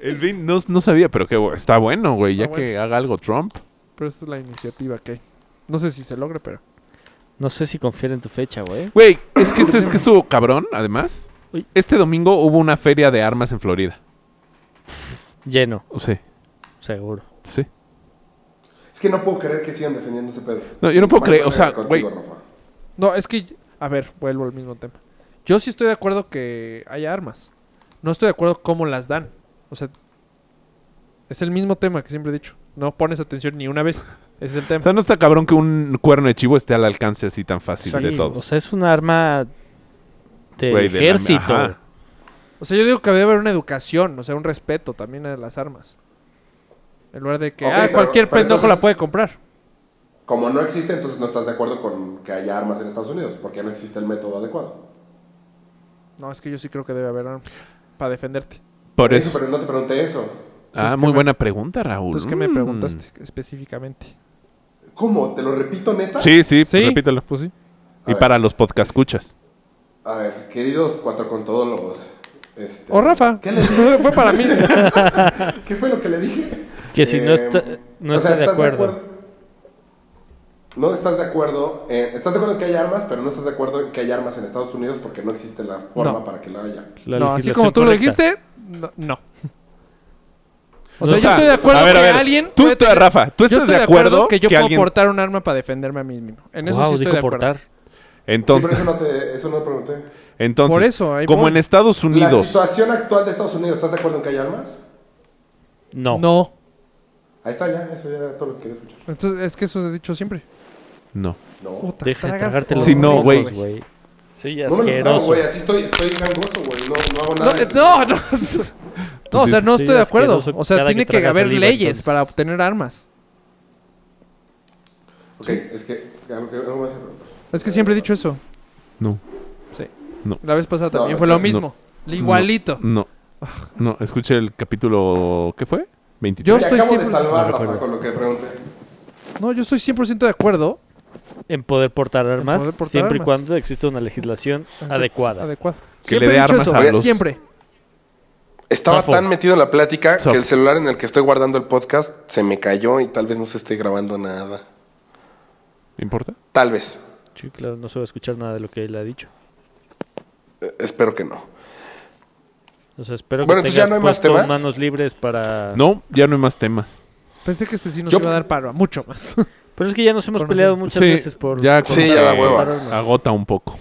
Speaker 3: El Vin no, no sabía, pero que bu- está bueno, güey. Ya
Speaker 2: Está
Speaker 3: que haga algo Trump.
Speaker 2: Pero esta es la iniciativa que hay. No sé si se logra, pero.
Speaker 1: No sé si confiar en tu fecha, güey.
Speaker 3: Güey, es que, es que estuvo cabrón, además.
Speaker 1: Uy.
Speaker 3: Este domingo hubo una feria de armas en Florida.
Speaker 1: Lleno,
Speaker 3: O sea,
Speaker 1: seguro.
Speaker 3: sí.
Speaker 4: Es que no puedo creer que sigan defendiendo ese pedo.
Speaker 3: No, yo no puedo
Speaker 4: Bueno,
Speaker 3: creer, o
Speaker 4: bueno,
Speaker 3: sea,
Speaker 4: contigo,
Speaker 3: güey.
Speaker 4: Rafa.
Speaker 2: No, es que. A ver, vuelvo al mismo tema. Yo sí estoy de acuerdo que haya armas. No estoy de acuerdo cómo las dan. O sea. Es el mismo tema que siempre he dicho. No pones atención ni una vez. Ese es el
Speaker 3: O
Speaker 2: tema.
Speaker 3: sea, no está cabrón que un cuerno de chivo esté al alcance así tan fácil de
Speaker 1: Sí, o
Speaker 3: todos.
Speaker 1: sea, es un arma de
Speaker 3: Güey, de la-
Speaker 1: ejército.
Speaker 3: ajá.
Speaker 2: O sea, yo digo que debe haber una educación, o sea, un respeto también a las armas. En lugar de que,
Speaker 4: Ok,
Speaker 2: ah,
Speaker 4: pero-
Speaker 2: cualquier
Speaker 4: pero
Speaker 2: pendejo
Speaker 4: entonces-
Speaker 2: la puede comprar.
Speaker 4: Como no existe, entonces no estás de acuerdo con que haya armas en Estados Unidos, porque no existe el método adecuado.
Speaker 2: No, es que yo sí creo que debe haber armas para defenderte.
Speaker 3: Por eso.
Speaker 4: Pero no te pregunté eso.
Speaker 3: Ah,
Speaker 2: que
Speaker 3: muy
Speaker 2: me-
Speaker 3: buena pregunta, Raúl.
Speaker 2: Entonces, ¿qué me
Speaker 3: Mm.
Speaker 2: preguntaste específicamente?
Speaker 4: ¿Cómo? ¿Te lo repito, neta?
Speaker 3: Mm. Sí, sí,
Speaker 2: Sí.
Speaker 3: repítelo.
Speaker 2: Pues sí.
Speaker 3: Y
Speaker 4: A
Speaker 3: para los podcast escuchas.
Speaker 4: A ver, queridos cuatrocontodólogos. Este,
Speaker 2: O Rafa.
Speaker 4: ¿Qué les dije?
Speaker 2: Fue para mí.
Speaker 4: ¿Qué fue lo que le dije? Eh,
Speaker 1: Que si no está- no
Speaker 4: o
Speaker 1: está
Speaker 4: sea,
Speaker 1: de
Speaker 4: ¿estás
Speaker 1: acuerdo?
Speaker 4: No estás de acuerdo. en- estás de acuerdo en que hay armas, pero no estás de acuerdo en que hay armas en Estados Unidos porque no existe la forma
Speaker 2: No.
Speaker 4: para que la haya.
Speaker 1: La
Speaker 2: no, así
Speaker 1: legislación
Speaker 2: como tú lo
Speaker 1: correcta.
Speaker 2: dijiste, no. no. O
Speaker 3: O
Speaker 2: sea, yo
Speaker 3: sea,
Speaker 2: estoy de acuerdo
Speaker 3: a ver, a
Speaker 2: que
Speaker 3: ver,
Speaker 2: alguien.
Speaker 3: tú,
Speaker 2: puede
Speaker 3: tú,
Speaker 2: tener-
Speaker 3: Rafa, ¿tú
Speaker 2: yo
Speaker 3: estás
Speaker 2: estoy
Speaker 3: de acuerdo
Speaker 2: que yo
Speaker 3: que
Speaker 2: puedo
Speaker 3: alguien-
Speaker 2: portar un arma para defenderme a mí mismo. En eso
Speaker 1: Guau,
Speaker 2: sí estoy
Speaker 1: dijo
Speaker 2: de acuerdo.
Speaker 1: portar.
Speaker 4: Sí,
Speaker 3: Entonces,
Speaker 4: pero eso no, te, eso no pregunté.
Speaker 3: entonces
Speaker 2: Por eso, ahí
Speaker 3: como
Speaker 2: voy.
Speaker 3: en Estados
Speaker 4: La
Speaker 3: Unidos.
Speaker 4: situación actual de Estados Unidos, ¿estás de acuerdo en que hay armas?
Speaker 1: No.
Speaker 2: No.
Speaker 4: Ahí está ya, eso ya era todo lo que quería escuchar.
Speaker 2: Entonces, es que eso he dicho siempre.
Speaker 3: No.
Speaker 4: No.
Speaker 2: Puta,
Speaker 1: Deja de
Speaker 2: tragas
Speaker 1: tragarte los
Speaker 3: Si no,
Speaker 1: mocos,
Speaker 3: güey.
Speaker 1: Sí,
Speaker 4: No me lo trago,
Speaker 1: asqueroso.
Speaker 4: güey, así estoy, estoy gangoso, güey, no, no hago
Speaker 2: No,
Speaker 4: nada.
Speaker 2: eh, no, no. No, o sea, no
Speaker 1: Sí,
Speaker 2: estoy de acuerdo.
Speaker 1: asqueroso
Speaker 2: O sea,
Speaker 1: cada
Speaker 2: tiene
Speaker 1: que
Speaker 2: que,
Speaker 1: tragas
Speaker 2: haber
Speaker 1: saliva,
Speaker 2: leyes
Speaker 1: entonces.
Speaker 2: para obtener armas.
Speaker 4: Ok, es que algo que- algo más que preguntar.
Speaker 2: Es que siempre he dicho eso.
Speaker 3: No.
Speaker 2: Sí.
Speaker 3: No.
Speaker 2: La vez pasada
Speaker 4: No,
Speaker 2: también
Speaker 4: o
Speaker 2: fue
Speaker 4: sea,
Speaker 2: lo mismo. Igualito.
Speaker 3: No. Mm. No, escuché el capítulo. ¿Qué fue? 23.
Speaker 2: Yo
Speaker 4: Te
Speaker 2: estoy
Speaker 4: acabo de
Speaker 2: siempre-
Speaker 4: salvar,
Speaker 1: No
Speaker 4: Rafa,
Speaker 1: recuerdo.
Speaker 4: con lo que pregunté.
Speaker 2: No, yo estoy 100% de acuerdo.
Speaker 1: En poder portar armas,
Speaker 2: poder portar
Speaker 1: siempre y
Speaker 2: armas.
Speaker 1: cuando exista una legislación adecuada.
Speaker 2: Adecuado.
Speaker 3: Que le dé armas a los-
Speaker 2: Siempre.
Speaker 4: Estaba
Speaker 1: Safo.
Speaker 4: tan metido en la plática
Speaker 3: Safo.
Speaker 4: que el celular en el que estoy guardando el podcast se me cayó y tal vez no se esté grabando nada.
Speaker 3: ¿Me importa?
Speaker 4: Tal vez.
Speaker 1: Sí, claro, no se va a escuchar nada de lo que él ha dicho.
Speaker 4: Eh, espero que no.
Speaker 1: O sea, espero
Speaker 4: Bueno,
Speaker 1: que
Speaker 4: entonces
Speaker 1: tengas
Speaker 4: ya no hay más
Speaker 1: puesto
Speaker 4: temas.
Speaker 1: manos libres para...
Speaker 3: No, ya no hay más temas.
Speaker 2: Pensé que este sí nos
Speaker 4: Yo-
Speaker 2: iba a dar paro, mucho más.
Speaker 1: Pero es que ya nos hemos
Speaker 2: Por
Speaker 1: peleado
Speaker 2: nosotros.
Speaker 1: muchas
Speaker 3: Sí,
Speaker 1: veces por...
Speaker 3: ya
Speaker 1: por
Speaker 4: Sí, ya da
Speaker 1: portar
Speaker 4: hueva.
Speaker 1: armas.
Speaker 3: Agota un poco.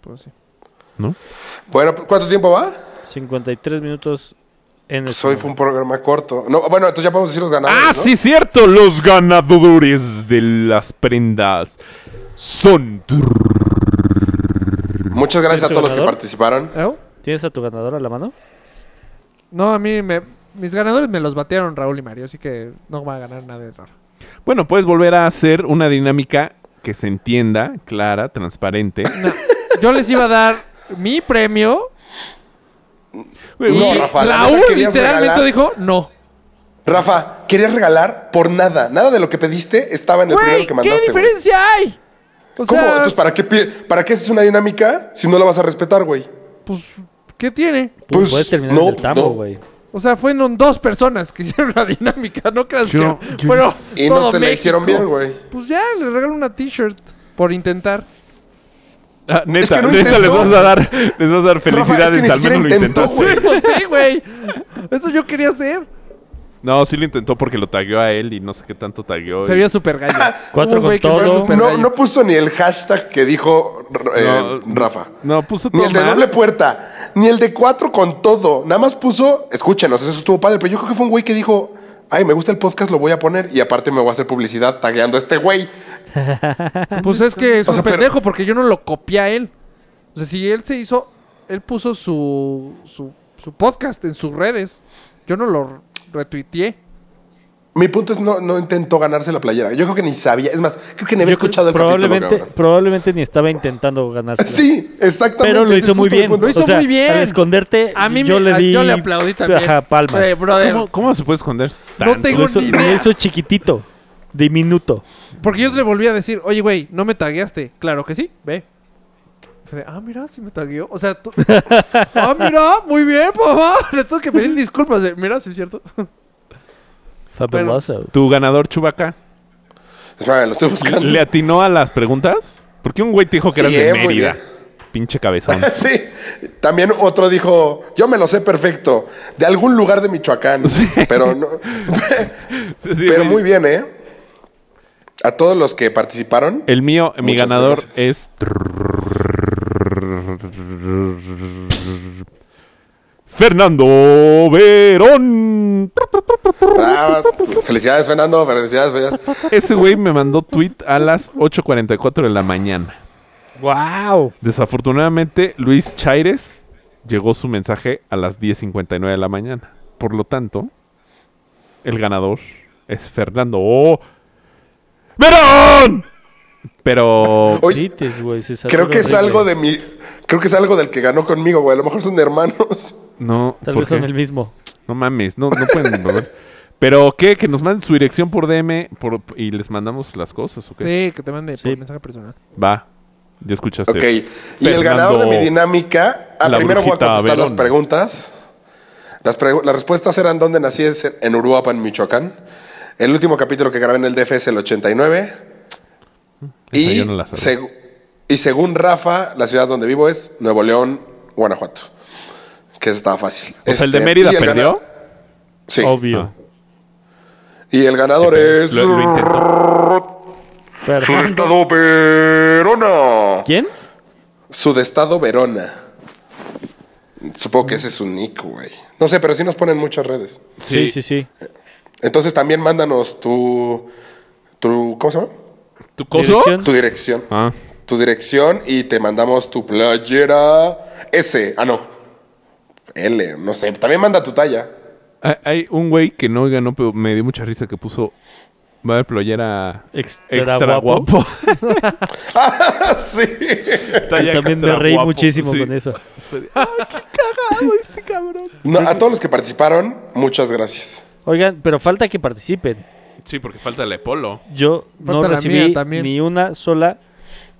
Speaker 2: Pues sí.
Speaker 4: Bueno, ¿cuánto tiempo va?
Speaker 1: 53 minutos en el...
Speaker 4: Pues hoy fue un programa corto. No, bueno, entonces ya podemos decir los ganadores.
Speaker 3: Ah,
Speaker 4: ¿no?
Speaker 3: sí, cierto. Los ganadores de las prendas son.
Speaker 4: Muchas gracias
Speaker 2: ¿Este
Speaker 4: a
Speaker 1: ¿Eres tu
Speaker 4: todos los que
Speaker 1: ganador?
Speaker 4: participaron.
Speaker 2: ¿Eh?
Speaker 1: ¿Tienes a tu ganador a la mano?
Speaker 2: No, a mí me- mis ganadores me los batearon Raúl y Mario, así que no va a ganar nadie Rafa.
Speaker 3: Bueno, puedes volver a hacer una dinámica que se entienda, clara, transparente.
Speaker 2: Yo les iba a dar mi premio.
Speaker 4: Güey,
Speaker 2: y
Speaker 4: no, Rafa, la
Speaker 2: Raúl
Speaker 4: neta querías
Speaker 2: literalmente
Speaker 4: regalar-
Speaker 2: dijo no.
Speaker 4: Rafa, querías regalar por nada. Nada de lo que pediste estaba en el
Speaker 2: Güey,
Speaker 4: primero que mandaste.
Speaker 2: ¿qué
Speaker 4: güey.
Speaker 2: diferencia hay? O
Speaker 4: ¿Cómo?
Speaker 2: sea,
Speaker 4: Entonces, ¿para qué, pi- ¿para qué haces una dinámica si no la vas a respetar, güey?
Speaker 2: pues, ¿qué tiene?
Speaker 1: Pum,
Speaker 4: Pues,
Speaker 1: puedes terminar
Speaker 4: no,
Speaker 1: en el tambo,
Speaker 4: no.
Speaker 1: güey.
Speaker 2: O sea, fueron dos personas que hicieron la dinámica, no creas
Speaker 3: Yo-
Speaker 2: que.
Speaker 3: yo-
Speaker 2: fueron
Speaker 4: Y no
Speaker 2: todo
Speaker 4: te la hicieron
Speaker 2: México.
Speaker 4: bien, güey.
Speaker 2: Pues ya, le regalo una t-shirt por intentar.
Speaker 3: Ah, neta,
Speaker 4: que no
Speaker 3: neta,
Speaker 4: intentó.
Speaker 3: les vas a dar, les vas a dar
Speaker 4: Rafa, es que
Speaker 3: felicidades,
Speaker 4: ni
Speaker 3: al
Speaker 4: siquiera
Speaker 3: menos lo
Speaker 4: intentó,
Speaker 3: intentaste.
Speaker 4: güey.
Speaker 2: Sí, pues sí, güey. Eso yo quería hacer.
Speaker 3: No, sí lo intentó porque lo tagueó a él y no sé qué tanto tagueó.
Speaker 2: Se
Speaker 3: y-
Speaker 2: vio súper gallo.
Speaker 1: Cuatro
Speaker 2: Un güey
Speaker 1: con
Speaker 2: que se ve
Speaker 1: todo.
Speaker 2: súper
Speaker 4: No,
Speaker 2: gallo.
Speaker 4: no puso ni el hashtag que dijo eh,
Speaker 3: No,
Speaker 4: Rafa.
Speaker 3: No, puso todo
Speaker 4: Ni el de
Speaker 3: mal.
Speaker 4: doble puerta, ni el de cuatro con todo. Nada más puso, escúchenos, eso estuvo padre, pero yo creo que fue un güey que dijo, ay, me gusta el podcast, lo voy a poner y aparte me voy a hacer publicidad tagueando a este güey.
Speaker 2: Pues es que es
Speaker 4: O
Speaker 2: un
Speaker 4: sea, pero-
Speaker 2: pendejo porque yo no lo copié a él. O sea, si él se hizo, él puso su, su, su podcast en sus redes. Yo no lo retuiteé.
Speaker 4: Mi punto es no, no intentó ganarse la playera. Yo creo que ni sabía. Es más, creo que ni había
Speaker 1: Yo creo-
Speaker 4: escuchado el
Speaker 1: probablemente,
Speaker 4: capítulo. cabrón.
Speaker 1: probablemente ni estaba intentando ganarse.
Speaker 4: Sí, exactamente.
Speaker 1: Pero lo
Speaker 4: ese
Speaker 1: hizo
Speaker 4: es
Speaker 1: muy
Speaker 4: justo mi
Speaker 1: bien.
Speaker 4: punto.
Speaker 2: Lo hizo
Speaker 1: O sea,
Speaker 2: muy bien.
Speaker 1: Al esconderte,
Speaker 2: A mí
Speaker 1: yo
Speaker 2: me-
Speaker 1: le
Speaker 2: a-
Speaker 1: di.
Speaker 2: yo le aplaudí también.
Speaker 1: Ajá, palmas.
Speaker 2: Eh, brother,
Speaker 3: ¿Cómo, cómo se puede esconder? tanto?
Speaker 2: tengo-
Speaker 1: Lo hizo,
Speaker 2: ni
Speaker 1: lo
Speaker 2: idea.
Speaker 1: hizo chiquitito, diminuto.
Speaker 2: Porque yo le volví a decir, oye, güey, no me tagueaste. Claro que sí, ve. Fue de, ah, mira, sí me tagueó. O sea, tú... ah, mira, muy bien, papá. Le tengo que pedir disculpas. de, Mira, sí es cierto.
Speaker 1: Fabuloso.
Speaker 3: Tu ganador, Chubaca,
Speaker 4: Espérame, lo estoy buscando.
Speaker 3: ¿le atinó a las preguntas? ¿Por qué un güey te dijo que
Speaker 4: Sí,
Speaker 3: eras de
Speaker 4: eh, muy
Speaker 3: Mérida?
Speaker 4: bien.
Speaker 3: Pinche cabezón.
Speaker 4: sí. También otro dijo, yo me lo sé perfecto, de algún lugar de Michoacán. Pero no,
Speaker 3: Sí, sí,
Speaker 4: pero
Speaker 3: güey.
Speaker 4: muy bien, ¿eh? A todos los que participaron.
Speaker 3: El mío, mi
Speaker 4: Muchas
Speaker 3: ganador
Speaker 4: gracias.
Speaker 3: es. Fernando Verón.
Speaker 4: Ah, felicidades, Fernando. Felicidades, felicidades.
Speaker 3: Ese güey me mandó tweet a las 8.44 de la mañana.
Speaker 1: ¡Wow!
Speaker 3: Desafortunadamente, Luis Chaires llegó su mensaje a las 10.59 de la mañana. Por lo tanto, el ganador es Fernando Verón. Pero
Speaker 4: Oye, creo que es algo de mi. Creo que es algo del que ganó conmigo, güey. A lo mejor son hermanos.
Speaker 3: no.
Speaker 1: Tal
Speaker 3: ¿por
Speaker 1: vez son
Speaker 3: qué?
Speaker 1: el mismo.
Speaker 3: No mames, no, no pueden volver. Pero qué, que nos manden su dirección por DM por- y les mandamos las cosas, ¿o qué?
Speaker 2: Sí, que te mande
Speaker 1: Sí.
Speaker 2: por mensaje personal.
Speaker 3: Va, ya escuchaste.
Speaker 4: Ok. Y el ganador de mi dinámica. ah,
Speaker 3: La
Speaker 4: primero voy a
Speaker 3: brujita
Speaker 4: contestar las
Speaker 3: Verón.
Speaker 4: preguntas. Las, pregu- las respuestas eran dónde nací es en Uruapan, Michoacán. El último capítulo que grabé en el DF es el 89.
Speaker 3: Esa
Speaker 4: Y,
Speaker 3: yo no la sabía.
Speaker 4: seg- y según Rafa, la ciudad donde vivo es Nuevo León, Guanajuato. Que estaba fácil.
Speaker 3: O sea, el de
Speaker 4: Este,
Speaker 3: Mérida
Speaker 4: y el
Speaker 3: perdió.
Speaker 4: gana- Sí.
Speaker 1: Obvio.
Speaker 3: Ah.
Speaker 4: Y el ganador es.
Speaker 3: Lo, lo intentó.
Speaker 1: Fer-
Speaker 4: Sudestado Verona.
Speaker 1: ¿Quién?
Speaker 4: Sudestado Verona. Supongo que ese es su nick, güey. No sé, pero sí nos ponen muchas redes.
Speaker 1: Sí, sí,
Speaker 3: Sí,
Speaker 1: sí.
Speaker 4: Entonces también mándanos tu. tu ¿Cómo se llama?
Speaker 3: ¿Tu coso?
Speaker 1: Dirección.
Speaker 4: Tu dirección.
Speaker 3: Ah,
Speaker 4: Tu dirección y te mandamos tu playera S. Ah, no. L, no sé. También manda tu talla.
Speaker 3: hay- hay un güey que no ganó, pero me dio mucha risa que puso. Va a haber playera
Speaker 1: Extra,
Speaker 3: extra
Speaker 1: guapo.
Speaker 3: guapo.
Speaker 4: Ah, sí.
Speaker 3: Talla
Speaker 1: También me
Speaker 3: extra
Speaker 1: reí
Speaker 3: guapo,
Speaker 1: muchísimo
Speaker 3: sí.
Speaker 1: con eso.
Speaker 4: No, a todos los que participaron, muchas gracias.
Speaker 1: Oigan, pero falta que participen.
Speaker 3: Sí, porque falta el Epolo.
Speaker 1: Yo no
Speaker 2: Falta la
Speaker 1: recibí
Speaker 2: mía también.
Speaker 1: ni una sola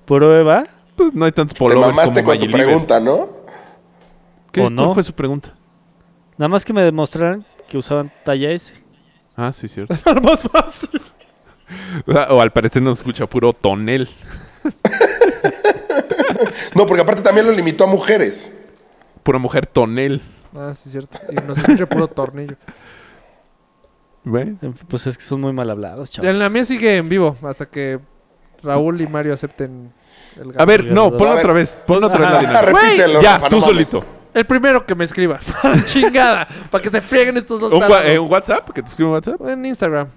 Speaker 1: prueba
Speaker 3: Pues no hay tantos
Speaker 4: Te
Speaker 3: polovers como
Speaker 4: mamaste con tu
Speaker 3: Magilivers.
Speaker 4: pregunta, ¿no?
Speaker 3: ¿Qué?
Speaker 1: ¿O no?
Speaker 3: ¿Cuál fue su pregunta?
Speaker 1: Nada más que me demostraran que usaban talla S.
Speaker 3: Ah, sí, cierto.
Speaker 2: Lo más fácil.
Speaker 3: O sea, o al parecer nos escucha puro tonel.
Speaker 4: No, porque aparte también lo limitó a mujeres.
Speaker 3: Pura mujer tonel.
Speaker 2: Ah, sí es cierto. Y nos escucha puro tornillo.
Speaker 3: Bueno.
Speaker 1: En fin, Pues es que son muy mal hablados, chavos.
Speaker 2: En la mía sigue en vivo hasta que Raúl y Mario acepten el
Speaker 3: A ver,
Speaker 1: Gabriel
Speaker 3: no,
Speaker 1: Rodolfo.
Speaker 3: ponlo
Speaker 4: A ver.
Speaker 3: otra vez. Ponlo otra vez la dinámica.
Speaker 4: Repítelo.
Speaker 3: Ya,
Speaker 4: Rafa,
Speaker 3: tú
Speaker 4: no mames.
Speaker 3: solito.
Speaker 2: El primero que me escriba. Para la chingada. para que se frieguen estos dos
Speaker 3: Un, wa-
Speaker 2: tarados.
Speaker 3: eh, un WhatsApp? ¿Que te escribe un WhatsApp?
Speaker 2: En Instagram.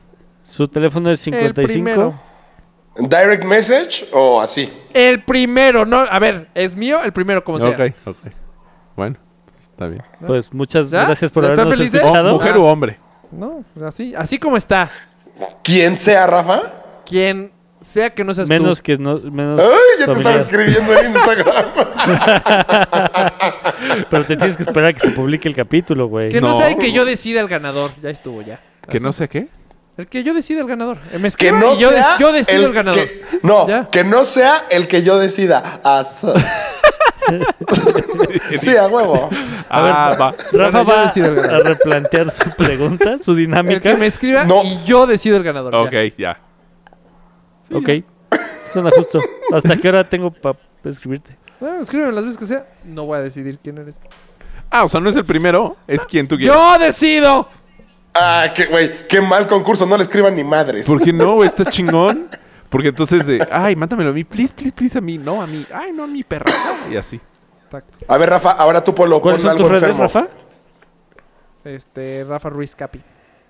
Speaker 1: Su teléfono es
Speaker 2: El
Speaker 1: 55.
Speaker 2: primero.
Speaker 4: ¿Direct message o así?
Speaker 2: El primero. No, a ver, es mío el primero, como sea.
Speaker 3: ok, ok. Bueno, está bien.
Speaker 1: Pues muchas
Speaker 2: ¿Ya?
Speaker 1: gracias por
Speaker 2: ¿Ya están
Speaker 1: habernos
Speaker 2: felices?
Speaker 1: escuchado.
Speaker 3: Oh, ¿Mujer
Speaker 2: Ah.
Speaker 3: o hombre?
Speaker 2: No, así, así como está.
Speaker 4: ¿Quién sea, Rafa?
Speaker 2: Quien sea que no seas
Speaker 1: Menos
Speaker 2: tú.
Speaker 1: que no. Menos
Speaker 4: ¡Ay! Ya te
Speaker 1: familiar.
Speaker 4: estaba escribiendo en Instagram.
Speaker 1: Pero te tienes que esperar a que se publique el capítulo, güey.
Speaker 2: Que no,
Speaker 3: No.
Speaker 2: sea el que yo decida el ganador. Ya estuvo, ya.
Speaker 3: Que no sé qué.
Speaker 2: El que yo decida el ganador. Eh, Me
Speaker 4: Que
Speaker 2: escriban
Speaker 4: no
Speaker 2: y yo,
Speaker 4: sea
Speaker 2: dec- yo decido el,
Speaker 4: que-
Speaker 2: ganador.
Speaker 4: no,
Speaker 2: Ya.
Speaker 4: que no sea el que yo decida. As- sí, a huevo.
Speaker 3: Ah, va.
Speaker 1: Rafa
Speaker 2: Bueno, yo
Speaker 1: va
Speaker 2: decido el
Speaker 1: a
Speaker 2: ganador.
Speaker 1: replantear su pregunta, su
Speaker 2: El
Speaker 1: dinámica.
Speaker 2: que me escriba
Speaker 4: No.
Speaker 2: y yo decido el ganador. ya.
Speaker 3: Ok, ya.
Speaker 1: Ok. Suena justo. ¿Hasta qué hora tengo para escribirte?
Speaker 2: Ah, escríbeme las veces que sea. No voy a decidir quién eres.
Speaker 3: Ah, o sea, no es el primero, es quien tú quieras.
Speaker 2: ¡Yo decido!
Speaker 4: Ah, qué, güey, qué mal concurso. No le escriban ni madres.
Speaker 3: ¿Por qué no? güey? Está chingón. Porque entonces de, ay, mándamelo a mí, please, please, please, a mí, no a mí, ay, no a mi perra. Y así.
Speaker 4: A ver, Rafa, ahora tú polo, pon
Speaker 1: ¿Cuáles son
Speaker 4: algo
Speaker 1: tus redes,
Speaker 4: enfermo.
Speaker 1: Rafa?
Speaker 2: Este, Rafa Ruiz Capi.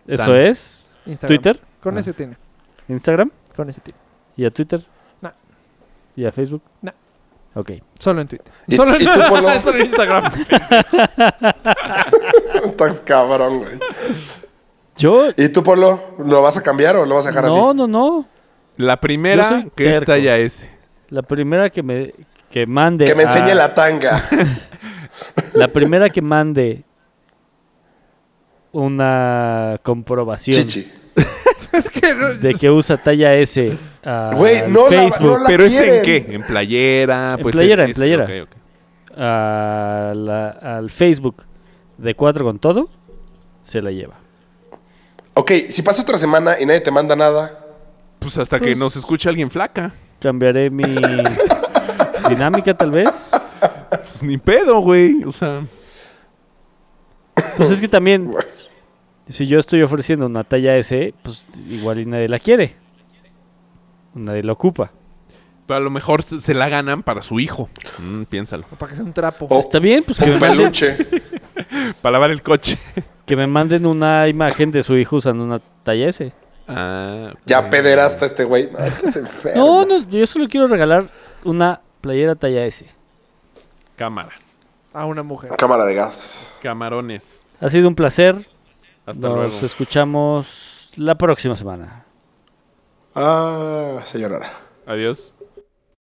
Speaker 1: Eso
Speaker 3: Dan.
Speaker 1: es.
Speaker 2: Instagram.
Speaker 1: ¿Twitter?
Speaker 2: Con ese tiene.
Speaker 1: ¿Instagram?
Speaker 2: Con ese tiene.
Speaker 1: ¿Y a Twitter?
Speaker 2: No.
Speaker 1: ¿Y a Facebook?
Speaker 2: No.
Speaker 1: Ok.
Speaker 2: Solo en Twitter.
Speaker 4: ¿Y-
Speaker 2: Solo,
Speaker 4: y tú, Polo?
Speaker 2: en, Solo en Instagram.
Speaker 4: Estás cabrón, güey.
Speaker 1: Yo.
Speaker 4: ¿Y tú, Polo, lo vas a cambiar o lo vas a dejar
Speaker 1: No,
Speaker 4: así?
Speaker 1: no, no.
Speaker 3: La
Speaker 1: Yo
Speaker 3: primera
Speaker 1: soy
Speaker 3: que es
Speaker 1: terco.
Speaker 3: talla S.
Speaker 1: La primera que me que mande.
Speaker 4: Que me enseñe
Speaker 1: a-
Speaker 4: la tanga.
Speaker 1: La primera que mande una comprobación
Speaker 4: Chichi.
Speaker 2: es que no-
Speaker 1: de que usa talla S a
Speaker 4: Güey, no la-
Speaker 1: Facebook,
Speaker 4: no la-
Speaker 3: Pero es en
Speaker 4: quieren.
Speaker 3: qué? En playera,
Speaker 1: En
Speaker 3: pues.
Speaker 1: playera, en
Speaker 3: es-
Speaker 1: playera.
Speaker 3: ok, ok.
Speaker 1: a la- al Facebook de cuatro con todo, se la lleva.
Speaker 4: Ok, si pasa otra semana y nadie te manda nada,
Speaker 3: Pues hasta que nos escuche alguien flaca.
Speaker 1: Cambiaré mi dinámica tal vez.
Speaker 3: Pues ni pedo, güey. O sea,
Speaker 1: Pues es que también, si yo estoy ofreciendo una talla S, pues igual y nadie la quiere. Nadie la ocupa.
Speaker 3: a lo mejor se se la ganan para su hijo. Mm, piénsalo.
Speaker 2: Para que sea un trapo.
Speaker 4: Oh.
Speaker 1: Está bien, pues que me,
Speaker 4: un
Speaker 1: manden,
Speaker 4: peluche.
Speaker 3: Para lavar el coche.
Speaker 1: que me manden una imagen de su hijo usando una talla S.
Speaker 3: Ah, ok.
Speaker 4: Ya pederasta este güey. No, estás
Speaker 1: No,
Speaker 4: enfermo.
Speaker 1: no, yo solo quiero regalar una playera talla S.
Speaker 3: Cámara.
Speaker 2: A una mujer.
Speaker 4: Cámara de gas.
Speaker 3: Camarones.
Speaker 1: Ha sido un placer.
Speaker 3: Hasta
Speaker 1: Nos
Speaker 3: luego.
Speaker 1: escuchamos la próxima semana.
Speaker 4: Ah, señora.
Speaker 3: Adiós.